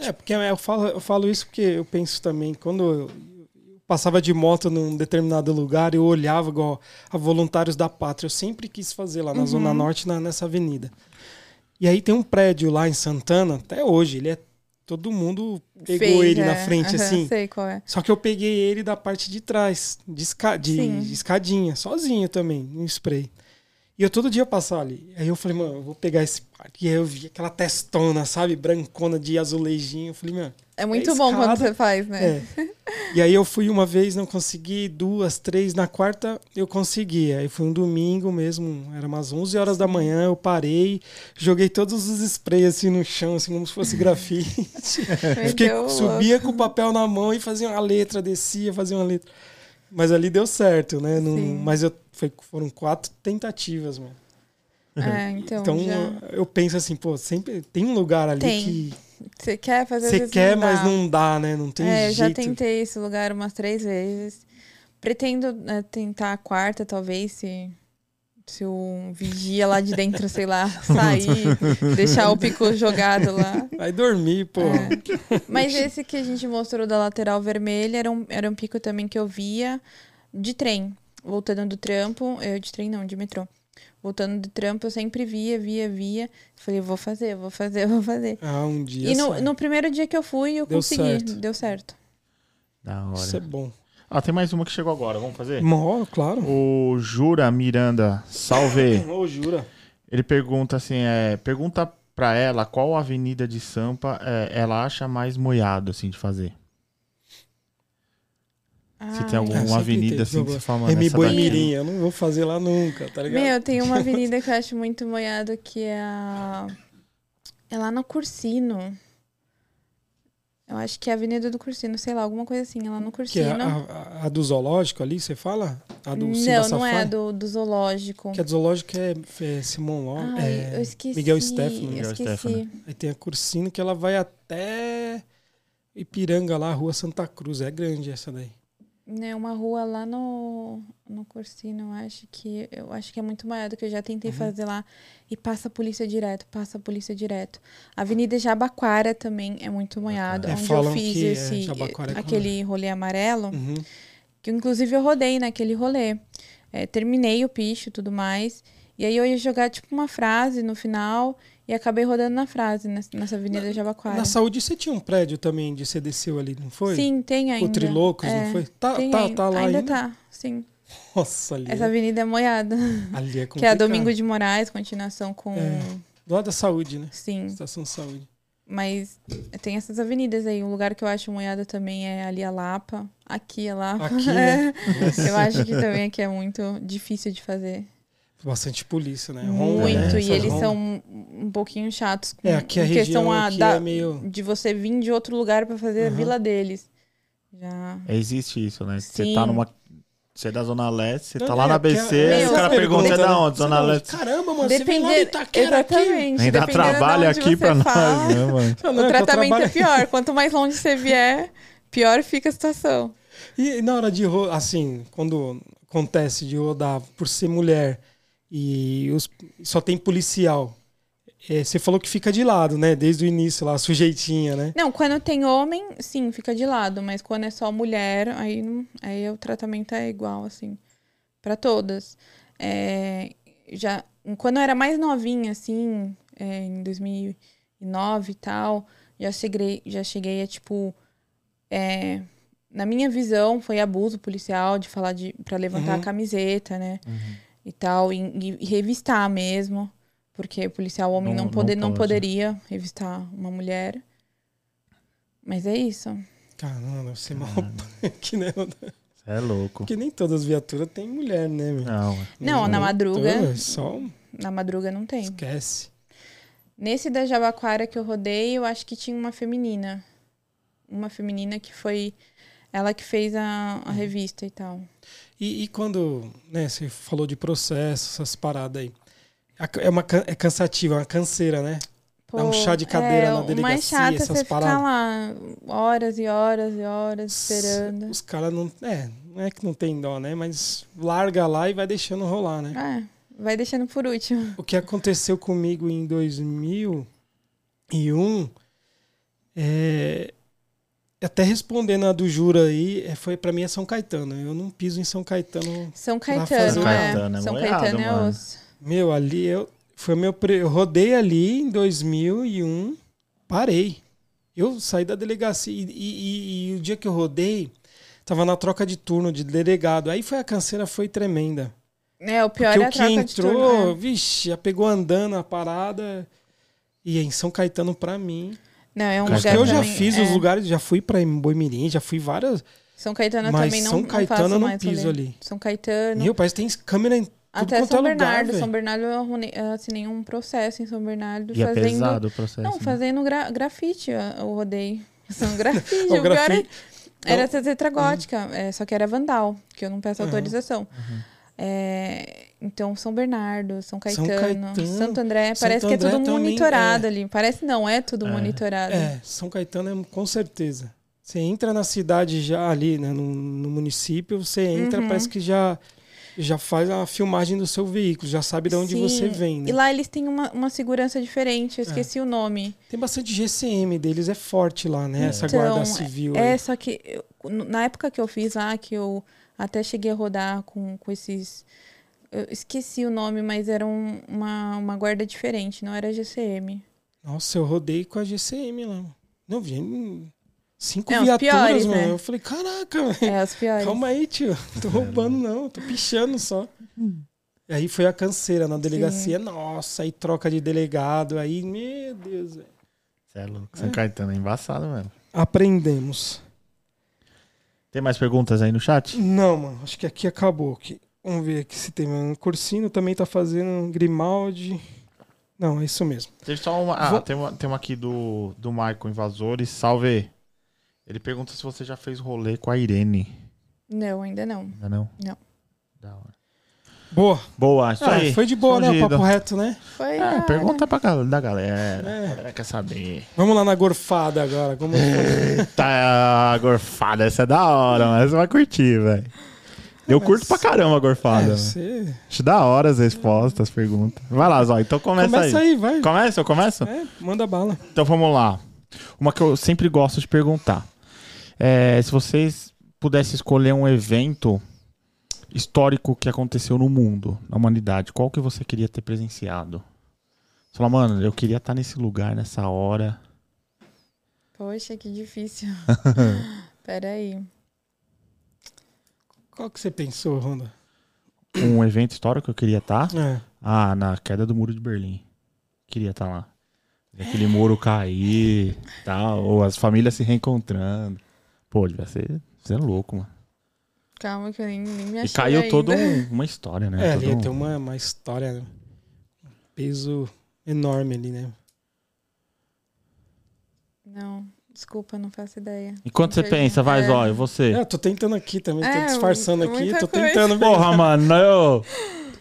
S2: É, porque eu falo, eu falo isso porque eu penso também, quando eu eu passava de moto num determinado lugar, eu olhava igual a Voluntários da Pátria. Eu sempre quis fazer
S4: Uhum.
S2: lá na Zona Norte, na- nessa avenida. E aí tem um prédio lá em Santana, até hoje, ele é. Todo mundo pegou
S4: Fez,
S2: ele na
S4: é.
S2: frente,
S4: Aham,
S2: assim.
S4: Sei qual é.
S2: Só que eu peguei ele da parte de trás, de, esca- de-
S4: Sim.
S2: de escadinha, sozinho também, um spray. E eu todo dia passava ali. Aí eu falei, mano, eu vou pegar esse parque. E aí eu vi aquela testona, sabe? Brancona de azulejinho. Eu falei, mano.
S4: É muito bom quando
S2: escada.
S4: você faz, né?
S2: É. E aí eu fui uma vez, não consegui, duas, três. Na quarta eu consegui. Aí foi um domingo mesmo, era umas 11 horas da manhã. Eu parei, joguei todos os sprays assim no chão, assim como se fosse grafite. Eu fiquei-
S4: Meteu o
S2: subia com o papel na mão e fazia uma letra, descia, fazia uma letra. Mas ali deu certo, né? Não-
S4: Sim.
S2: mas eu, foi- foram quatro tentativas, mano.
S4: louco. É, então,
S2: Então,
S4: já-
S2: eu penso assim, pô, sempre tem um lugar ali
S4: Tem.
S2: que
S4: Você quer fazer às
S2: você
S4: vezes
S2: quer,
S4: não
S2: mas
S4: dá.
S2: não dá, né? Não tem
S4: é, eu já
S2: jeito.
S4: tentei esse lugar umas três vezes. Pretendo né, tentar a quarta, talvez, se, se um vigia lá de dentro, sei lá, sair, deixar o pico jogado lá.
S2: Vai dormir, pô.
S4: É. Mas esse que a gente mostrou da lateral vermelha era um, era um pico também que eu via de trem. Voltando do trampo, eu de trem não, de metrô. Voltando do trampo, eu sempre via, via, via. Falei, vou fazer, vou fazer, vou fazer.
S2: Ah, um dia.
S4: E no,
S2: só.
S4: no primeiro dia que eu fui, eu
S2: Deu
S4: consegui.
S2: certo.
S4: Deu certo.
S1: Da
S2: Isso é
S1: hora.
S2: bom.
S1: Ah, tem mais uma que chegou agora. Vamos fazer?
S2: Mó, claro.
S1: O Jura Miranda, salve.
S2: Ô, jura.
S1: Ele pergunta assim, é, pergunta pra ela qual avenida de Sampa é, ela acha mais moiado, assim, de fazer. Se tem
S4: Ai.
S2: É, sempre
S1: alguma avenida,
S2: teve,
S1: assim, que
S2: eu-
S1: você fala,
S2: É
S1: mano,
S2: me
S1: essa
S2: boi
S1: daqui-
S2: mirim, eu não vou fazer lá nunca, tá ligado?
S4: Ah, Meu, tem uma avenida que eu acho muito moiado que é a. É lá no Cursino. Eu acho que é a Avenida do Cursino, sei lá, alguma coisa assim, é lá no
S2: Que é
S4: Cursino.
S2: a, a- a do zoológico ali, você fala? A do
S4: não,
S2: Simba
S4: não é a
S2: Safari?
S4: do, do zoológico.
S2: Que a do zoológico é, é Simon Ló.
S4: Ai,
S2: é-
S4: Ah, eu esqueci.
S2: Miguel Stefano.
S4: Eu
S1: Miguel
S4: esqueci.
S1: Stefano.
S2: Aí tem a Cursino que ela vai até Ipiranga lá, Rua Santa Cruz. É grande essa daí.
S4: É uma rua lá no, no Cursino, eu acho que eu acho que é muito maior do que eu já
S2: Uhum.
S4: tentei fazer lá. E passa a polícia direto, passa a polícia direto. Avenida Jabaquara também é muito manhado,
S2: É,
S4: onde eu
S2: falam
S4: fiz
S2: que é
S4: esse
S2: Jabaquara é com-
S4: aquele rolê amarelo.
S2: Uhum.
S4: que inclusive eu rodei naquele rolê. É, terminei o picho e tudo mais. E aí eu ia jogar tipo uma frase no final e acabei rodando na frase nessa, nessa avenida Jabaquara.
S2: Na saúde você tinha um prédio também de você desceu ali, não foi?
S4: Sim, tem ainda.
S2: O Trilocos,
S4: É,
S2: não foi? Tá,
S4: tem
S2: tá,
S4: ainda.
S2: tá lá ainda.
S4: ainda. tá, sim.
S2: Nossa, ali,
S4: Essa avenida é moiada.
S2: ali é complicado.
S4: Que é a Domingo de Moraes, continuação com.
S2: É. Do lado da saúde, né?
S4: Sim.
S2: Estação de saúde.
S4: Mas tem essas avenidas aí. Um lugar que eu acho moiada também é ali a Lapa. Aqui a Lapa.
S2: Aqui, né?
S4: Uhum. eu acho que também aqui é muito difícil de fazer.
S2: Bastante polícia, né? Ronda, né?
S4: Muito,
S2: Essas
S4: e eles
S2: rondas.
S4: são um um pouquinho chatos com
S2: É, aqui a
S4: em questão
S2: região
S4: a
S2: aqui
S4: da-
S2: é meio...
S4: de você vir de outro lugar pra fazer a
S2: Aham.
S4: vila deles. Já.
S1: É, Existe isso, né? Você
S4: Sim.
S1: tá numa. Você é da Zona Leste, você tá
S2: Não,
S1: lá
S2: é,
S1: na
S2: porque-
S1: BC,
S2: é,
S1: e o
S4: Meu,
S1: cara
S4: você
S1: pergunta, você é da onde?
S2: Você é
S1: Zona
S2: da onde?
S1: Leste.
S2: Caramba, mano, você vem lá de
S4: Dependendo,
S2: Itaquera aqui.
S4: exatamente.
S1: Nem dá
S4: dependendo de
S1: trabalho
S4: onde
S1: aqui
S4: você
S1: pra
S4: fala.
S1: nós, né, mano?
S2: Não,
S4: O
S2: que eu
S4: tratamento é
S2: trabalho-
S4: pior. Quanto mais longe você vier, pior fica a situação.
S2: E na hora de rodar, assim, quando acontece de rodar por ser mulher e os- só tem policial, é, você falou que fica de lado, né? Desde o início lá, sujeitinha, né?
S4: Não, quando tem homem, sim, fica de lado. Mas quando é só mulher, aí, não- aí o tratamento é igual, assim, pra todas. É, já, quando eu era mais novinha, assim, é, em 2009 e tal, já cheguei, já cheguei a, tipo... é, na minha visão, foi abuso policial de falar de pra levantar
S2: Uhum.
S4: a camiseta, né? E tal, e, e- e revistar mesmo. Porque policial homem
S1: Não-
S4: não,
S1: não
S4: poder, não
S1: pode.
S4: poderia revistar uma mulher. Mas é isso.
S2: Caramba, você é mal punk, né?
S1: Cê é louco.
S2: Porque nem todas as viaturas têm mulher, né, meu?
S1: Não,
S4: Não,
S2: é
S4: na madruga.
S2: Todas, Só
S4: Na madruga não tem.
S2: esquece.
S4: Nesse da Jabaquara que eu rodei, eu acho que tinha uma feminina. Uma feminina que foi. Ela que fez a,
S2: Hum.
S4: a revista e tal.
S2: E, e quando né, você falou de processo, essas paradas aí. A ca- É, uma, can- é cansativa, é uma canseira, né? Dá um chá de cadeira na
S4: o mais
S2: delegacia,
S4: chato é
S2: essas
S4: você
S2: paradas.
S4: ficar lá horas e horas e horas esperando.
S2: Os caras não. É, não é que não tem dó, né? Mas larga lá e vai deixando rolar, né?
S4: Ah, vai deixando por último.
S2: O que aconteceu comigo em 2001 é. Até respondendo a do Jura aí, é, foi para mim é São Caetano. Eu não piso em São Caetano.
S4: São
S2: fazer- um
S4: Caetano,
S2: São
S1: Caetano,
S4: é.
S1: é
S4: São
S1: moiado,
S4: Caetano é
S1: mano.
S4: osso.
S2: Meu, ali eu foi meu pre- eu rodei ali em 2001, parei. Eu saí da delegacia e, e- e- e o dia que eu rodei, tava na troca de turno de delegado. Aí foi a canseira foi tremenda.
S4: É, o pior
S2: Porque
S4: é
S2: o
S4: a
S2: que
S4: troca
S2: entrou,
S4: de turno. é.
S2: vixe, já pegou andando a parada. E é em São Caetano pra mim.
S4: Não, é um
S1: Porque
S4: lugar
S2: eu já
S4: também-
S2: fiz
S4: é.
S2: os lugares, já fui pra Boimirim, já fui várias.
S4: São Caetano eu
S2: Mas
S4: também não
S2: São
S4: não
S2: Caetano
S4: faço
S2: eu não
S4: mais
S2: piso
S4: rolê.
S2: ali.
S4: São Caetano.
S2: Meu, parece que tem câmera em tudo
S4: Até
S2: quanto
S4: São
S2: é lugar,
S4: Bernardo.
S2: velho.
S4: São Bernardo eu arrumei- eu assinei um processo em São Bernardo
S1: E é
S4: fazendo.
S1: pesado o processo.
S4: Não,
S1: né?
S4: fazendo gra- grafite, eu eu rodei. São grafite.
S2: O
S4: o pior é-
S2: grafite-
S4: Era tetragótica, é, só que era vandal, que eu não peço
S2: Aham.
S4: autorização. É, então, São Bernardo, São
S2: São
S4: Caetano,
S2: Caetano.
S4: Santo André,
S2: Santo
S4: parece que
S2: André
S4: é tudo
S2: também,
S4: monitorado ali. Parece não, é tudo
S1: É.
S4: monitorado.
S2: É, São Caetano é com certeza. Você entra na cidade já ali, né, no, no município, você entra,
S4: Uhum.
S2: parece que já já faz a filmagem do seu veículo, já sabe de onde
S4: Sim,
S2: você vem, né?
S4: E lá eles têm uma, uma segurança
S2: É.
S4: diferente, eu esqueci o nome.
S2: Tem bastante GCM deles, é forte lá, né? Essa
S4: Então,
S2: guarda civil.
S4: É,
S2: aí.
S4: só que eu- na época que eu fiz lá, que eu até cheguei a rodar com, com esses. Eu esqueci o nome, mas era um- uma, uma guarda diferente, não era GCM.
S2: Nossa, eu rodei com a GCM lá. Não, vi cinco
S4: É, os
S2: viaturas,
S4: piores,
S2: mano.
S4: né?
S2: Eu falei, caraca, velho.
S4: É, as piores.
S2: Calma aí, tio. Tô roubando, não. Tô pichando só. Aí foi a canseira na delegacia. Nossa, aí troca de delegado. Aí, meu Deus, velho.
S1: Cê é louco.
S4: Hum.
S1: São Caetano é embaçado mesmo.
S2: Aprendemos.
S1: Tem mais perguntas aí no chat?
S2: Não, mano. Acho que aqui acabou. Aqui. Vamos ver aqui se tem mais. Cursino também tá fazendo. Grimaldi. Não, é isso mesmo.
S1: Teve só uma. Ah,
S2: Vou-
S1: tem, uma, tem uma aqui do, do Michael Invasores. Salve! Ele pergunta se você já fez rolê com a Irene.
S4: Não, ainda não.
S1: Ainda não?
S4: Não.
S1: Da hora.
S2: Boa.
S1: Boa, isso
S2: Ah,
S1: aí.
S2: foi de boa, né? O
S1: Escondido.
S2: papo reto, né?
S4: Foi.
S1: É,
S4: ah,
S1: pergunta pra gal- da galera.
S2: É.
S1: A galera quer saber.
S2: Vamos lá na gorfada agora.
S1: É.
S2: Como é
S1: Tá, gorfada, essa é da hora, mas você vai curtir, velho. Eu curto pra caramba a gorfada. né?
S2: é,
S1: velho.
S2: você...
S1: Acho da hora as respostas, as perguntas. Vai lá, Zó, então começa,
S2: Começa
S1: aí.
S2: aí, vai.
S1: Começa, eu começo?
S2: É, manda bala.
S1: Então vamos lá. Uma que eu sempre gosto de perguntar. É, se vocês pudessem escolher um evento histórico que aconteceu no mundo, na humanidade, qual que você queria ter presenciado? Você fala, mano, eu queria estar nesse lugar, nessa hora.
S4: Poxa, que difícil. Peraí.
S2: Qual que você pensou, Ronda?
S1: Um evento histórico que eu queria estar?
S2: É.
S1: Ah, na queda do muro de Berlim. Queria estar lá. Ver Aquele muro cair, tal, ou as famílias se reencontrando. Pô, devia ser, ser louco, mano.
S4: Calma que eu nem, nem me
S1: E
S4: achei
S1: caiu
S4: ainda.
S1: toda uma história, né?
S2: É,
S1: Todo
S2: ali
S1: um-
S2: tem uma, uma história, né? um peso enorme ali, né?
S4: Não, desculpa, não faço ideia.
S1: Enquanto você
S4: Entendi.
S1: pensa, vai,
S4: É.
S1: Zó, e você?
S2: É, eu tô tentando aqui também, tô
S4: É,
S2: disfarçando
S4: mu-
S2: aqui,
S4: muita
S2: tô
S4: coisa.
S2: tentando.
S1: Porra, mano, eu...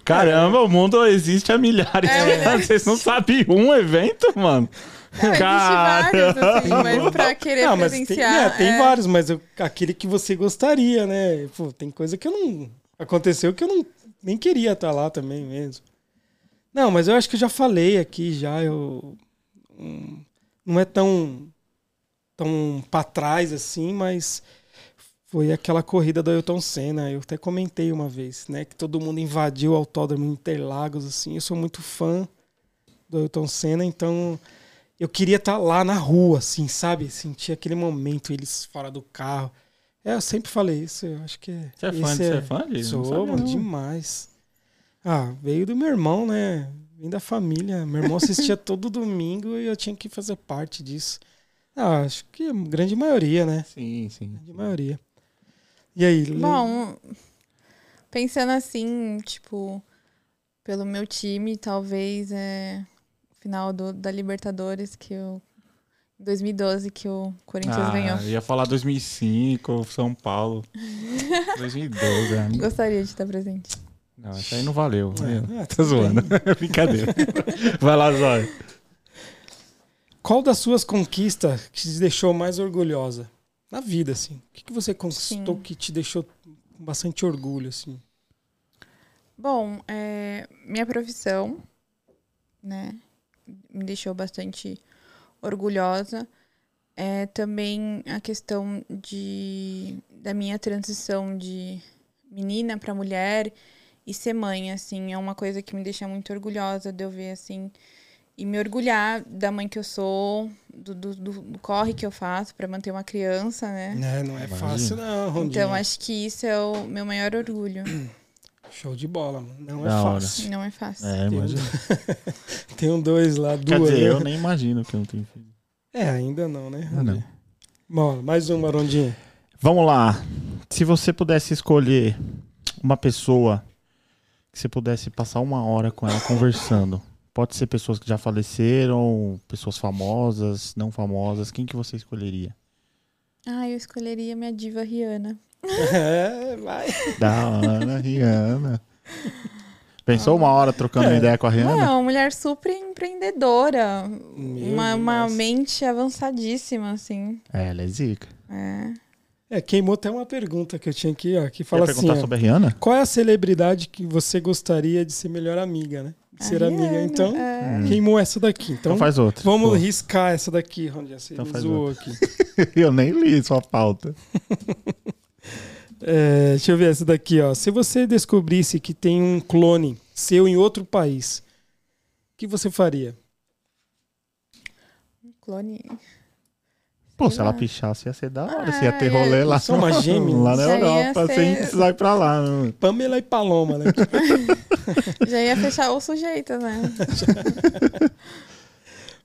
S1: Caramba, o mundo existe há milhares
S4: É,
S1: de anos. Vocês não sabem um evento, mano?
S4: Não, existe vários, assim, mas pra querer
S2: Não, mas tem, é,
S4: presenciar.
S2: tem
S4: é.
S2: vários, mas eu- aquele que você gostaria, né? Pô, tem coisa que eu não. Aconteceu que eu não nem queria estar lá também mesmo. Não, mas eu acho que eu já falei aqui já. Eu, hum, não é tão, tão pra trás assim, mas foi aquela corrida do Ailton Senna. Eu até comentei uma vez, né? Que todo mundo invadiu o autódromo em Interlagos, assim. Eu sou muito fã do Ailton Senna, então eu queria estar lá na rua, assim, sabe? Sentir aquele momento, eles fora do carro. É, eu sempre falei isso, eu acho que é.
S1: Você é fã,
S2: esse
S1: de, você é fã de?
S2: Sou,
S1: Não sabe,
S2: mano,
S1: não.
S2: demais. Ah, veio do meu irmão, né? Vem da família. Meu irmão assistia todo domingo e eu tinha que fazer parte disso. Ah, acho que a grande maioria, né?
S1: Sim, sim.
S2: Grande maioria. E aí, Le-
S4: Bom, pensando assim, tipo, pelo meu time, talvez é final do, da Libertadores que eu 2012 que o Corinthians
S1: Ah,
S4: ganhou.
S1: ia falar 2005, São Paulo. 2012, né?
S4: Gostaria de estar presente.
S1: Não, isso aí não valeu.
S2: É, é,
S1: Tá zoando. Brincadeira. Vai lá, Zóio.
S2: Qual das suas conquistas que te deixou mais orgulhosa? Na vida, assim. O que, que você conquistou
S4: Sim.
S2: que te deixou com bastante orgulho, assim?
S4: Bom, é, minha profissão, né, me deixou bastante orgulhosa. É, também a questão de, da minha transição de menina para mulher e ser mãe, assim, é uma coisa que me deixa muito orgulhosa de eu ver, assim, e me orgulhar da mãe que eu sou, do, do, do- do corre que eu faço para manter uma criança, né?
S2: Né, não é
S1: Imagina.
S2: fácil, não, Rondinha.
S4: Então, acho que isso é o meu maior orgulho.
S2: Show de bola, mano. Não é
S1: Da hora.
S2: fácil.
S4: Não é fácil.
S1: É, imagina.
S2: Tem um dois lá,
S1: Quer
S2: duas.
S1: dizer, eu
S2: né?
S1: nem imagino que eu não tenho filho.
S2: É, ainda não, né?
S1: Não, não.
S2: Bom, mais uma, Rondinha.
S1: Vamos lá. Se você pudesse escolher uma pessoa que você pudesse passar uma hora com ela conversando, pode ser pessoas que já faleceram, pessoas famosas, não famosas, quem que você escolheria?
S4: Ah, eu escolheria minha diva Rihanna.
S2: É, vai.
S1: Da Ana, Rihanna. Pensou uma hora trocando
S2: É.
S1: ideia com a
S4: Não, é
S1: Rihanna?
S4: uma mulher super empreendedora.
S2: Meu
S4: uma uma
S2: Deus.
S4: mente avançadíssima, assim.
S1: É, ela é zica.
S4: É.
S2: É, queimou até uma pergunta que eu tinha aqui, ó, que
S1: Quer
S2: fala assim,
S1: perguntar
S2: ó,
S1: sobre a Rihanna? Então
S2: qual é a celebridade que você gostaria de ser melhor amiga, né? De
S4: A
S2: ser amiga,
S4: Rihanna,
S2: então,
S4: é.
S2: queimou essa daqui.
S1: Então
S2: Então,
S1: faz outra.
S2: vamos
S1: Pô,
S2: riscar essa daqui, Rondinha, você
S1: Então
S2: me
S1: faz
S2: zoou aqui.
S1: Eu nem li sua pauta.
S2: É, deixa eu ver essa daqui, ó. Se você descobrisse que tem um clone seu em outro país, o que você faria?
S4: Clone.
S1: Pô,
S4: Sei
S1: se ela
S4: lá.
S1: pichasse, ia ser da hora. Você
S4: Ah,
S1: ia ter rolê
S4: é.
S1: lá,
S2: São umas gêmeas.
S1: lá na
S4: Já ia
S1: Europa,
S4: ser-
S1: sem precisar ir pra lá. né?
S2: Pamela e Paloma, né?
S4: Já ia fechar o sujeito, né?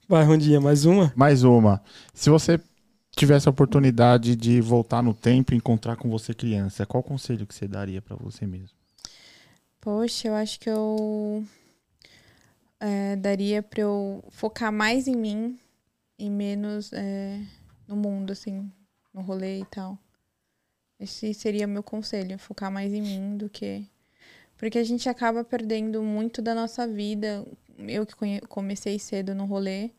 S2: Vai, Rondinha, mais uma?
S1: Mais uma. Se você tivesse a oportunidade de voltar no tempo e encontrar com você criança, qual conselho que você daria pra você mesmo?
S4: Poxa, eu acho que eu é, daria pra eu focar mais em mim e menos é, no mundo, assim, no rolê e tal. Esse seria meu conselho, focar mais em mim do que. Porque a gente acaba perdendo muito da nossa vida. Eu que conhe- comecei cedo no rolê,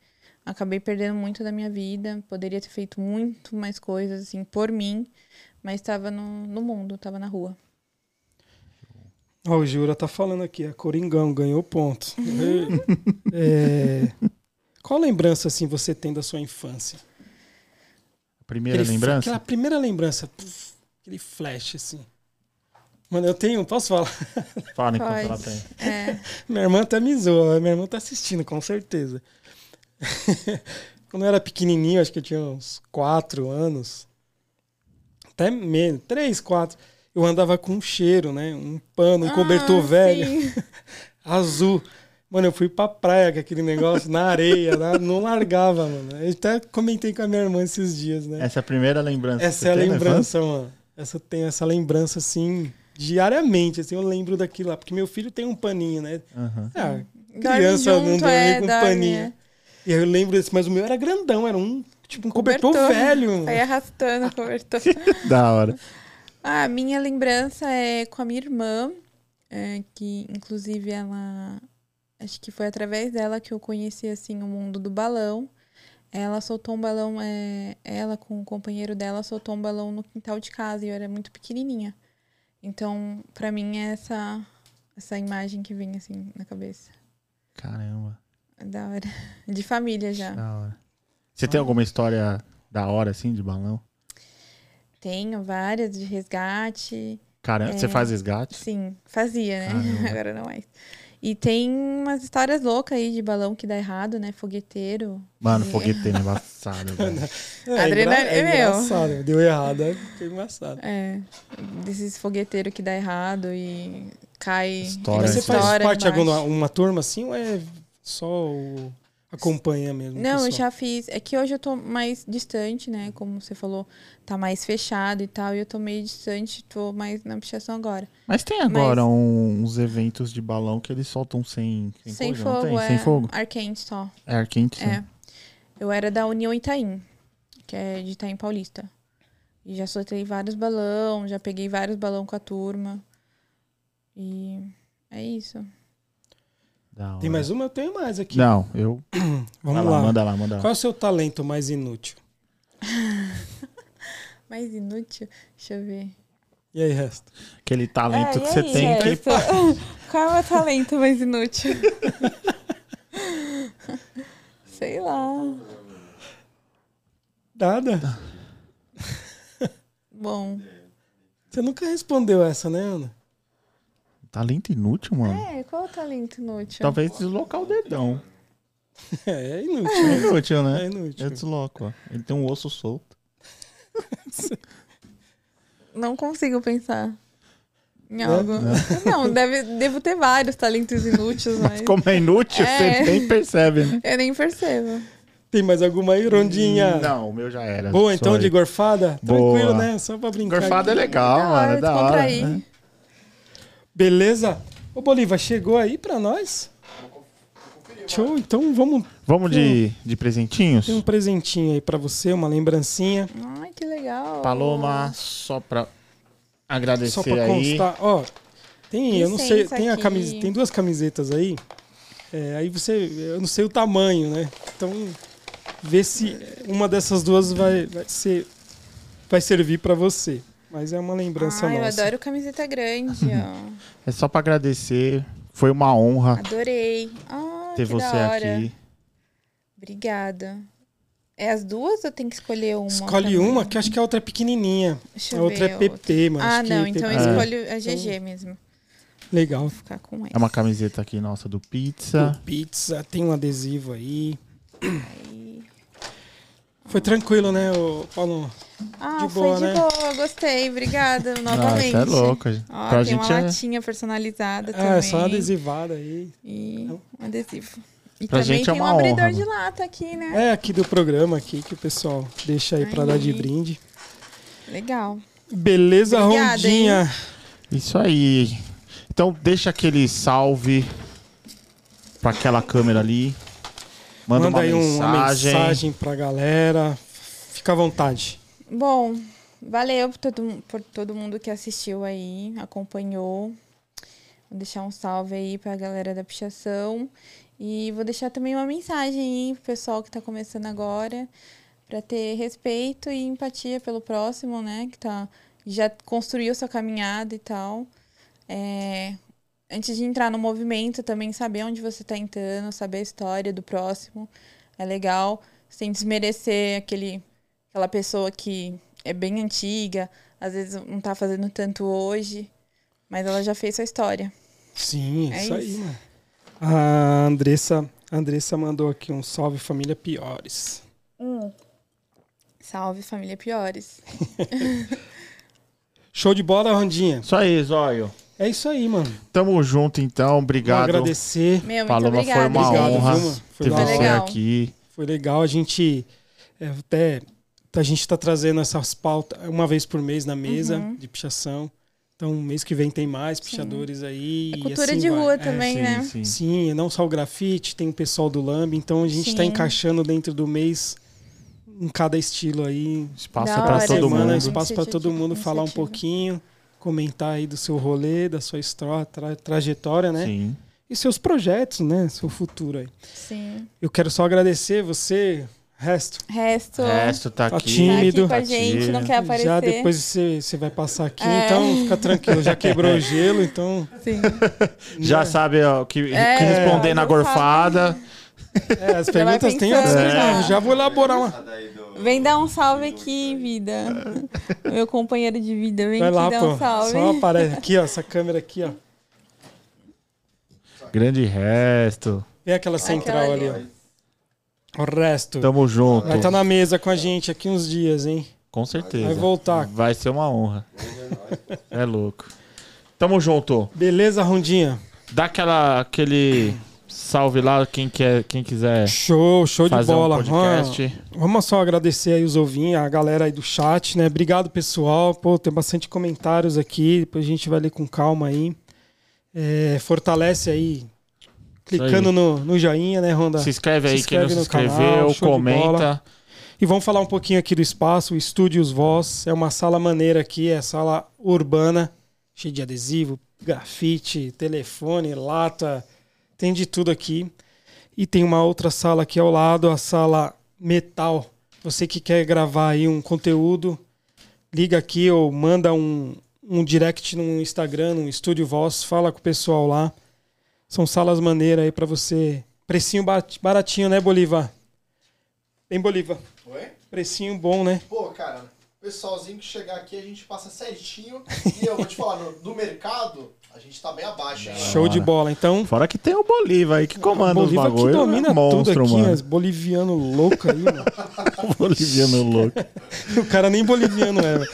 S4: acabei perdendo muito da minha vida. Poderia ter feito muito mais coisas, assim, por mim, mas estava no, no mundo, estava na rua.
S2: Ó, o Jura tá falando aqui, a Coringão ganhou ponto.
S1: Uhum.
S2: É, qual lembrança assim você tem da sua infância?
S1: Primeira
S2: Aquele-
S1: lembrança?
S2: Aquela primeira lembrança, puf, aquele flash assim. Mano, eu tenho, posso falar?
S1: Fala enquanto ela
S4: Faz.
S1: tem.
S4: É.
S2: Minha irmã tá me zoa, minha irmã tá assistindo, com certeza. Quando eu era pequenininho, acho que eu tinha uns 4 anos, até menos, 3, 4, eu andava com um cheiro, né? Um pano, um cobertor
S4: Ah,
S2: velho.
S4: sim.
S2: azul. Mano, eu fui pra praia com aquele negócio na areia, na- não largava, mano. Eu até comentei com a minha irmã esses dias, né?
S1: Essa é a primeira lembrança. que
S2: Essa
S1: você
S2: é a
S1: tem né? na infância?
S2: lembrança, mano. Essa tem essa lembrança assim diariamente, assim, eu lembro daquilo lá, porque meu filho tem um paninho, né?
S1: Aham.
S2: Ah,
S4: Dorme
S2: criança não
S4: junto,
S2: dorme
S4: é,
S2: com
S4: dorme,
S2: paninho.
S4: é.
S2: E aí eu lembro desse, mas o meu era grandão, era um tipo um cobertor,
S4: Cobertor.
S2: velho, mano.
S4: Aí é. arrastando o cobertor.
S1: Da hora.
S4: Ah, minha lembrança é com a minha irmã, é, que inclusive ela. Acho que foi através dela que eu conheci assim o mundo do balão. Ela soltou um balão, é, ela com o companheiro dela soltou um balão no quintal de casa e eu era muito pequenininha. Então, pra mim é essa essa imagem que vem assim na cabeça.
S1: Caramba,
S4: É Da hora. De família já.
S1: da hora. Você tem alguma história da hora, assim, de balão?
S4: Tenho várias de resgate.
S1: Caramba, você
S4: É.
S1: faz resgate?
S4: Sim, fazia, né?
S1: Caramba.
S4: Agora não mais. E tem umas histórias loucas aí de balão que dá errado, né? Fogueteiro.
S1: Mano,
S4: E-
S1: fogueteiro embaçado, velho.
S2: É,
S4: Adrenalina-
S2: engra- é
S4: meu.
S2: engraçado, deu errado, aí foi engraçado.
S4: É, desses fogueteiro que dá errado e cai.
S1: História,
S2: Mas
S4: eles
S2: você faz
S4: estouram
S2: parte de
S4: embaixo.
S2: alguma uma turma assim ou é só o... acompanha mesmo? o
S4: Não, eu
S2: pessoal?
S4: já fiz. É que hoje eu tô mais distante, né? Como você falou, tá mais fechado e tal. E eu tô meio distante, tô mais na pichação agora.
S1: Mas tem agora um- uns eventos de balão que eles soltam sem, sem,
S4: Sem
S1: coisa, não
S4: fogo,
S1: tem?
S4: é
S1: Sem fogo.
S4: ar quente só.
S1: É ar quente, sim.
S4: É. Eu era da União Itaim, que é de Itaim Paulista. E já soltei vários balão, já peguei vários balão com a turma. E é isso.
S1: Da
S2: Tem
S1: hora.
S2: mais uma? Eu tenho mais aqui.
S1: Não, eu. Vai
S2: Vamos lá.
S1: Manda lá, manda
S2: Qual
S1: lá.
S2: é o seu talento mais inútil?
S4: Mais inútil? Deixa eu ver.
S2: E aí, resto?
S1: Aquele talento
S4: É,
S1: que
S4: e
S1: você
S4: aí,
S1: tem que.
S4: Jéssica? Qual é o meu talento mais inútil? Sei lá.
S2: Nada.
S4: Bom.
S2: Você nunca respondeu essa, né, Ana?
S1: Talento inútil, mano.
S4: É, qual é o talento inútil?
S1: Talvez deslocar o dedão.
S2: É
S1: É
S2: inútil.
S1: inútil, né?
S2: É inútil.
S1: Eu desloco, ó. Ele tem um osso solto.
S4: Não consigo pensar em
S2: Não?
S4: algo. Não, deve, devo ter vários talentos inúteis, mas
S1: Como é inútil,
S4: É.
S1: você nem percebe, né?
S4: eu nem percebo.
S2: Tem mais alguma aí, Rondinha?
S1: Não, o meu já era.
S2: Boa, então,
S1: Sorry.
S2: de gorfada?
S1: Boa.
S2: Tranquilo, né? Só pra brincar.
S1: Gorfada é
S2: aqui.
S1: legal,
S4: Da
S1: mano. É
S4: hora,
S1: da hora.
S4: descontrair.
S1: né?
S2: Beleza? Ô, Bolívar, chegou aí pra nós? Show, então vamos
S1: É. Vamos de, de presentinhos?
S2: ter um presentinho aí pra você, uma lembrancinha.
S4: Ai, que legal.
S1: Paloma, só pra agradecer
S2: Só pra
S1: aí.
S2: constar. Ó, tem, eu não sei,
S4: Licença
S2: tem, a
S4: aqui.
S2: camise- tem duas camisetas aí. É, aí você, eu não sei o tamanho, né? Então, vê se uma dessas duas vai, vai ser, vai servir pra você. Mas é uma lembrança
S4: Ai, eu
S2: nossa.
S4: adoro camiseta grande, ó.
S1: É só pra agradecer. Foi uma honra
S4: Adorei. Ah,
S1: ter
S4: que
S1: você
S4: da hora.
S1: aqui.
S4: Obrigada. É as duas ou tem que escolher uma?
S2: Escolhe
S4: Um também?
S2: uma, que acho que a outra é pequenininha.
S4: Deixa
S2: A
S4: eu
S2: outra
S4: ver
S2: é PP, mano.
S4: Ah,
S2: acho que
S4: não, então eu
S1: PP.
S4: escolho a GG mesmo.
S2: Legal.
S4: Vou ficar com essa.
S1: É uma camiseta aqui nossa do Pizza.
S2: Pizza, tem um adesivo aí.
S4: Aí.
S2: Foi tranquilo, né, ô Paulo?
S4: Ah,
S2: De
S4: foi
S2: boa,
S4: de
S2: né?
S4: boa, gostei. Obrigada
S1: Ah,
S4: novamente.
S1: isso é louco. gente.
S4: Ó,
S1: pra
S4: tem
S1: gente
S4: uma
S1: é,
S4: latinha personalizada também.
S2: Ah, é só uma adesivada aí.
S4: E um adesivo. E
S1: Pra
S4: também
S1: gente é
S4: tem um
S1: uma
S4: abridor
S1: honra,
S4: de
S1: mano.
S4: lata aqui, né?
S2: É aqui do programa aqui que o pessoal deixa aí pra dar de
S4: Aí.
S2: brinde. É.
S4: Legal.
S2: Beleza,
S4: Obrigada,
S2: Rondinha.
S1: isso aí. Então deixa aquele salve pra aquela câmera ali. Manda, uma,
S2: aí um-
S1: mensagem.
S2: uma mensagem pra galera. Fica à vontade.
S4: Bom, valeu por todo, por todo mundo que assistiu aí, acompanhou. Vou deixar um salve aí pra galera da pichação. E vou deixar também uma mensagem aí pro pessoal que tá começando agora, pra ter respeito e empatia pelo próximo, né? Que tá, já construiu sua caminhada e tal. É, antes de entrar no movimento, também saber onde você tá entrando, saber a história do próximo. É legal, sem desmerecer aquele aquela pessoa que é bem antiga, às vezes não tá fazendo tanto hoje, mas ela já fez sua história.
S2: Sim,
S4: É
S2: isso aí,
S4: isso.
S2: mano. A Andressa, a Andressa mandou aqui um salve família Piores. Hum.
S4: Salve, família Piores.
S2: Show de bola, Rondinha.
S1: Isso aí, Zóio.
S2: É isso aí, mano.
S1: Tamo junto então.
S2: Vou
S1: Obrigado.
S2: agradecer.
S4: Meu, muito
S1: Paloma,
S4: obrigada.
S1: foi uma
S2: Obrigado,
S1: honra
S2: viu, mano? Foi
S1: ter
S2: da
S1: você
S4: hora.
S1: aqui.
S2: Foi legal. A gente é, até a gente tá trazendo essas pautas uma vez por mês na mesa
S4: Uhum.
S2: de pichação. Então, mês que vem tem mais pichadores aí.
S4: É
S2: e
S4: cultura
S2: assim
S4: de
S2: vai.
S4: rua
S2: É,
S4: também, né?
S1: Sim, sim.
S2: Sim, não só o grafite, tem o pessoal do Lamb, então a gente está
S4: Sim.
S2: encaixando dentro do mês em cada estilo aí.
S1: Espaço
S4: Da
S1: pra
S4: hora,
S1: todo
S2: semana,
S1: mundo.
S2: espaço para todo
S4: Iniciativa,
S2: mundo falar um
S4: iniciativa.
S2: pouquinho, comentar aí do seu rolê, da sua história, tra- trajetória, né?
S1: Sim.
S2: E seus projetos, né? Seu futuro aí.
S4: Sim.
S2: Eu quero só agradecer você, resto.
S4: Resto.
S1: O resto tá
S2: Tá
S1: aqui.
S4: Tá
S2: tímido.
S4: aqui com a
S1: Tá
S4: gente, não
S1: tímido.
S4: quer aparecer.
S2: Já depois você, você vai passar aqui,
S4: É.
S2: então fica tranquilo, já quebrou o gelo, então.
S4: Sim.
S1: Já sabe ó, o que,
S4: É,
S1: que responder na
S4: não
S1: gorfada.
S2: É, as
S4: Já vai
S2: perguntas tem outras,
S4: pensando,
S2: né?
S4: já.
S2: Já vou elaborar uma.
S4: Vem dar um salve aqui, vida. Meu companheiro de vida, vem
S2: Vai
S4: aqui
S2: lá,
S4: dar
S2: pô.
S4: um salve.
S2: Só aparece aqui, ó, essa câmera aqui, ó.
S1: Grande resto.
S2: Vem aquela central ali,
S4: ali,
S2: ó. O resto.
S1: Tamo junto.
S2: Vai estar na mesa com a gente aqui uns dias, hein?
S1: Com
S2: Vai
S1: certeza.
S2: voltar.
S1: Vai ser uma honra. É louco. Tamo junto.
S2: Beleza, Rondinha?
S1: Dá aquela, aquele salve lá, quem, quer, quem quiser
S2: Show, show de
S1: fazer
S2: bola.
S1: um podcast.
S2: Vamos- Vamos só agradecer aí os ouvintes, a galera aí do chat, né? Obrigado, pessoal. Pô, tem bastante comentários aqui, depois a gente vai ler com calma aí. É, fortalece aí Clicando no, no joinha, né, Ronda?
S1: Se inscreve aí
S2: Se
S1: quem não se
S2: inscreve no
S1: inscreveu,
S2: canal, show de
S1: comenta.
S2: bola. E vamos falar um pouquinho aqui do espaço, o Estúdios Voz. É uma sala maneira aqui, é sala urbana, cheia de adesivo, grafite, telefone, lata, tem de tudo aqui. E tem uma outra sala aqui ao lado, a sala metal. Você que quer gravar aí um conteúdo, liga aqui ou manda um, um direct no Instagram, no Estúdio Voz, fala com o pessoal lá. São salas maneiras aí pra você. Precinho ba- baratinho, né, Bolívar? Tem Bolívar.
S3: Oi?
S2: Precinho bom, né?
S3: Pô, cara, o pessoalzinho que chegar aqui a gente passa certinho. E eu vou te falar, no, no mercado, a gente tá bem abaixo. hein,
S2: Show de
S1: Bora.
S2: bola. Então,
S1: Fora que tem o Bolívar aí que comanda os
S2: Bolívar que
S1: bagulho.
S2: domina
S1: é monstro,
S2: tudo aqui, né?
S1: mano.
S2: mas boliviano louco aí, mano.
S1: Boliviano louco.
S2: O cara nem boliviano é. velho.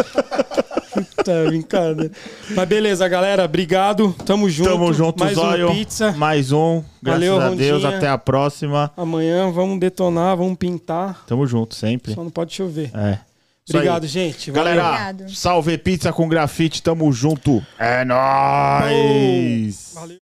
S2: Puta brincadeira. Mas beleza, galera. Obrigado. Tamo junto.
S1: Tamo junto,
S2: Mais
S1: Zóio.
S2: um pizza.
S1: Mais um. Graças
S2: Valeu,
S1: a Deus.
S2: Rondinha.
S1: Até a próxima.
S2: Amanhã vamos detonar, vamos pintar.
S1: Tamo junto sempre.
S2: Só não pode chover.
S1: É. Isso aí.
S2: Obrigado, gente. Valeu.
S1: Galera,
S4: Obrigado.
S1: salve pizza com grafite. Tamo junto. É nóis.
S2: Valeu.